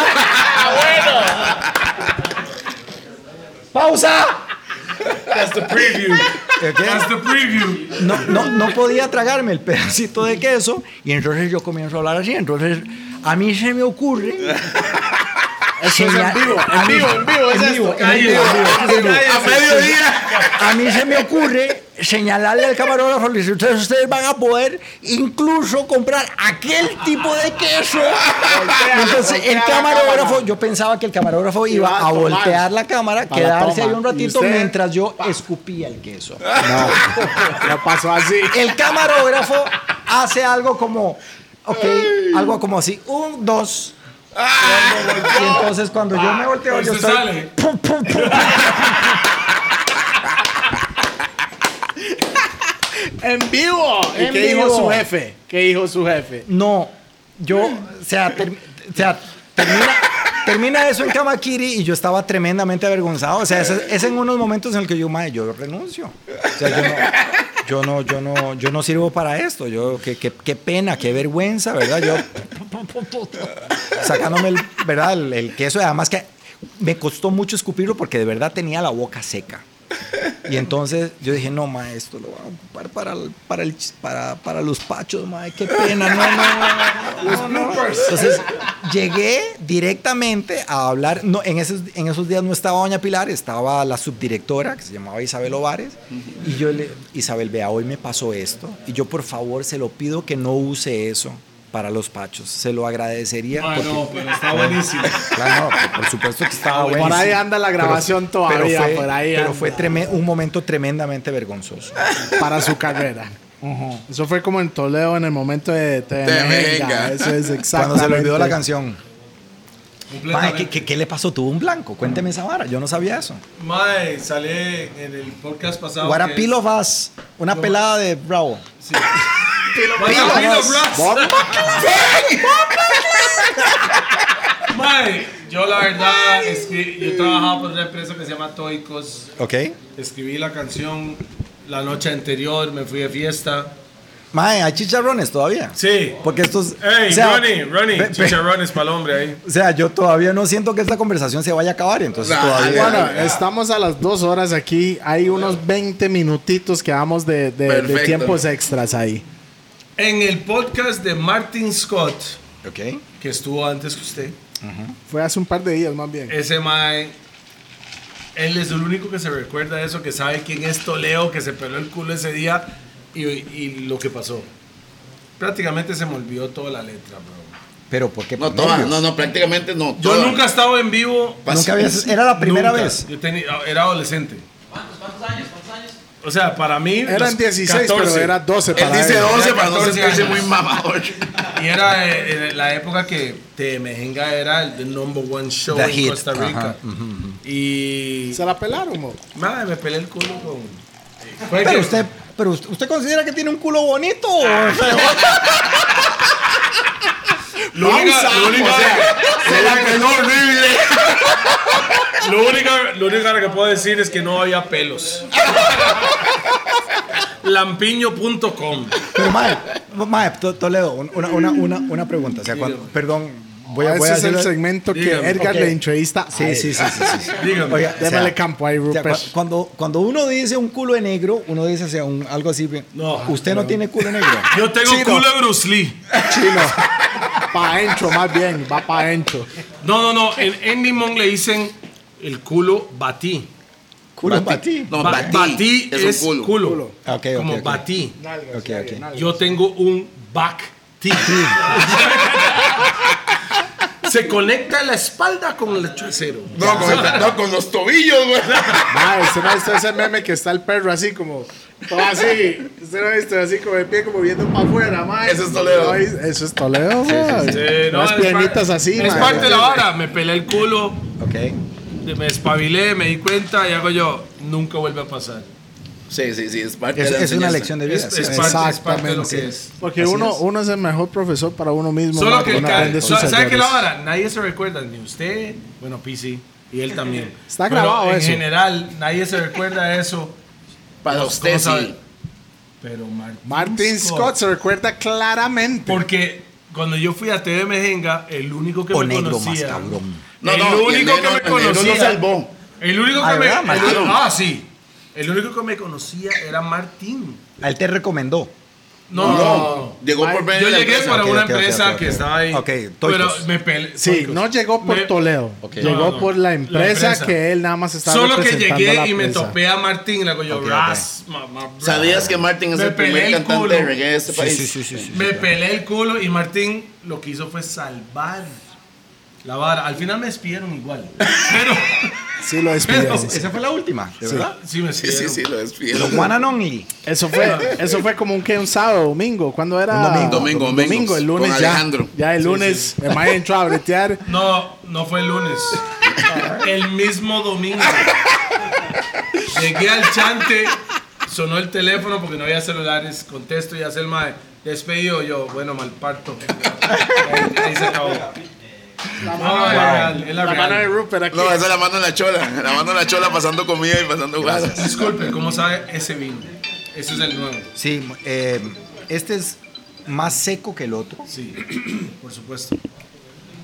¡Pausa!
That's the preview. That's the preview.
no, no, no podía tragarme el pedacito de queso y entonces yo comienzo a hablar así. Entonces a mí se me ocurre... Eso es en vivo, en vivo, en vivo, en vivo, en
Cállese,
vivo, en vivo.
cállese.
A mediodía.
A mí se me ocurre señalarle al camarógrafo, le dice, ustedes, ustedes van a poder incluso comprar aquel tipo de queso. Entonces el camarógrafo, yo pensaba que el camarógrafo iba a voltear la cámara,
la
quedarse ahí
toma.
un
Y
ratito
usted,
mientras yo escupía el queso.
No pasó así.
El camarógrafo hace algo como, ok, algo como así, un, dos. Y entonces cuando yo me volteo,
Pues
yo
se
estoy...
sale.
pum, pum, pum.
En vivo. ¿Y
En
qué dijo
vivo.
su jefe? ¿Qué dijo su jefe?
No, yo, o sea, ter- o sea, termina, termina eso en Kamakiri y yo estaba tremendamente avergonzado. O sea, es, es en unos momentos en los que yo, madre, yo renuncio. O sea, yo no, yo no, yo no, yo no sirvo para esto. Yo, qué, qué, qué pena, qué vergüenza, ¿verdad? Yo sacándome, el, ¿verdad? El, el queso. Además que me costó mucho escupirlo porque de verdad tenía la boca seca. Y entonces yo dije, no, ma, esto lo van a ocupar para, el- para, el, ch- para, para los pachos, ma, qué pena, no, no, no, no, no". Entonces llegué directamente a hablar, no, en, esos, en esos días no estaba Doña Pilar, estaba la subdirectora, que se llamaba Isabel Ovares, y yo le, Isabel, vea, hoy me pasó esto, y yo por favor se lo pido que no use eso para los pachos, se lo agradecería.
Ah,
porque-
no, pero está buenísimo.
Claro, no, por supuesto que estaba bueno.
Por ahí anda la grabación todavía,
Pero fue,
por ahí
pero
anda.
fue treme- un momento tremendamente vergonzoso.
para su carrera. Eso fue como en Toledo en el momento de
Temejenga.
Temejenga. Eso es exactamente.
Cuando se le olvidó la canción. Mae, ¿qué,
Completamente.
qué, qué le pasó? Tuvo un blanco. Cuénteme esa vara. Yo no sabía eso.
Mae, salí en el podcast
Ah,
pasado. que-
Guarapilo Vaz. Una pelada de Bravo.
Guarapilo
Vaz.
Blas. Mae, yo la verdad, es que yo trabajaba por una empresa que se llama Toicos.
Ok.
Escribí la canción la noche anterior, me fui de fiesta.
Mae, ¿hay chicharrones todavía?
Sí.
Porque estos...
Hey,
o sea,
Ronnie, Ronnie,
pe- pe-
chicharrones para el hombre ahí.
O sea, yo todavía no siento que esta conversación se vaya a acabar. Entonces
Nah,
todavía...
Bueno, estamos a las dos horas aquí. Hay unos 20 minutitos que vamos de, de- de
Perfecto.
tiempos extras ahí.
En el podcast de Martin Scott,
Ok.
que estuvo antes que usted,
Fue hace un par de días más bien.
ese Mae Él es el único que se recuerda de eso, que sabe quién es Toleo, que se peló el culo ese día y, y lo que pasó. Prácticamente se me olvidó toda la letra, bro.
Pero ¿por qué?
No,
por
toda,
Mm. nervios?
no, no, prácticamente no.
Yo
toda.
nunca he estado en vivo.
Pas-
Nunca habías- Era la primera
Nunca.
vez.
Yo tenía, era adolescente.
¿Cuántos, cuántos años? ¿Cuántos años?
O sea, para mí. los
Eran 16,
14.
pero era 12
Él
para
dice
él.
12 para no
14
sentirse
años.
muy mamador.
Y era eh, eh, la época que Te Mejenga era el the number one show
The
en
hit,
Costa Rica.
ajá,
Y.
¿Se la pelaron, mo?
Madre, me pelé el culo con. Fue que-
Pero usted, pero usted, ¿usted considera que tiene un culo bonito o feo?
Lo único, lo único,
Se la peló horrible.
lo único, lo único que puedo decir es que no había pelos. Lampiño.com.
Pero, mae, mae, To- Toledo, un- una, una, una, una pregunta. O sea, cuando- perdón, voy a, voy a
Ah, Ese es el
hacerlo-
segmento que
Dígame.
Edgar
Ok.
le entrevista.
Sí, sí, sí, sí, sí.
Dígame.
Oiga, o sea,
Démale campo ahí,
o sea,
Rupert.
cu- cuando, cuando uno dice un culo de negro, uno dice o sea, un- algo así. ve,
No,
usted no tiene culo negro.
Yo tengo
Chino.
culo de Bruce Lee.
Chino. para adentro, más bien. Va para adentro.
No, no, no. En, en Limón le dicen el culo batí.
culo para ti.
No,
Ba-
batí. Es un
es,
culo.
culo.
Ah, ok,
Como
ok, ok.
batí.
Ok, ok.
Yo tengo un back tee. Se conecta la espalda con el trasero.
No, con, el- no, con los tobillos, güey.
Mae, usted no ha visto ese meme que está el perro así como. Todo así. Usted no ha visto así como de pie, como viendo para afuera, mae.
Eso es Toledo.
No, Eso es Toledo, mae.
Sí, no,
Las
es
piernitas
par-
así,
Es
mae.
parte de la vara. Me pelé el culo,
Ok.
me espabilé, me di cuenta y hago yo. Nunca vuelve a pasar.
Sí, sí, sí, es parte
Es,
de la
es una
enseñanza.
lección de vida.
Es,
sí.
es parte, es parte de lo que es.
Porque
Así
uno,
es.
uno es el mejor profesor para uno mismo.
Solo
mae,
que el
uno
ca-
aprende sus
¿sabe sabe qué es la
errores.
vara? Nadie se recuerda, ni usted, bueno, PC, y él también.
Está
Pero
grabado
en
eso.
general, nadie se recuerda de eso,
Para usted, sí.
sabe? pero Martín,
Martin Scott se recuerda claramente.
Porque cuando yo fui a TV Mejenga, el único que
O
me
negro más
conocía.
cabrón.
No,
el
no, y el
único
negro-
que me
el negro
conocía.
nos salvó.
El único que
Ah,
me.
¿verdad,
el
Martín?
único- ah, sí. El único que me conocía era Martín.
A él te recomendó.
No, no. no.
Llegó por ver
Yo
la
llegué
empresa.
para
Ok,
una
ok, ok,
empresa
ok,
que
ok.
estaba ahí.
Ok,
pero
Toicos.
me pele-
Sí,
Toicos.
no llegó por
Me-
Toledo. Llegó
No, no.
por la
La
empresa,
empresa.
que él nada más estaba
Solo que
representando a la
llegué y me
prensa.
topé a Martín y le digo yo,
Ok, ok.
"Ras, ma- ma- bra".
¿Sabías que Martin es
Me
el
pelé
primer
el
cantante
culo.
de reggae de este país?
Me pelé el culo y Martín lo que hizo fue salvar la vara. Al final me despidieron igual. Pero,
Sí, lo
pero
despidieron.
Esa fue la última, de verdad.
sí me
Sí, sí,
despidieron.
sí, lo
Lo
despidieron.
one and only.
Eso fue, eso fue como un que un sábado, domingo, cuando era
Un
domingo. Domingo,
Un domingo, el lunes
con
ya.
Alejandro.
Ya el lunes, el mae entró a bretear.
No, no fue el lunes. El mismo domingo. Llegué al chante, sonó el teléfono porque no había celulares. Contesto y hace el mae. Despedido yo, bueno, mal parto. Ahí, ahí se acabó. No, es la real, es la
La mano de
real.
Rupert aquí.
No, esa es la mano en la chola. La mano en la chola pasando comida y pasando guasa.
Disculpe, ¿cómo sabe ese vino? Ese es el nuevo.
Sí, eh, este es más seco que el otro.
Sí, por supuesto.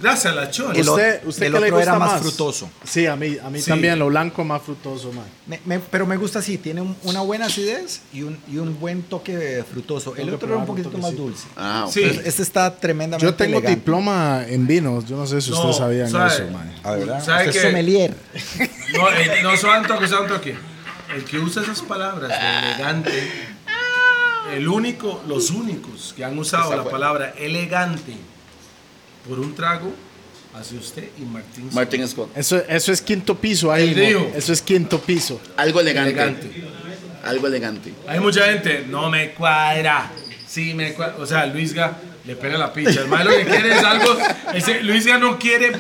Gracias, la chola.
El otro-
¿Usted, usted
el
qué le
otro
gusta
era más
más?
frutoso.
Sí, a mí, a mí
Sí.
también, lo blanco más frutoso, mae.
Me- me- pero me gusta así, tiene un- una buena acidez y un, y un buen toque frutoso. El
que
otro era un
probar un
poquito más
toquecito.
dulce.
Ah, ok.
Sí.
Este está tremendamente
Yo tengo
elegante.
diploma en vinos, yo no sé si ustedes
No,
sabían
sabe.
eso, mae.
Ah, ¿verdad?
¿Sabe
Usted es
qué?
sommelier.
No, el, no, son toque, son toque. El que usa esas palabras de elegante, el único, los únicos que han usado la palabra elegante por un trago, hacia usted y Martín.
Martin Scott.
Eso, eso es quinto piso ahí,
El
mae.
río.
Eso es quinto piso.
Algo elegante.
elegante.
Algo elegante.
Hay mucha gente, no me cuadra. Sí, me cuadra. O sea, Luisga le pega la picha. El mae lo que quiere es algo. Ese, Luisga no quiere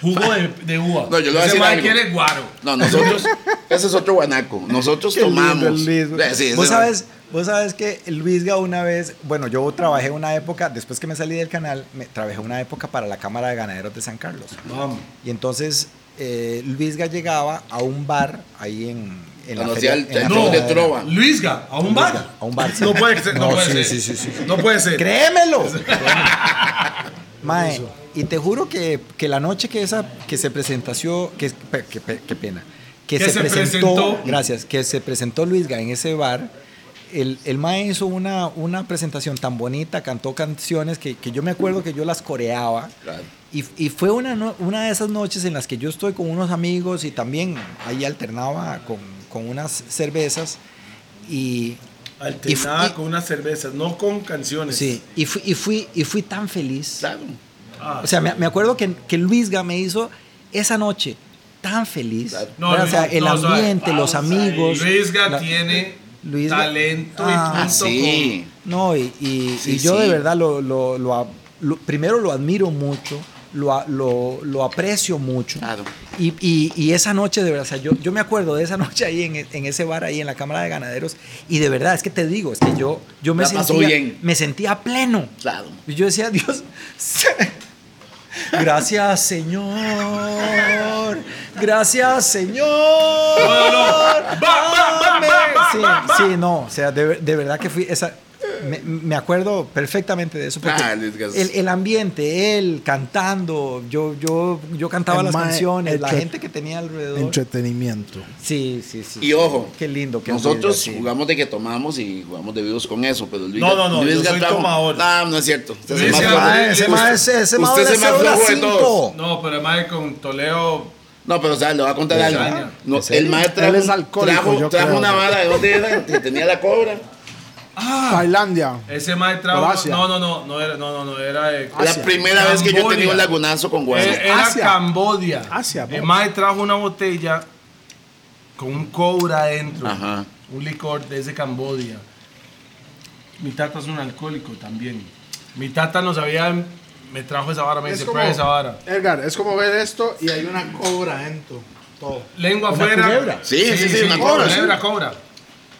jugo de, de uva.
No, yo le voy a
Ese
decir
mae
algo.
quiere guaro.
No, nosotros. ese es otro guanaco. Nosotros tomamos. Eh, sí,
vos
ese-
sabes, vos sabes que Luisga una vez, bueno, yo trabajé una época, después que me salí del canal, me, trabajé una época para la Cámara de Ganaderos de San Carlos.
Vamos.
Y entonces eh, Luisga llegaba a un bar ahí en, en
Conocía
feria-
el-
en la
el
feria
No,
de
ganadera.
Trova.
Luisga, a un bar.
Luisga, a un bar, sí.
No puede ser. No,
No,
puede
sí,
ser.
sí, sí, sí.
No puede ser.
Créemelo. Mae, y te juro que, que la noche que esa que se presentació, que, pe- que pe- qué pena, que,
Que
se,
se
presentó,
presentó.
gracias, que se presentó Luisga en ese bar, el, el Mae hizo una, una presentación tan bonita, cantó canciones que, que yo me acuerdo que yo las coreaba.
Claro.
Y, y fue una, no- una de esas noches en las que yo estoy con unos amigos y también ahí alternaba con, con unas cervezas. Y,
Alternada
Y- y-
con unas cervezas, no con canciones.
sí, y, fui, y, fui, y fui tan feliz.
Claro.
Ah,
O sea, me, me acuerdo que, que Luisga me hizo esa noche tan feliz.
Claro.
No,
¿verdad? o sea,
Luis-
el
no, suave.
ambiente, los
Pausa
amigos.
Luisga
la-
tiene
Luisga-
talento
Ah,
y punto
Sí.
No, y, y-
Sí,
y yo
sí.
de verdad lo, lo- lo a- lo- primero lo admiro mucho, lo, a- lo- lo aprecio mucho.
Claro.
Y, y- y esa noche, de verdad, o sea, yo, yo me acuerdo de esa noche ahí en, e- en ese bar, ahí en la Cámara de Ganaderos, y de verdad, es que te digo, es que yo, yo me,
La pasó
sentía,
bien.
me sentía pleno.
Claro.
Y yo decía, Dios, gracias Señor, gracias Señor. Sí, sí, no, o sea, de, de verdad que fui, esa, me, me acuerdo perfectamente de eso. porque
Ah, Luis Gas-
el, el ambiente, él cantando, yo, yo, yo cantaba
El
las
mae-
canciones,
el
la
que-
gente que tenía alrededor.
Entretenimiento.
Sí, sí, sí.
Y ojo,
Qué lindo que
nosotros jugamos de que tomamos y jugamos de vivos con eso, pero Luis
No, no, no, yo
Gas
soy
trajo-
tomador.
Ah, no es cierto. Usted es
Luis
el más
Gas-
flojo.
mae, ese mae
es- ese mae
Usted es el
es
más
cédula
flojo de todos.
cinco.
No, pero además con Toleo.
No, pero o sea, le voy a contar algo.
año.
No, el maestro
Él
trajo,
es alcohólico,
trajo,
yo
trajo
creo.
una bala de dónde era que tenía la cobra.
Ah. Tailandia.
Ese maestro.
Croacia.
No, no, no, no era, no, no, no, era
Ah,
de.
La primera vez que yo
Cambodia.
tenía un lagunazo
Ah,
con
Eh,
Guadalupe.
Era
Asia.
Cambodia.
Asia,
El
po.
mae trajo una botella con un cobra adentro.
Ajá.
Un licor desde Cambodia. Mi tata es un alcohólico también. Mi tata nos había. Me trajo esa vara, me dice, "Pruebe esa vara.
Edgar, es como ver esto y hay una cobra dentro. Todo.
Lengua afuera.
culebra.
Sí, sí, sí, una cobra, sí.
culebra, cobra.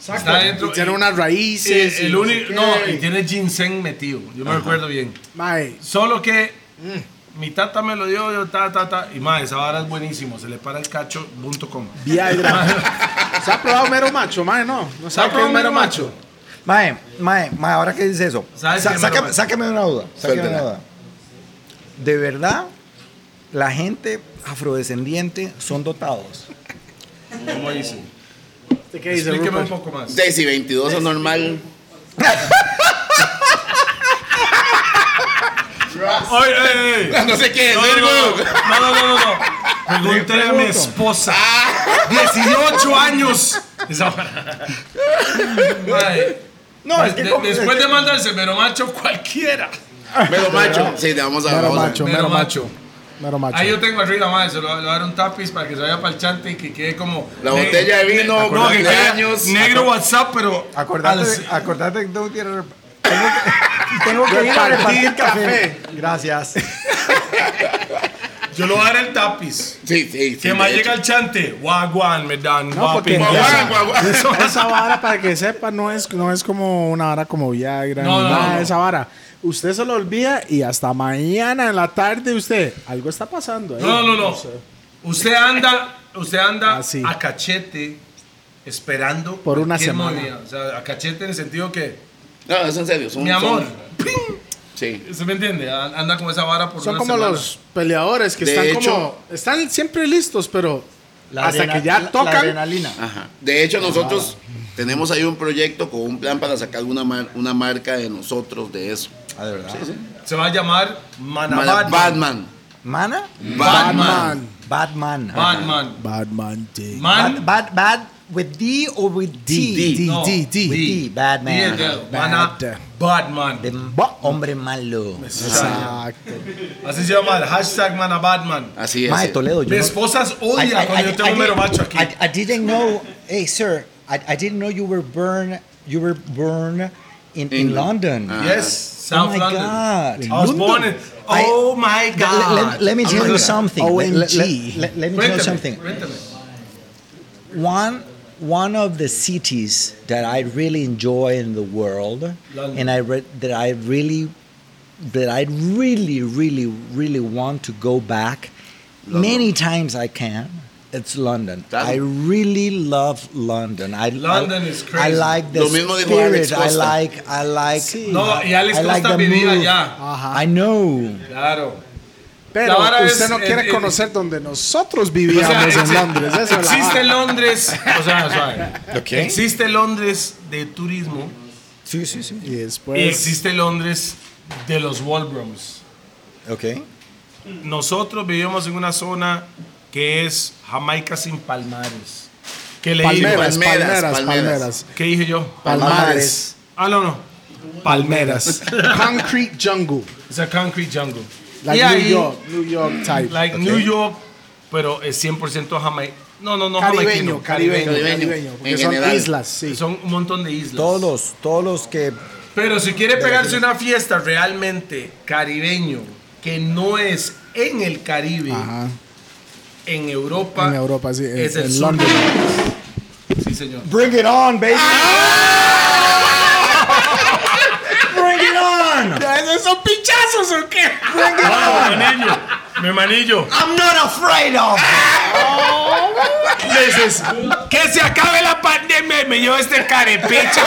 Está adentro.
Y tiene
y-
unas
y
raíces.
el
y no
único-
sé
no,
qué.
y tiene ginseng metido. Yo me recuerdo bien.
Mae,
Solo que
Mm.
mi tata me lo dio, yo ta, ta, ta. Y más, esa vara es buenísimo. Se le para el cacho, punto com.
Viagra. ¿Se ha probado mero macho, mae? No.
¿Sabe
¿No sabe
qué
qué es mero macho?
macho?
Mae, mae, mae, ahora que dices eso,
¿Sabes
sa-
qué,
sácame,
mano?
sácame una duda, sácame
Suéltela.
una duda. De verdad, la gente afrodescendiente son dotados.
¿Cómo dice?
¿Usted ¿Qué dice,
Explíqueme un
Rupert?
poco más.
Daisy 22 es normal.
Oye, oye, oye.
No sé qué
No,
decir,
no,
güey.
no, no, no, no, no. Pregúntale a mi esposa. Ah. 18 años. Esa vara. Mae,
No,
de- después de mandarse, pero macho cualquiera.
Mero macho. Sí, le vamos a
Mero
vamos a-
macho,
Mero
mero macho.
macho.
Mero macho.
Ahí yo tengo arriba, madre, se lo, le voy a dar un tapiz para que se vaya para el chante y que quede como...
La botella de vino,
ne- no, que quede
cumpleaños.
negro WhatsApp, pero...
Acordate,
al-
acordate que tengo que ir a rep- tengo que, tengo que ir a repartir café. Gracias.
yo le voy a dar el tapiz.
Sí, sí, sí.
Que
de
más
hecho.
llega el chante, guaguán me dan,
No, porque
guapi,
ya-
guaguán, guaguán. Eso-
Esa vara, para que sepa, no es, no es como una vara como Viagra.
No,
ni
no,
nada
no.
de esa vara. Usted se lo olvida y hasta mañana en la tarde usted... Algo está pasando. ahí.
No, no, no. Usted anda, usted
Ah,
anda
Así.
a cachete esperando...
Por una
cualquier
semana.
movida. O sea, a cachete en el sentido que,
No, es en serio. Son,
mi amor,
son- sí.
¿se me entiende? An- Anda con esa vara por
Son
una
como
semana.
los peleadores que
De
están
hecho-
como... Están siempre listos, pero...
La
hasta
adrena-
que ya
la- la
tocan...
adrenalina.
Ajá. De hecho, nosotros tenemos ahí un proyecto con un plan para sacar una, mar- una marca de nosotros de eso.
Ah, de verdad.
Se va a llamar
Batman.
Manabatman.
Batman.
¿Mana?
Batman.
Batman.
Batman.
Batman T.
Bad,
Man.
bad, bad, with D or with D?
D.
D,
No.
D,
With
D.
D, Batman.
Bien, dedo.
Bad.
Mana- Batman.
De bo- hombre malo.
Exacto.
Así se llama el hashtag Mana Batman.
Así es.
Mae, Toledo, yo
Mi
no-
esposa
I-
odia
I- I-
cuando yo tengo
I
un mero
didn't-
macho aquí.
I, I didn't know, hey sir, I, I didn't know you were born, you were born in, in London.
Yes,
Oh
South
my
London.
God.
I was born in- Oh my
Le- le-
God.
Let, me tell you something. Let, let-
OMG.
let- let me tell you
Cuéntame,
something.
cuéntame.
One, one of the cities that I really enjoy in the world,
London.
and I re- that I really, that I really, really, really want to go back, many times I can. It's London.
Claro.
I really love London. I
London
I,
is
I
crazy.
like the
Lo mismo dijo Alex
spirit. I
Costa.
like. I like.
Sí.
No, y Alex
I like
Costa
the
vivía
move.
allá.
Ajá.
I know.
Claro.
Pero
La vara
usted
es-
no quiere
eh, eh,
conocer donde nosotros vivíamos
O sea,
en
exi-
Londres. Eso es la
existe
vara.
Londres. O sea, suave.
¿Qué?
Existe Londres de turismo
Sí, sí, sí.
Y después.
y existe Londres de los Walbrums.
Ok.
Nosotros vivimos en una zona que es Jamaica sin palmares. Que le dije?
palmeras, palmeras,
Palmeras,
palmeras,
palmeras.
¿Qué dije yo?
Palmares.
Ah, no, no. Palmeras.
Concrete jungle.
It's a concrete jungle.
Like
Y
New
ahí,
York, New York type.
Like New York, pero es 100% Jamaica. No, no, no
caribeño,
jamaiquino.
caribeño,
caribeño,
caribeño.
caribeño,
Porque
en
son
general.
islas, sí.
Son un montón de islas.
Todos los, todos los que.
Pero si quiere pegarse una fiesta realmente caribeño, que no es en el Caribe,
Ajá.
en Europa.
En Europa, sí, en-
es el
en
sur.
Londres.
Sí, señor.
Bring it on, baby. Bring it on.
¿Son pinchazos o qué?
Ah, mi manillo. Mi manillo.
I'm not afraid of.
Dices, que se acabe la pandemia y me llevo este carepicha.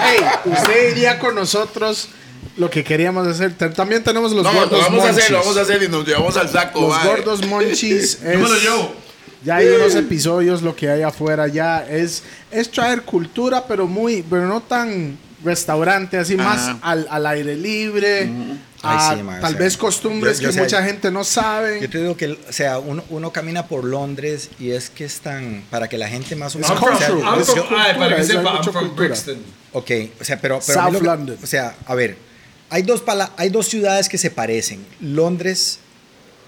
Hey, usted iría con nosotros lo que queríamos hacer. Te- También tenemos los
No, lo
gordos
vamos a hacer,
monchis.
lo vamos a hacer y nos llevamos al saco.
Los
madre.
gordos monchis es...
Yo me lo llevo.
Ya hay unos episodios, lo que hay afuera ya es, es traer cultura, pero muy, pero no tan restaurante, así más al, al aire libre, a
Mm. Ay, sí, mae,
tal
o sea,
vez costumbres
yo- yo
que
sé-
mucha gente no
Yo
sabe.
te digo que, o sea, uno, uno camina por Londres y es que están, para que la gente más o
Es
menos...
I'm from-
o sea,
cultural,
I'm
es
from-
cultura,
ay, para que
es- hay
sepa,
mucha
I'm from
cultura.
Brixton.
Ok, o sea, pero... pero a mí
South
lo que-
London.
O sea, a ver, hay dos, pala- hay dos ciudades que se parecen, Londres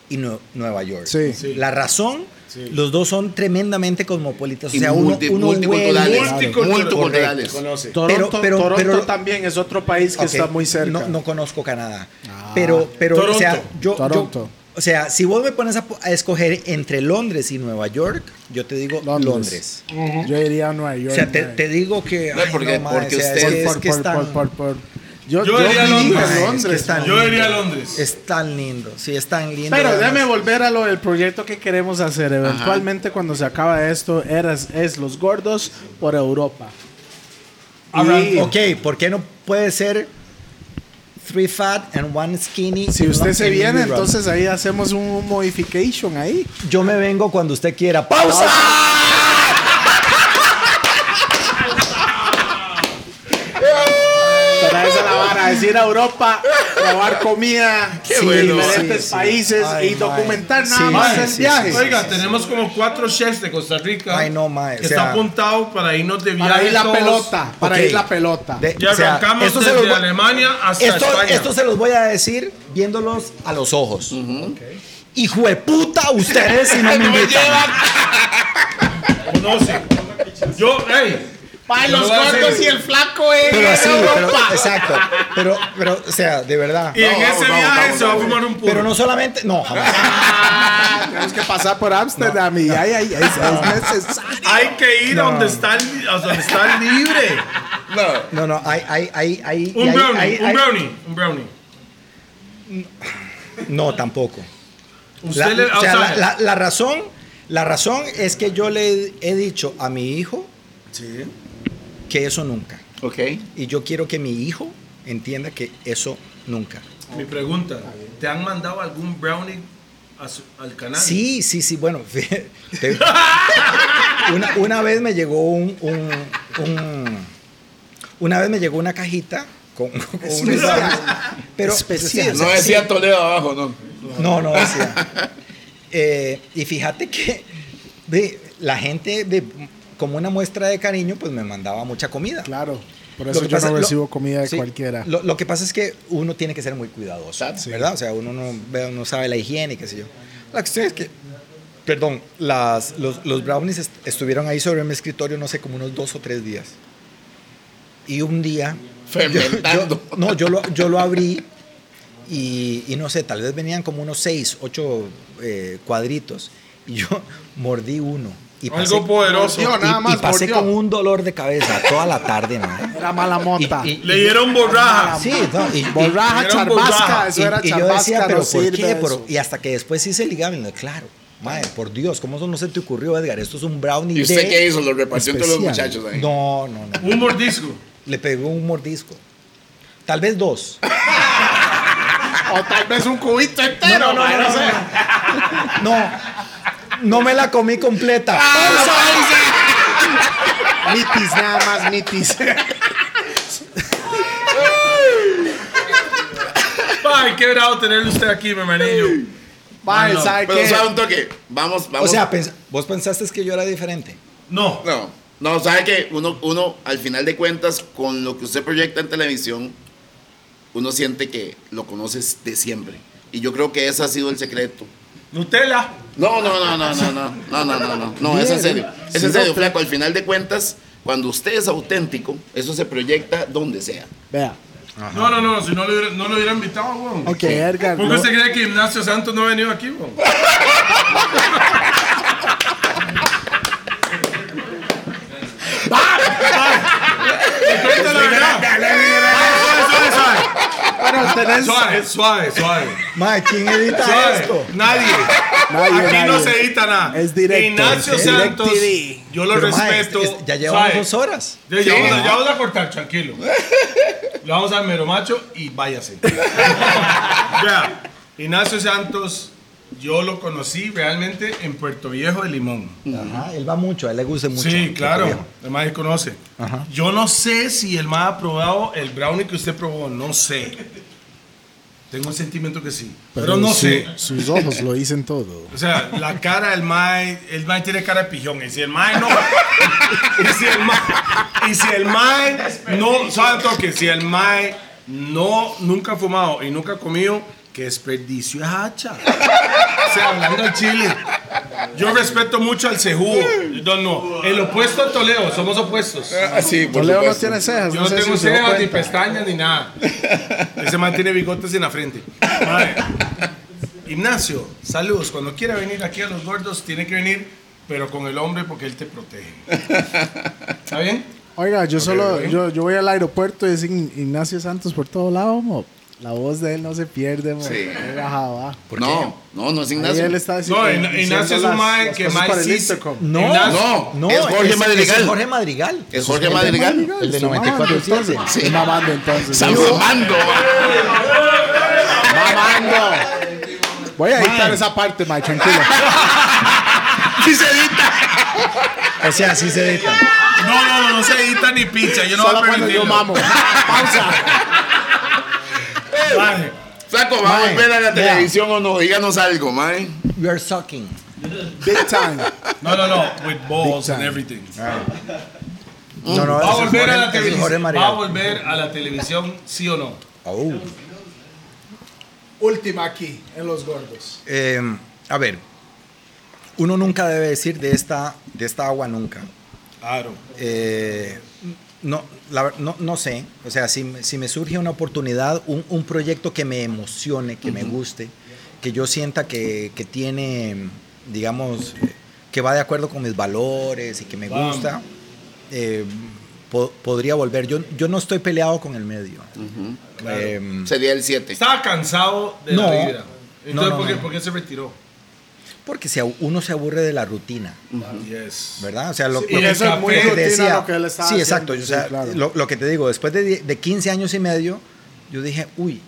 y Nue- Nueva York.
Sí.
Sí.
La razón, los dos son tremendamente cosmopolitas. O
Y
sea, uno,
multi-
uno
multiculturales.
huele-
Multiculturales.
Conoce.
Toronto,
Pero- pero-
Toronto
pero-
también es otro país que
Ok,
está muy cerca.
No, no conozco Canadá. pero, pero o
Toronto.
sea, yo, yo-
Ah. Toronto.
o sea, si vos me pones a, po- a escoger entre Londres y Nueva York, yo te digo Londres.
Londres. Yo iría a Nueva York.
O sea, te,
mae.
te digo que.
No,
ay,
porque-
no, mae,
porque
o sea,
ustedes-
es que, es
Por-
que
por-
están,
por- por- por- Yo,
Yo
yo
iría a
diría
Londres.
Ay, es que
Londres,
están
Yo
lindos.
iría a Londres.
Es tan lindo. Sí, es tan lindo.
Pero
además.
déjame volver a lo del proyecto que queremos hacer. Eventualmente, cuando se acaba esto, eras, es Los Gordos por Europa.
Abraham,
Y
Ok, ¿por qué no puede ser three fat and one skinny?
si
in
usted
Lo-
se
in
viene,
Europe?
entonces ahí hacemos un modification ahí.
Yo me vengo cuando usted quiera. ¡Pausa!
Para eso la vara, es ir a Europa, probar comida
Qué
sí,
bueno.
diferentes
Sí, sí.
países
Ay,
y
mae.
documentar nada
Sí,
más
sí,
el
sí,
viaje.
sí,
Oiga, tenemos como cuatro chefs de Costa Rica.
Ay, no, mae,
Que
o sea-
está apuntado para irnos de viaje.
Para ir la
todos.
pelota, para
Ok.
ir la pelota.
De-
Y
o sea,
arrancamos
esto se
desde
los voy-
Alemania hasta
Esto,
España.
esto se los voy a decir viéndolos a los ojos. Hijo de puta, ustedes si no me invitan.
Conoce. Yo, hey.
Para
los gordos y
el flaco, eh.
Pero así, pero, exacto. Pero, pero, o sea, de verdad.
Y en
No,
ese
no,
viaje
no,
se va a
no,
fumar un puro.
Pero no solamente. No, jamás.
Tenemos que pasar por Ámsterdam y ahí, ahí, es, es necesario.
Hay que ir a donde está, el- a donde está el libre.
No,
No, no, hay, hay, hay, hay.
Un
hay-
brownie,
hay-
un
hay-
brownie, un brownie.
No, tampoco. La,
Usted le,
o sea,
o
la,
sea,
la- la razón, la razón es que yo le he dicho a mi hijo que eso nunca.
ok.
Y yo quiero que mi hijo entienda que eso nunca.
mi pregunta, ¿te han mandado algún brownie a su- al canal?
Sí, sí, sí, bueno. fíjate. una, una vez me llegó un, un- un- Una vez me llegó una cajita con, con unos brownies, pero
Especial.
sí,
No decía Toledo abajo, no.
No, no decía. Eh, y fíjate que de, la gente, de, como una muestra de cariño, pues me mandaba mucha comida.
Claro. Por
Lo
eso
que
yo
pasa-
no
lo-
recibo comida de
sí,
cualquiera.
Lo, lo que pasa es que uno tiene que ser muy cuidadoso,
Claro. Sí.
¿verdad? O sea, uno no, ve- no sabe la higiene, qué sé yo. La cuestión es que, perdón, las, los, los brownies est- estuvieron ahí sobre mi escritorio, no sé, como unos dos o tres días. Y un día... yo- yo-
Fermentando.
no, yo lo, yo lo abrí y, y no sé, tal vez venían como unos seis, ocho eh, cuadritos. Y yo mordí uno. Y pasé,
Algo poderoso.
Dios,
y-
nada más
y pasé
mordió.
con un dolor de cabeza toda la tarde, man.
Era mala mota.
Y- y-
Le dieron borraja.
Sí, no, y, y-
borraja,
Era un
charbasca.
borraja.
Eso
y-
era
y yo
charbasca.
decía, pero
no
¿por
sirve
qué?
eso.
Pero- y hasta que después hice el ligamento, claro. Madre, por Dios, ¿cómo eso no se te ocurrió, Edgar? Esto es un brownie
¿Y usted
de-
qué hizo? Lo repartió entre los
especial.
muchachos ahí.
No, no, no.
Un mordisco.
Le pegó un mordisco. Tal vez dos.
O tal vez un cubito entero, mae, no sé.
No, no me la comí completa.
Ah,
Mitis, nada más mitis.
Ay, qué bravo tenerlo usted aquí, mi manillo.
Mae,
no,
¿sabe
Pero
qué?
sabe un toque. Vamos,
O
vamos.
sea, pens- vos pensaste que yo era diferente.
No.
no. No, sabe que uno, uno, al final de cuentas, con lo que usted proyecta en televisión, uno siente que lo conoces de siempre. Y yo creo que ese ha sido el secreto.
Nutella.
No, no, no, no, no, no, no, no, no, no, no, es en serio, es en serio, flaco, al final de cuentas, cuando usted es auténtico, eso se proyecta donde sea.
Vea.
No, no, no, si no lo hubiera, no lo hubiera invitado, weón.
Ok, Edgar.
¿Por qué
no-
usted cree que Ignacio Santos no ha venido aquí, weón? Cuenta la verdad. Suave, suave, suave. Suave, suave, suave.
Mae, ¿quién edita
Suave.
Ah, esto?
Nadie.
Nadie,
Aquí no
nadie.
se edita nada.
Es directo.
Ignacio
Es
Santos,
DirecTV.
yo lo
Pero, mae,
respeto.
es- es- ya llevamos
Suave.
dos horas.
Ya, ya vamos a, ya vamos a cortar, tranquilo. Le vamos a mero macho y váyase. Vea, Ignacio Santos, yo lo conocí realmente en Puerto Viejo de Limón.
Ajá, él va mucho, a él le gusta mucho.
sí, claro. El maíz conoce. Yo no sé si el más ha probado el brownie que usted probó, no sé. Tengo un sentimiento que sí, pero, no
su-
sé.
Sus ojos lo dicen todo.
O sea, la cara del mae, el mae tiene cara de pijón. Y si el mae no. Y si el mae. Y si el mae no. ¿Saben toque? Si el mae no, nunca ha fumado y nunca ha comido, qué desperdicio es hacha. O sea, hablando al chile. Yo respeto mucho al cejudo. No, no. El opuesto a Toledo, somos opuestos.
Así, por
Toledo no tiene cejas.
Yo
Pues
no
no sé
tengo
si se dio
cejas, pues. ni
cuenta.
pestañas, ni nada. Ese man tiene bigotes en la frente. Mae. Ignacio, saludos. Cuando quiera venir aquí a Los Gordos, tiene que venir, pero con el hombre porque él te protege. ¿Está bien?
Oiga, yo solo,
bien.
yo, yo voy al aeropuerto y es Ign- Ignacio Santos por todo lado, mo. La voz de él no se pierde, mo.
Sí.
Oiga, jabá.
No, no, no es
Ahí
Ignacio.
él está diciendo.
No, Ign- Ignacio es un mae que mae sí-
No,
Ignacio-
No,
No,
es Jorge
ese- ese
Madrigal.
Es Jorge Madrigal.
Es Jorge Madrigal.
El de 94
entonces.
siete.
Sí. Mamando entonces.
Está mamando.
Mamando. Voy a editar esa parte, mae, tranquilo.
Sí se edita.
O sea, así se edita.
No, no, no, no se edita ni picha. Yo no voy a
Solo cuando yo
permitirlo.
mamo. Pausa.
Mae,
Flaco, ¿va a
Mae,
volver a la
vea.
televisión o no? Díganos algo, mae.
We are sucking.
Big time.
No, no, no. With balls and everything.
No, no, ese
Va a
es
volver a
Jorge- ese
la
es Jorge
televisión. Va a
Madrigal.
volver a la televisión, sí o no.
Au.
Última aquí, en los gordos.
Eh, a ver, uno nunca debe decir de esta, de esta agua nunca.
Claro.
Eh, no, la ver- no, no sé, o sea, si, me- si me surge una oportunidad, un, un proyecto que me emocione, que me guste, que yo sienta que, que tiene, digamos, eh, que va de acuerdo con mis valores y que me
Vamos.
gusta, eh, po- podría volver. Yo, yo no estoy peleado con el medio. Em,
Sería el 7.
Estaba cansado de
No.
la vida. Entonces,
No, no,
¿por, qué,
no.
por qué se retiró?
porque se abu- uno se aburre de la rutina.
Yes.
¿Verdad? O sea, lo,
Sí,
lo
y
que-
eso es muy
lo que
rutina
te decía.
lo que él estaba
sí,
haciendo.
exacto. O sea,
Sí, claro.
lo, lo que te digo, después de, die- de 15 años y medio, yo dije, uy,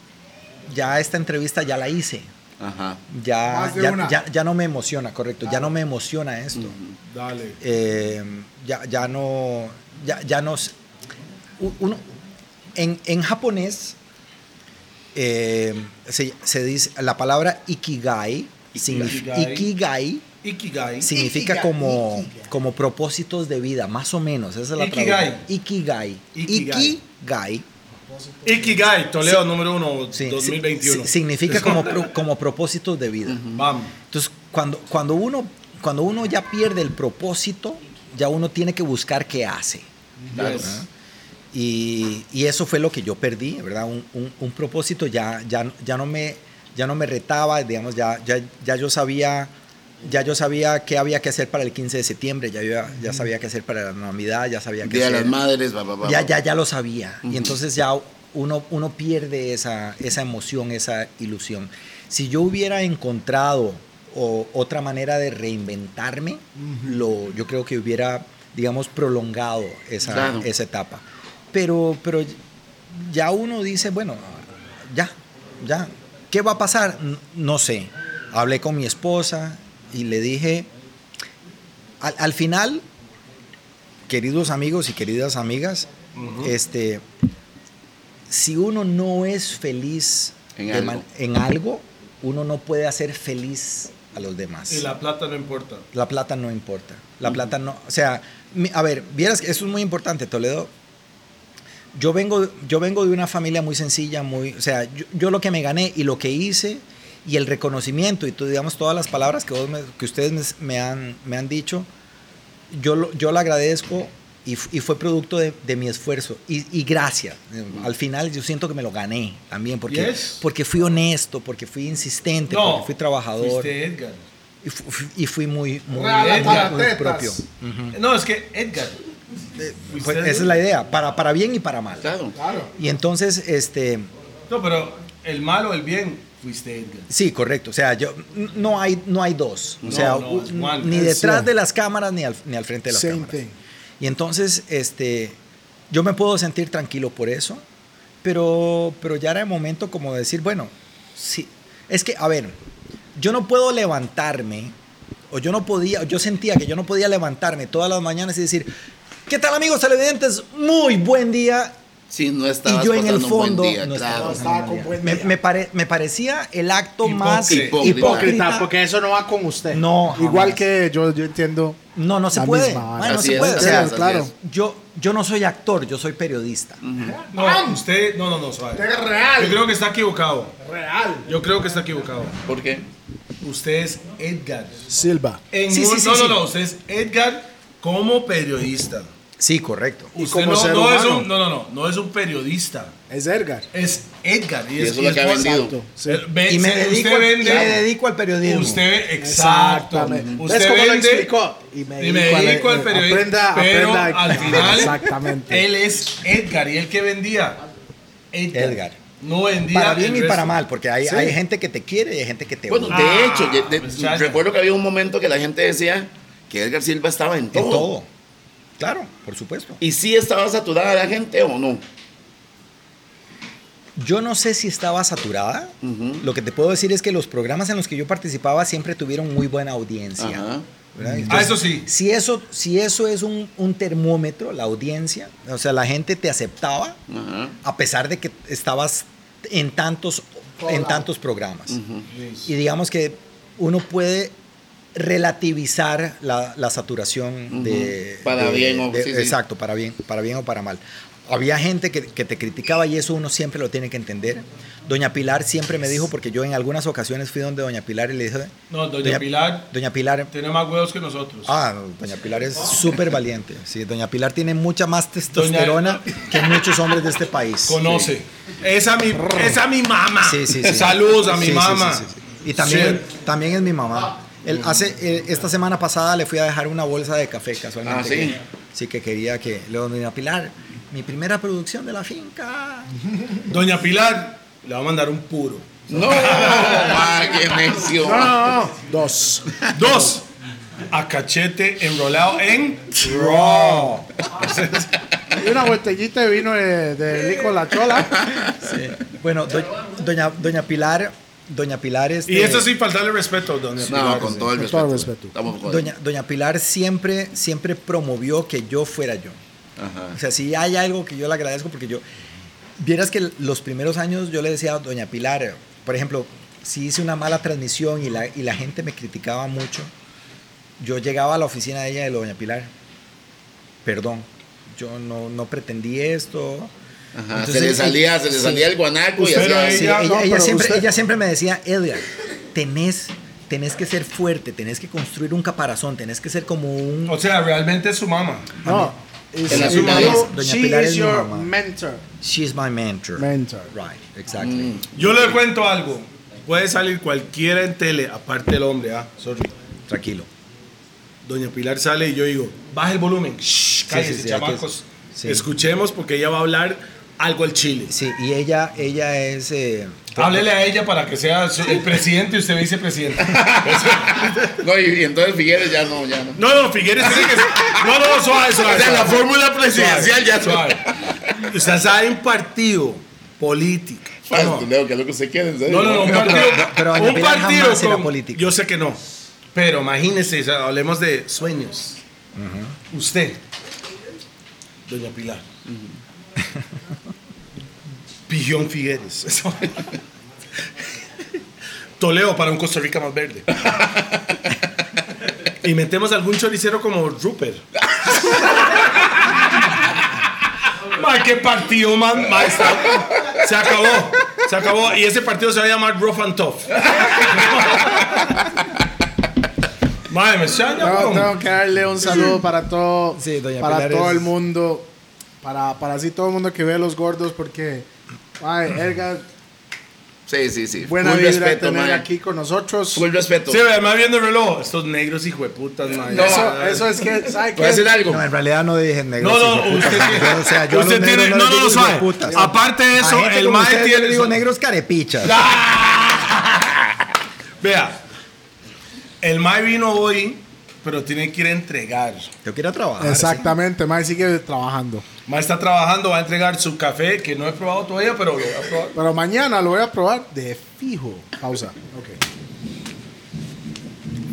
ya esta entrevista ya la hice.
Ajá.
Ya,
Más de
ya,
una.
ya, ya no me emociona, correcto. Ya no me emociona esto.
Dale.
Eh, ya, ya no. Ya, ya no. s- u- Uno, en, en japonés eh, se, se dice la palabra ikigai. significa-
Ikigai.
ikigai
Ikigai.
significa como, como propósitos de vida, más o menos. Esa es la
Ikigai.
traducción. Ikigai.
Ikigai.
Ikigai.
Ikigai, Toledo número uno,
sí, sí,
2021.
sí, significa como, pro- como propósitos de vida.
Vamos.
Entonces, cuando, cuando, uno, cuando uno ya pierde el propósito, ya uno tiene que buscar qué hace.
Yes.
Y, y eso fue lo que yo perdí, ¿verdad? Un, un- un propósito ya, ya, ya, no me, ya no me retaba, digamos, ya, ya, ya yo sabía... Ya yo sabía qué había que hacer para el 15 de septiembre, ya, yo- ya sabía qué hacer para la Navidad, ya sabía qué
Día de
hacer.
las madres, va, va, va,
Ya,
va.
ya, ya lo sabía. Y entonces ya uno, uno pierde esa, esa emoción, esa ilusión. Si yo hubiera encontrado o- otra manera de reinventarme, lo, yo creo que hubiera, digamos, prolongado esa,
Claro.
esa etapa. Pero, pero ya uno dice, bueno, ya, ya, ¿Qué va a pasar? N- No sé. Hablé con mi esposa y le dije, al, al final, queridos amigos y queridas amigas, este, si uno no es feliz
En
de
algo.
man- en algo, uno no puede hacer feliz a los demás.
Y la plata no importa.
La plata no importa. La plata no. O sea, mi- a ver, vieras que eso es muy importante, Toledo. Yo vengo, yo vengo de una familia muy sencilla, muy. O sea, yo, yo lo que me gané y lo que hice y el reconocimiento y tú, digamos todas las palabras que, vos me- que ustedes me, me han, me han dicho, yo lo, yo lo agradezco y, f- y fue producto de, de mi esfuerzo y, y gracias. Al final yo siento que me lo gané también porque,
Yes.
porque fui honesto, porque fui insistente, porque fui trabajador
Fuiste Edgar.
y, fu- fu- y fui muy, muy,
Ralata
muy
tetas.
propio.
No, es que Edgar.
Pues
Fuiste
esa es la idea, para, para bien y para mal.
Claro.
Y entonces, este,
No, pero el malo, el bien, fuiste Edgar.
sí, correcto. O sea, yo n- no hay, no hay dos. O
No,
sea,
no,
u-
es one.
ni
Es
detrás
one.
de las cámaras ni al, ni al frente de las
Same
cámaras.
thing.
Y entonces, este, yo me puedo sentir tranquilo por eso, pero, pero ya era el momento como de decir, bueno, sí, es que, a ver, yo no puedo levantarme, o yo no podía, yo sentía que yo no podía levantarme todas las mañanas y decir, ¿qué tal amigos televidentes? Muy buen día.
Sí, no
Y
estabas
yo en el
pasando un buen
fondo
día,
no estaba
claro.
pasando un
Estaba
buen
con buen
día. me,
día.
me pare- me parecía el acto más
Hipócrita.
hipócrita.
Hipócrita, porque eso no va con usted.
No,
Igual
jamás.
que yo, yo entiendo.
No, no se
La
puede.
misma vara.
Mae, no
Así
se
es,
puede. O
así
sea,
es, así
claro.
es.
yo, yo no soy actor, yo soy periodista.
No, usted. No, no, no, suave. Yo creo que está equivocado.
Real.
Yo creo que está equivocado.
¿Por qué?
Usted es Edgar.
Silva.
En
Sí,
un-
sí, sí,
no,
sí.
no, no. Usted es Edgar como periodista.
Sí, correcto.
Y
Usted
como
no,
ser
no es
humano.
un, no, no, no. No es un periodista.
Es Edgar.
Es Edgar. Y,
Y eso es lo que ha
por-
vendido.
Exacto. Sí.
Eh, ve-
Y me
se-
dedico,
usted
al-
vende.
me dedico al periodismo.
Usted, exacto.
Exactamente.
Usted
¿Ves cómo lo
vende-
explicó?
Y me
a
dedico,
la-
al
eh,
periodismo.
Aprenda,
pero
aprenda.
al final,
Exactamente.
él es Edgar y el que vendía. Edgar.
Edgar.
No vendía.
Para bien
el
y
resto.
para mal, porque hay, hay gente que te quiere y hay gente que te
Bueno,
odia.
de hecho, de- de-
pues, chacha.
recuerdo que había un momento que la gente decía que Edgar Silva estaba en todo.
En todo. Claro, por supuesto.
¿Y si estaba saturada la gente o no?
Yo no sé si estaba saturada.
Ujú.
Lo que te puedo decir es que los programas en los que yo participaba siempre tuvieron muy buena audiencia.
Ajá.
¿verdad?
Ah,
Entonces,
eso sí.
si eso, si eso es un, un termómetro, la audiencia, o sea, la gente te aceptaba
Ajá.
a pesar de que estabas en tantos, en tantos programas. Y digamos que uno puede relativizar la, la saturación de...
Para
de-
bien o-
de-
sí, sí.
Exacto, para bien, para bien o para mal. Había gente que, que te criticaba y eso uno siempre lo tiene que entender. Doña Pilar siempre me dijo, porque yo en algunas ocasiones fui donde Doña Pilar y le dije...
No, doña Pilar-
Doña Pilar...
Tiene más huevos que nosotros.
Ah, Doña Pilar es súper valiente. Sí, Doña Pilar tiene mucha más testosterona que muchos hombres de este país.
Conoce. Esa mi, esa mi mamá.
Sí, sí, sí.
Saludos a mi
Sí, sí,
mamá.
sí, sí, sí. Y también,
Sí.
también es mi mamá. Él hace, eh, esta semana pasada le fui a dejar una bolsa de café casualmente.
Ah, ¿sí?
Que, sí, que quería que le doy a Pilar. Mi primera producción de la finca.
Doña Pilar le va a mandar un puro.
No, ma, qué mención.
Dos.
Dos. A cachete enrolado en Raw.
Y una botellita de vino de, de Lico La Chola.
Bueno, do- doña, doña Pilar, doña Pilar este,
Y eso sin faltarle respeto, doña
No,
Pilar.
con todo el
Con
respeto.
todo el respeto.
Estamos jodidos.
Doña, doña Pilar siempre, siempre promovió que yo fuera yo. O sea, si hay algo que yo le agradezco, porque yo. Vieras que los primeros años yo le decía a Doña Pilar, por ejemplo, si hice una mala transmisión y la, y la gente me criticaba mucho, yo llegaba a la oficina de ella y le digo, Doña Pilar, perdón, yo no, no pretendí esto.
Ajá,
Entonces,
se le salía, se le
sí.
salía el guanaco y
Usted
hacía
era
Sí,
así.
Ya,
ella,
no,
ella
pero
siempre,
usted-
ella siempre me decía, Edgar, tenés, tenés que ser fuerte, tenés que construir un caparazón, tenés que ser como un...
O sea, realmente es su mamá.
No. Es,
Doña
es-
Pilar
es- Doña
she
Pilar
is
es mi
your
mamá.
mentor.
She's my mentor.
Mentor.
Right, exactly.
Yo le cuento algo. Puede salir cualquiera en tele, aparte el hombre, ah, sorry.
Tranquilo.
Doña Pilar sale y yo digo, baja el volumen. Shh, cállense,
sí, sí, aquí
chamacos.
es- sí.
Escuchemos porque ella va a hablar algo al chile.
Sí, y ella, ella es... eh,
Háblele a ella para que sea su- el presidente y usted vicepresidente.
No, y, y entonces Figueres ya no, ya no.
No, no, Figueres tiene que ser. No, no, suave, suave.
O sea, la
suave.
fórmula presidencial ya no.
Suave. Usted sabe un partido político.
Falso, Leo, que es lo que usted quiere, en serio.
No, no, no, un
Pero-
partido.
pero doña
un
Pilar
partido
jamás era
con-
política.
Yo sé que no. Pero imagínese, o sea, hablemos de sueños. Usted, Doña Pilar. Pillón Figueres. Eso. Toledo para un Costa Rica más verde. y metemos algún choricero como Rupert. Ma, qué partido, man. Ma, está- se acabó. Se acabó. Y ese partido se va a llamar Rough and Tough. Madre, me extraña,
Tengo,
weón.
tengo que darle un saludo para todo,
Sí, doña
para
Pilar
todo
es-
el mundo, para, para así todo el mundo que ve a los gordos, porque, ay, Edgar,
Sí, sí, sí.
buena
Full
vibra
respeto,
tener
mae.
aquí con nosotros.
Full respeto.
Sí, además viendo el reloj. Estos negros hijo de putas, madre.
No,
Eso, eso es que, ¿sabe
¿Puedo
qué?
decir algo?
No, en realidad no dije negro.
No,
hijo de
no,
puta, porque
usted tiene.
yo, o sea, yo a los
usted
negros
tiene.
les
No, no,
digo
lo
hijo de
sabe.
putas.
Aparte de
A
eso,
gente
el
como
mae
ustedes
tiene.
yo le digo negros carepichas.
Vea. El mae vino hoy, pero tiene que ir a entregar.
Yo quiero trabajar.
Exactamente, Mae sigue trabajando.
Mae está trabajando, va a entregar su café, que no he probado todavía, pero lo voy a probar.
Pero mañana lo voy a probar de fijo. Pausa. Ok.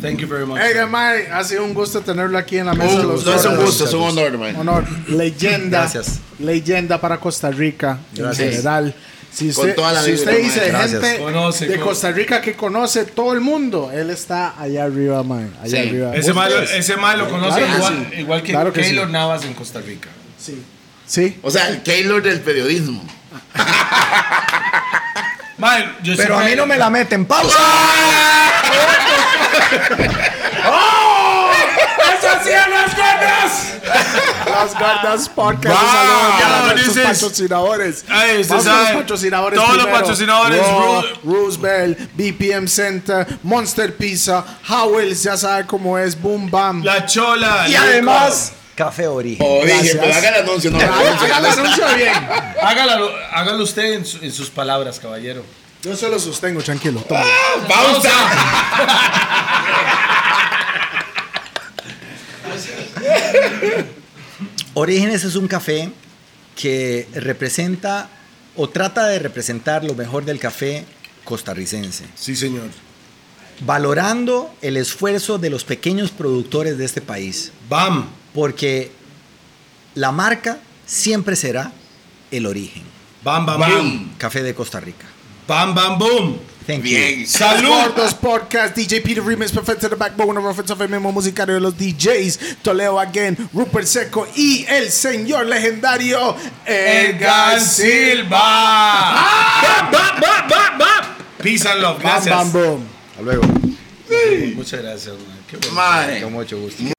Thank you very much.
Edgar, Mae, ha sido un gusto tenerlo aquí en la mesa de los
No es un
gordos.
gusto, es un honor, mae.
Honor, leyenda.
Gracias.
Leyenda para Costa Rica
Gracias.
en general. Si
Con
usted,
toda la
si
vibra,
usted
mae.
dice
Gracias.
gente
Conoce,
de
co-
Costa Rica que conoce todo el mundo, él está allá arriba, man. Allá
Sí.
arriba.
Ese mae, lo- ese mae lo conoce
Claro que
igual,
sí.
igual que
Claro que
Keylor
sí.
Navas en Costa Rica.
Sí. Sí.
O sea, el Keylor del periodismo.
Mae, yo
Pero a
siempre-
mí no me la meten. ¡Pausa!
Las Gordas Podcast.
Wow.
Un saludo
Ya
para
lo
nuestros
dices.
patrocinadores.
Ay, usted
Vamos a
sabe.
los patrocinadores
Todos los
primero.
patrocinadores,
Raw,
Ru-
Roosevelt, BPM Center, Monster Pizza, Howells, ya sabe cómo es, Boom Bam.
La chola.
Y
Nico.
además, café origen.
Oh,
O Oh, dije,
Gracias.
pero haga el anuncio, no.
Haga haga el anuncio bien.
Hágalo, hágalo usted en, su- en sus palabras, caballero.
Yo se lo sostengo, tranquilo. Toma.
¡Pausa!
Orígenes es un café que representa o trata de representar lo mejor del café costarricense,
Sí, señor.
valorando el esfuerzo de los pequeños productores de este país,
Bam.
porque la marca siempre será el origen.
Bam, bam, boom.
Bam.
Café de Costa Rica.
Bam, bam, boom.
Thank you.
Bien.
Salud.
Gordos Podcast, DJ Peter Remix, Perfecto the Backbone, una referencia al mismo musicario de los DJs, Toledo Again, Rupert Seco y el señor legendario Edgar
Edgar
Silva.
Silva. Bam, bam, bam, bam, bam. Peace and love.
Bam,
Gracias.
bam, boom.
Hasta luego.
Muchas gracias, man. Qué bueno.
Mae.
Con mucho gusto.